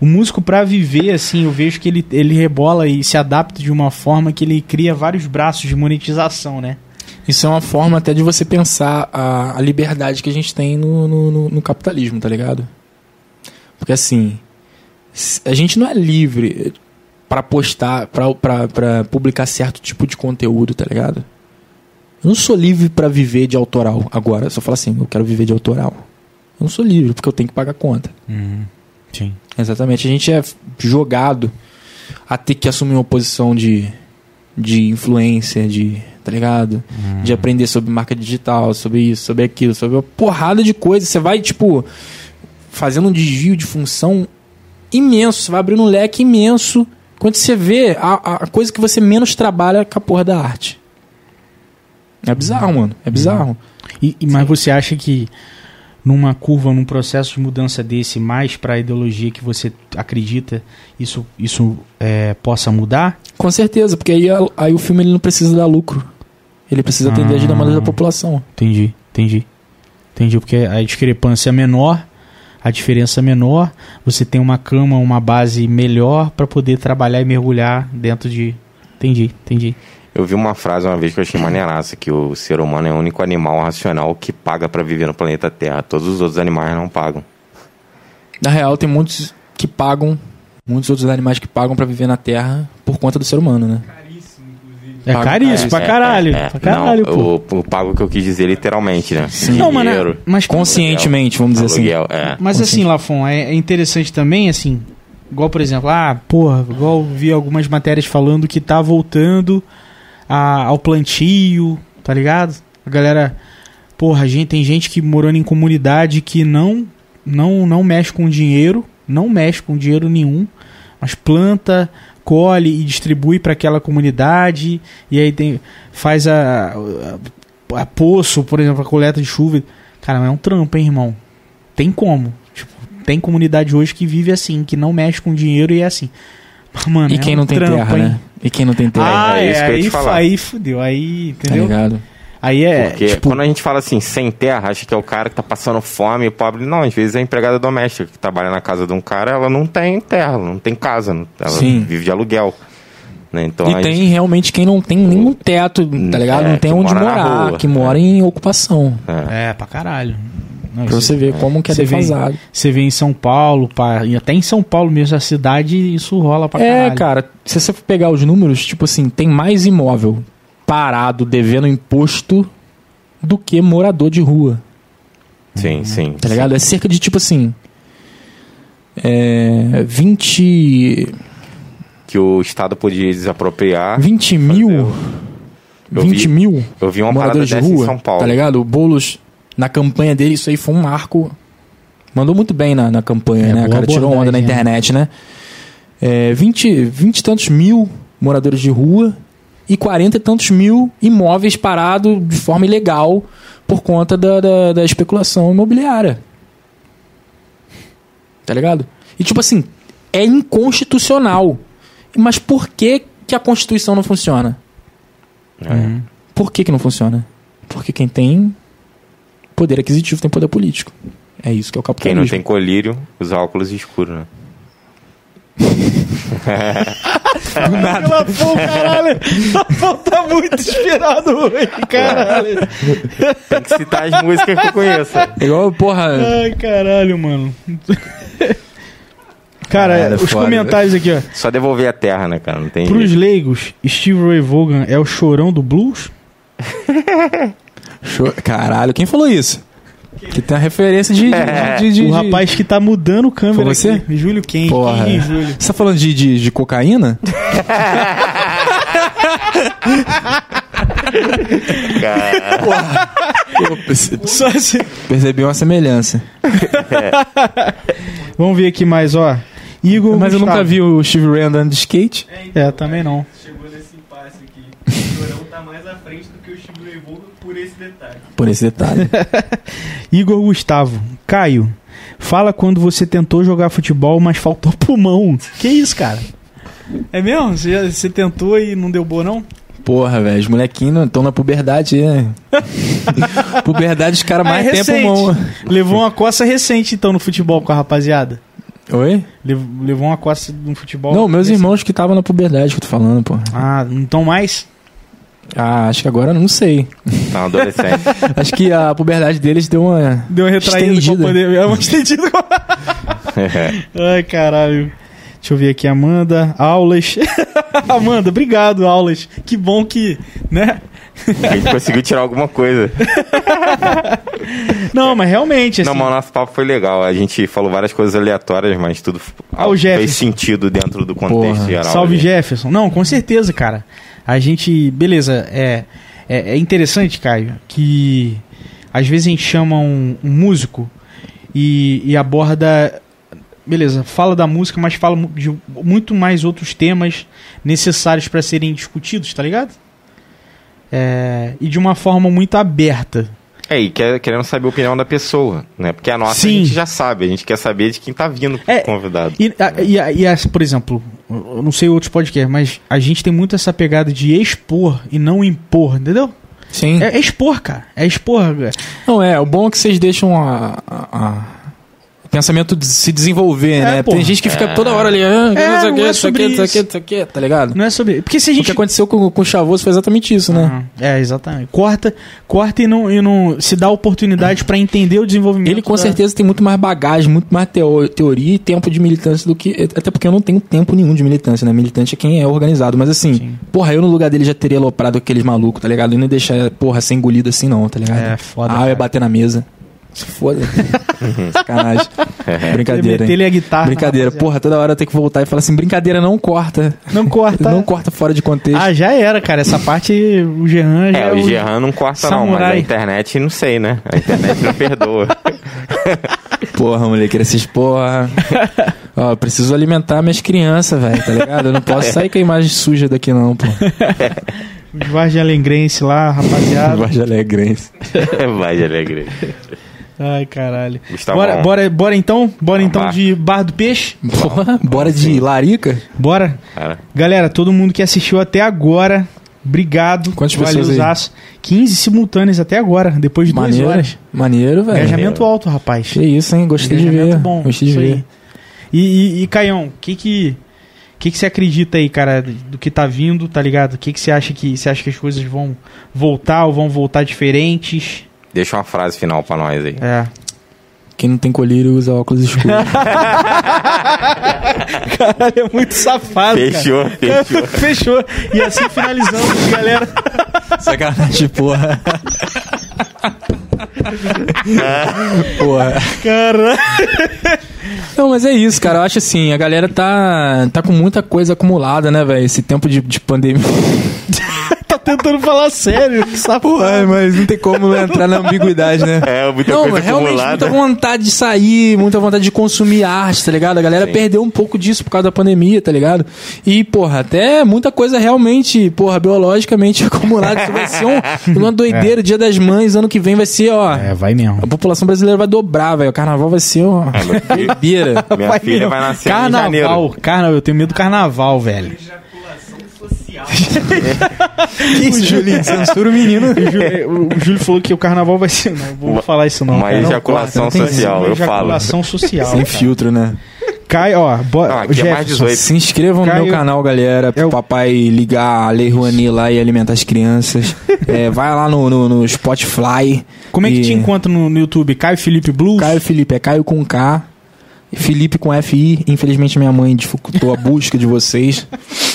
Speaker 2: O músico pra viver, assim, eu vejo que ele, ele rebola e se adapta de uma forma que ele cria vários braços de monetização, né?
Speaker 3: Isso é uma forma até de você pensar a, a liberdade que a gente tem no, no, no- no capitalismo, tá ligado? Porque assim, s- a gente não é livre pra postar, pra- pra pra publicar certo tipo de conteúdo, tá ligado? Eu não sou livre pra viver de autoral agora. Eu só falo assim, eu quero viver de autoral. Eu não sou livre porque eu tenho que pagar conta.
Speaker 2: Sim.
Speaker 3: Exatamente. A gente é f- jogado a ter que assumir uma posição de, de influência, de. tá ligado? De aprender sobre marca digital, sobre isso, sobre aquilo, sobre uma porrada de coisas. Você vai, tipo, fazendo um desvio de função imenso, você vai abrindo um leque imenso. Quando você vê, a, a- a coisa que você menos trabalha é com a porra da arte. É bizarro, mano. É bizarro.
Speaker 2: E, e- mas você acha que numa curva, num processo de mudança desse, mais pra ideologia que você acredita, isso, isso é, possa mudar?
Speaker 3: Com certeza, porque aí, a- aí o filme ele não precisa dar lucro. Ele precisa atender a demanda da população.
Speaker 2: Entendi, entendi. Entendi, porque a discrepância é menor, a diferença é menor, você tem uma cama, uma base melhor pra poder trabalhar e mergulhar dentro de. Entendi, entendi.
Speaker 1: Eu vi uma frase uma vez que eu achei maneiraça, que o ser humano é o único animal racional que paga pra viver no planeta Terra. Todos os outros animais não pagam.
Speaker 3: Na real, tem muitos que pagam, muitos outros animais que pagam pra viver na Terra por conta do ser humano, né?
Speaker 6: Caríssimo, inclusive.
Speaker 2: É
Speaker 3: Paga-
Speaker 2: caríssimo, pra caralho.
Speaker 1: É,
Speaker 2: pra caralho,
Speaker 1: não,
Speaker 2: pô.
Speaker 1: O, o pago que eu quis dizer literalmente, né?
Speaker 2: Não, mano,
Speaker 1: Dinheiro,
Speaker 2: mas,
Speaker 3: Conscientemente, é. vamos dizer assim.
Speaker 1: aluguel, é.
Speaker 2: mas assim, Lafon, é, é interessante também, assim, igual, por exemplo, ah, porra, igual vi algumas matérias falando que tá voltando a- ao plantio, tá ligado? A galera, porra, gente, tem gente que morando em comunidade que não, não, não mexe com dinheiro, não mexe com dinheiro nenhum, mas planta, colhe e distribui para aquela comunidade, e aí tem, faz a, a, a poço, por exemplo, a coleta de chuva. Cara, mas é um trampo, hein, irmão? Tem como. Tipo, tem comunidade hoje que vive assim, que não mexe com dinheiro e é assim. [LAUGHS] Mas, Mano,
Speaker 3: E
Speaker 2: é
Speaker 3: quem
Speaker 2: um
Speaker 3: não tem
Speaker 2: trampo,
Speaker 3: terra,
Speaker 2: hein?
Speaker 3: né? E quem não tem terra,
Speaker 2: Ah,
Speaker 1: é
Speaker 2: é,
Speaker 1: isso que eu ia te
Speaker 2: aí,
Speaker 1: falar.
Speaker 2: aí fudeu, aí,
Speaker 3: tá
Speaker 2: entendeu?
Speaker 3: ligado?
Speaker 2: aí é,
Speaker 1: Porque
Speaker 2: tipo,
Speaker 1: quando a gente fala assim, sem terra, acha que é o cara que tá passando fome, pobre. Não, às vezes é a empregada doméstica que trabalha na casa de um cara, ela não tem terra, ela não tem casa, não- ela
Speaker 3: Sim.
Speaker 1: vive de aluguel. Né? Então, a
Speaker 3: E tem
Speaker 1: gente-
Speaker 3: realmente quem não tem nenhum teto, tá ligado?
Speaker 1: Hum, É,
Speaker 3: não tem
Speaker 1: que
Speaker 3: onde
Speaker 1: mora na
Speaker 3: morar,
Speaker 1: rua,
Speaker 3: que
Speaker 1: é.
Speaker 3: mora em ocupação.
Speaker 2: é, pra caralho. Não,
Speaker 3: Pra você ver como que é
Speaker 2: Você vê.
Speaker 3: defasado.
Speaker 2: Você vê em São Paulo, pá, e até em São Paulo mesmo, a cidade, isso rola pra
Speaker 3: É,
Speaker 2: caralho.
Speaker 3: cara, se você for pegar os números, tipo assim, tem mais imóvel parado devendo imposto do que morador de rua.
Speaker 1: Sim, sim.
Speaker 3: tá ligado? É cerca de tipo assim. É, 20.
Speaker 1: Que o Estado podia desapropriar.
Speaker 3: 20 mil.
Speaker 1: Eu
Speaker 3: 20
Speaker 1: vi-
Speaker 3: mil
Speaker 1: Eu vi uma parada
Speaker 3: moradores de
Speaker 1: dessa em
Speaker 3: rua.
Speaker 1: São Paulo.
Speaker 3: Tá ligado? O Boulos, na campanha dele, isso aí foi um marco. Mandou muito bem na, na campanha,
Speaker 2: É,
Speaker 3: né? O
Speaker 2: boa
Speaker 3: cara tirou onda na
Speaker 2: abordagem, né?
Speaker 3: internet, né? É, 20, 20 e tantos mil moradores de rua e 40 e tantos mil imóveis parados de forma ilegal por conta da, da, da especulação imobiliária. Tá ligado?
Speaker 5: E tipo assim, é inconstitucional. Mas por que, que a Constituição não funciona?
Speaker 1: É.
Speaker 3: Uhum.
Speaker 5: Por que, que não funciona? Porque quem tem poder aquisitivo tem poder político. É isso que é o
Speaker 1: Quem não
Speaker 5: capitalismo.
Speaker 1: tem colírio, usa óculos escuros, né?
Speaker 2: Pô, caralho, [LAUGHS] falta muito esperado hoje, caralho.
Speaker 1: Tem que citar as músicas que eu conheço.
Speaker 3: É Igual, porra.
Speaker 2: Ai, caralho, mano. [LAUGHS] Cara,
Speaker 3: Cara,
Speaker 2: os
Speaker 3: é foda,
Speaker 2: comentários aqui, ó.
Speaker 1: Só devolver a terra, né, cara? Não tem
Speaker 2: Pros
Speaker 1: jeito.
Speaker 2: leigos, Steve Ray Vaughan é o chorão do blues?
Speaker 3: show- Caralho, quem falou isso? Que tem a referência de. de,
Speaker 1: É.
Speaker 3: de, de-
Speaker 2: O
Speaker 3: de-
Speaker 2: rapaz que tá mudando o câmera
Speaker 3: Foi você?
Speaker 2: aqui. Júlio quem?
Speaker 3: Porra.
Speaker 2: Quem, Júlio?
Speaker 3: Você tá falando de, de,
Speaker 1: [LAUGHS]
Speaker 3: de cocaína? Porra, eu perce-
Speaker 2: Só assim.
Speaker 3: percebi uma semelhança.
Speaker 2: Vamos ver aqui mais, ó. Igor
Speaker 3: Mas eu
Speaker 2: Gustavo.
Speaker 3: nunca vi o Steve Ray andando de skate.
Speaker 2: É, também não.
Speaker 6: Chegou nesse impasse aqui. O Chorão tá mais à frente do que o Shiburo Evolga por esse detalhe.
Speaker 3: Por esse detalhe.
Speaker 2: Igor Gustavo. Caio, fala quando você tentou jogar futebol, mas faltou pulmão. Que isso, cara? É mesmo? Você, já- você tentou e não deu boa, não?
Speaker 3: [LAUGHS] Porra, velho. Os molequinhos estão na puberdade.
Speaker 2: [LAUGHS]
Speaker 3: É. puberdade, os caras
Speaker 2: Ah,
Speaker 3: mais
Speaker 2: é
Speaker 3: tempo.
Speaker 2: recente.
Speaker 3: Mão...
Speaker 2: Levou uma coça recente, então, no futebol com a rapaziada.
Speaker 3: Oi?
Speaker 2: Lev- Levou uma coça no futebol.
Speaker 3: Não, meus
Speaker 2: recente.
Speaker 3: irmãos que estavam na puberdade que eu tô falando, pô.
Speaker 2: Ah, então mais?
Speaker 3: Ah, acho que agora eu não sei.
Speaker 1: Tá um [LAUGHS] adolescente.
Speaker 3: Acho que a puberdade deles deu uma.
Speaker 2: Deu uma retraída com
Speaker 3: Estendida.
Speaker 2: a pandemia. É uma
Speaker 3: [LAUGHS]
Speaker 2: estendida com a... Ai, caralho. Deixa eu ver aqui, Amanda. Aulas. [LAUGHS] Amanda, obrigado, Aulas. Que bom que, né?
Speaker 1: A gente conseguiu tirar alguma coisa.
Speaker 2: Não, mas realmente, assim...
Speaker 1: Não, mas o nosso papo foi legal. A gente falou várias coisas aleatórias, mas tudo f-
Speaker 2: Ah, o
Speaker 1: É, fez
Speaker 2: Jefferson.
Speaker 1: sentido dentro do contexto
Speaker 3: Porra.
Speaker 1: geral. né?
Speaker 2: Salve
Speaker 1: ali.
Speaker 2: Jefferson. Não, com certeza, cara. A gente, beleza, é, é, é interessante, Caio, que às vezes a gente chama um, um músico e, e aborda, beleza, fala da música, mas fala mu- de muito mais outros temas necessários para serem discutidos, tá ligado? É, e de uma forma muito aberta.
Speaker 1: É, e quer, querendo saber a opinião da pessoa, né? Porque a nossa
Speaker 2: Sim.
Speaker 1: a gente já sabe, a gente quer saber de quem tá vindo pro
Speaker 2: É,
Speaker 1: convidado.
Speaker 2: E, a- e, a- e as- por exemplo, eu não sei outros podcasts, mas a gente tem muito essa pegada de expor e não impor, entendeu?
Speaker 3: Sim.
Speaker 2: É, é expor, cara. É expor. É,
Speaker 3: Não, é. O bom é que vocês deixam a. a- a- O pensamento de se desenvolver, né?
Speaker 2: É, porra.
Speaker 3: Tem gente que fica toda hora ali, ah,
Speaker 2: É,
Speaker 3: não
Speaker 2: não
Speaker 3: sei o que,
Speaker 2: é
Speaker 3: isso aqui,
Speaker 2: sobre
Speaker 3: isso aqui,
Speaker 2: isso.
Speaker 3: isso aqui, tá ligado?
Speaker 2: Não é sobre. Porque se a
Speaker 3: O que
Speaker 2: gente.
Speaker 3: aconteceu com, com o Chavoso foi exatamente isso, né?
Speaker 2: Ah, é, exatamente. Corta, corta e, não, e não se dá oportunidade pra entender o desenvolvimento.
Speaker 3: Ele com
Speaker 2: da-
Speaker 3: certeza tem muito mais bagagem, muito mais teo- teoria e tempo de militância do que. Até porque eu não tenho tempo nenhum de militância, né? Militante é quem é organizado. Mas assim, porra, eu no lugar dele já teria aloprado aqueles malucos, tá ligado? E não ia deixar, porra, ser engolido assim não, tá ligado?
Speaker 2: É, foda,
Speaker 3: Ah, eu ia
Speaker 2: cara.
Speaker 3: bater na mesa. Se foda. Sacanagem. é Brincadeira,
Speaker 2: Meter
Speaker 3: hein?
Speaker 2: ele a guitarra.
Speaker 3: Brincadeira,
Speaker 2: rapaziada.
Speaker 3: porra, toda hora eu tenho que voltar e falar assim, brincadeira, não corta.
Speaker 2: Não corta.
Speaker 3: Não corta fora de contexto.
Speaker 2: Tá. Ah, já era, cara. Essa parte o Gerran já.
Speaker 1: É, o Gerran não corta não, mas a
Speaker 2: samurai.
Speaker 1: internet não sei, né? A internet não perdoa. [LAUGHS]
Speaker 3: Porra, moleque,
Speaker 2: [LAUGHS]
Speaker 3: esses porra. Ó, eu preciso alimentar minhas crianças, velho, tá ligado? Eu não
Speaker 2: É.
Speaker 3: posso sair com a imagem suja daqui, não, pô.
Speaker 2: Os Vargem Alegrense lá,
Speaker 1: [LAUGHS]
Speaker 3: [LAUGHS]
Speaker 2: rapaziada.
Speaker 3: Vargem Alegrense.
Speaker 1: Vai de alegria.
Speaker 2: Ai, caralho.
Speaker 1: Gustavo,
Speaker 2: bora, bora, bora então? Bora
Speaker 1: Ah,
Speaker 2: então
Speaker 1: bar.
Speaker 2: de Bar do Peixe?
Speaker 3: Porra, bora de Larica?
Speaker 2: Bora?
Speaker 1: Cara,
Speaker 2: Galera, todo mundo que assistiu até agora, obrigado.
Speaker 3: Quantas pessoas aí?
Speaker 2: Valeuzaço. 15 simultâneas até agora, depois de
Speaker 3: Maneiro.
Speaker 2: duas horas.
Speaker 3: Maneiro, velho.
Speaker 2: Engajamento alto, rapaz.
Speaker 3: Que isso, hein? Gostei de ver.
Speaker 2: bom.
Speaker 3: Gostei de
Speaker 2: isso
Speaker 3: ver.
Speaker 2: aí. E, e, e, Caião, o que que, que que você acredita aí, cara, do que tá vindo, tá ligado? O que que você acha que você acha que as coisas vão voltar ou vão voltar diferentes?
Speaker 1: deixa uma frase final pra nós
Speaker 2: [LAUGHS]
Speaker 1: aí.
Speaker 2: É.
Speaker 3: Quem não tem colírio usa óculos escuros.
Speaker 2: [LAUGHS] Caralho, é muito safado,
Speaker 1: Fechou, fechou.
Speaker 2: cara. [LAUGHS] Fechou. E assim finalizamos, [LAUGHS] galera.
Speaker 3: Sacanagem,
Speaker 2: [LAUGHS]
Speaker 3: porra. porra.
Speaker 2: Caralho.
Speaker 3: Não, mas é isso, cara. Eu acho assim, a galera tá, tá com muita coisa acumulada, né, velho? Esse tempo de, de pandemia.
Speaker 2: Tá tentando falar sério. Que sapo.
Speaker 3: Ué, é, mas não tem como né? entrar na ambiguidade,
Speaker 1: [LAUGHS]
Speaker 3: né?
Speaker 1: É, muita
Speaker 5: Não,
Speaker 1: coisa
Speaker 5: mas realmente
Speaker 1: acumulada.
Speaker 5: muita vontade de sair, muita vontade de consumir arte, tá ligado? A galera perdeu um pouco disso por causa da pandemia, tá ligado? E, porra, até muita coisa realmente, porra, biologicamente [LAUGHS] acumulada. Isso vai ser um,
Speaker 1: [LAUGHS] É.
Speaker 5: uma doideira. Dia das Mães, ano que vem vai ser, ó.
Speaker 2: É, vai mesmo.
Speaker 5: A população brasileira vai dobrar, velho. O carnaval vai ser, ó.
Speaker 1: Ah, meu filho-
Speaker 3: [LAUGHS]
Speaker 5: Beira.
Speaker 1: Minha
Speaker 2: Vai
Speaker 1: filha
Speaker 2: mesmo.
Speaker 1: vai nascer em janeiro.
Speaker 2: Carnaval, carnaval, eu tenho medo do carnaval, velho.
Speaker 6: Ejaculação social.
Speaker 3: O Julinho censura o um menino.
Speaker 2: [LAUGHS] O Júlio, o Júlio falou que o carnaval vai ser. Não, vou
Speaker 1: Uma-
Speaker 2: falar isso não.
Speaker 1: Uma
Speaker 2: cara. Não,
Speaker 1: ejaculação
Speaker 2: corta, não tem
Speaker 1: social,
Speaker 2: isso.
Speaker 1: eu falo.
Speaker 2: Ejaculação social.
Speaker 3: Sem
Speaker 2: cara.
Speaker 3: filtro, né?
Speaker 2: Cai, ó. Bo...
Speaker 1: Não, aqui é mais
Speaker 2: Jefferson,
Speaker 1: 18.
Speaker 3: Se inscrevam no
Speaker 2: Caio-
Speaker 3: meu canal, galera.
Speaker 2: É
Speaker 3: Pro
Speaker 2: o-
Speaker 3: papai ligar a Lei Rouanet lá e alimentar
Speaker 2: [LAUGHS]
Speaker 3: as crianças. É, vai lá no, no, no Spotify.
Speaker 2: Como é que
Speaker 3: e-
Speaker 2: te encontra no, no YouTube? Caio Felipe Blues?
Speaker 3: Caio Felipe, é Caio com K. Felipe com FI. Infelizmente minha mãe dificultou a busca de vocês.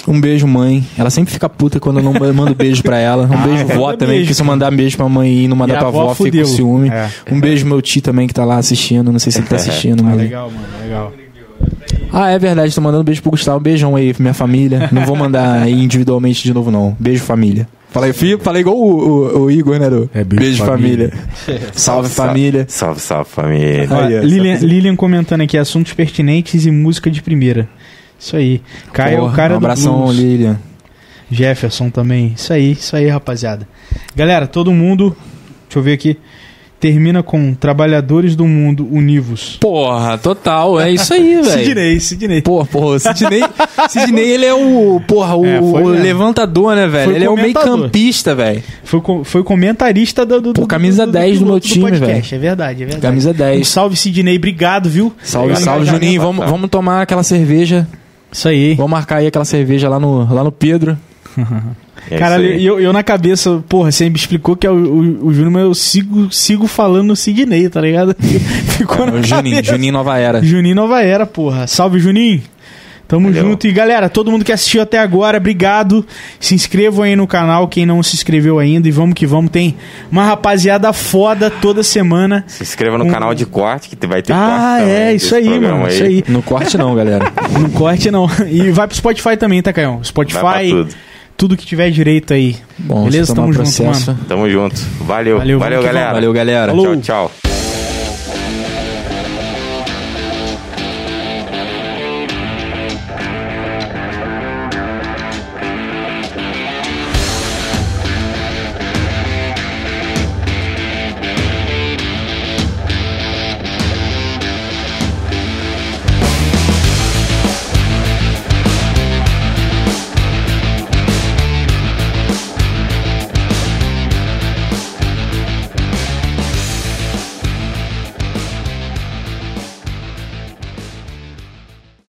Speaker 3: Um beijo, mãe. Ela sempre fica puta quando eu não mando beijo pra ela. Um beijo, vó
Speaker 2: manda
Speaker 3: também,
Speaker 2: beijo,
Speaker 3: porque se eu mandar beijo pra mãe e não mandar
Speaker 2: Ah, é E a
Speaker 3: pra
Speaker 2: vó,
Speaker 3: vó, fica
Speaker 2: fudeu.
Speaker 3: com ciúme.
Speaker 2: É.
Speaker 3: Um beijo, meu tio também, que tá lá assistindo. Não sei se
Speaker 2: [LAUGHS]
Speaker 3: ele tá assistindo,
Speaker 2: Ah,
Speaker 3: mas.
Speaker 2: legal, mano, legal.
Speaker 3: Ah, é verdade, tô mandando beijo pro Gustavo. Beijão aí, minha família. Não vou mandar aí individualmente de novo, não. Beijo, família. Falei, filho, falei igual o, o- o Igor, né? Do...
Speaker 2: É, beijo, família.
Speaker 3: Salve, família.
Speaker 1: Salve, salve, família.
Speaker 2: Ó,
Speaker 3: Olha, essa
Speaker 2: Lilian,
Speaker 3: coisa-
Speaker 2: Lilian comentando aqui, assuntos pertinentes e música de primeira. Isso aí. Caio é o
Speaker 3: Porra,
Speaker 2: cara
Speaker 3: um abração,
Speaker 2: do blues.
Speaker 3: Lilian.
Speaker 2: Jefferson também. Isso aí, isso aí, rapaziada. Galera, todo mundo, deixa eu ver aqui, termina com Trabalhadores do Mundo Univos.
Speaker 5: Porra, total. É isso aí,
Speaker 2: [LAUGHS]
Speaker 5: velho.
Speaker 2: Sidney, Sidney.
Speaker 5: Porra, porra, o Sidney, Sidney, ele é o, porra, o,
Speaker 2: É, foi
Speaker 5: o
Speaker 2: mesmo.
Speaker 5: levantador, né, velho?
Speaker 2: Foi
Speaker 5: ele é o meio
Speaker 2: comentador.
Speaker 5: campista, velho.
Speaker 2: Foi, co- foi comentarista do, do,
Speaker 5: Pô,
Speaker 2: do-
Speaker 5: camisa 10 do
Speaker 2: piloto
Speaker 5: meu time,
Speaker 2: podcast. É verdade, é verdade.
Speaker 5: Camisa
Speaker 2: Um
Speaker 5: 10.
Speaker 2: salve, Sidney, obrigado, viu?
Speaker 5: Salve,
Speaker 2: Obrigado,
Speaker 5: salve,
Speaker 2: obrigado.
Speaker 5: Juninho. Vamos, vamos tomar aquela cerveja.
Speaker 2: Isso aí.
Speaker 5: Vamos marcar aí aquela cerveja lá no, lá no Pedro.
Speaker 1: É
Speaker 2: Caralho,
Speaker 1: isso aí.
Speaker 2: e eu, eu na cabeça, porra, você me explicou que é o, o, o Júnior, mas eu sigo, sigo falando o Sidney, tá
Speaker 5: [LAUGHS]
Speaker 2: ligado? Ficou
Speaker 5: É
Speaker 2: na
Speaker 3: O Juninho,
Speaker 2: cabeça.
Speaker 3: Juninho Nova Era.
Speaker 2: Juninho Nova Era, porra. Salve, Juninho. Tamo
Speaker 1: Valeu.
Speaker 2: junto. E galera, todo mundo que assistiu até agora, obrigado. Se inscrevam aí no canal, quem não se inscreveu ainda. E vamos que vamos. Tem uma rapaziada foda toda semana.
Speaker 1: Se inscreva no
Speaker 2: Um-
Speaker 1: canal de corte, que vai ter corte
Speaker 2: Ah,
Speaker 1: também
Speaker 2: é,
Speaker 1: desse
Speaker 2: isso aí,
Speaker 1: programa
Speaker 2: mano. Isso aí.
Speaker 3: No corte não, galera.
Speaker 2: Não corte, não. E vai pro Spotify também, tá, Caião? Spotify,
Speaker 1: Vai pra tudo.
Speaker 2: tudo que tiver direito aí.
Speaker 3: Bom,
Speaker 2: Beleza?
Speaker 3: se tomar
Speaker 2: Tamo junto,
Speaker 3: processo.
Speaker 2: mano.
Speaker 1: Tamo junto. Valeu.
Speaker 2: Valeu,
Speaker 1: Valeu,
Speaker 2: vamos que
Speaker 1: galera.
Speaker 3: Valeu, galera.
Speaker 2: Falou.
Speaker 1: Tchau, tchau.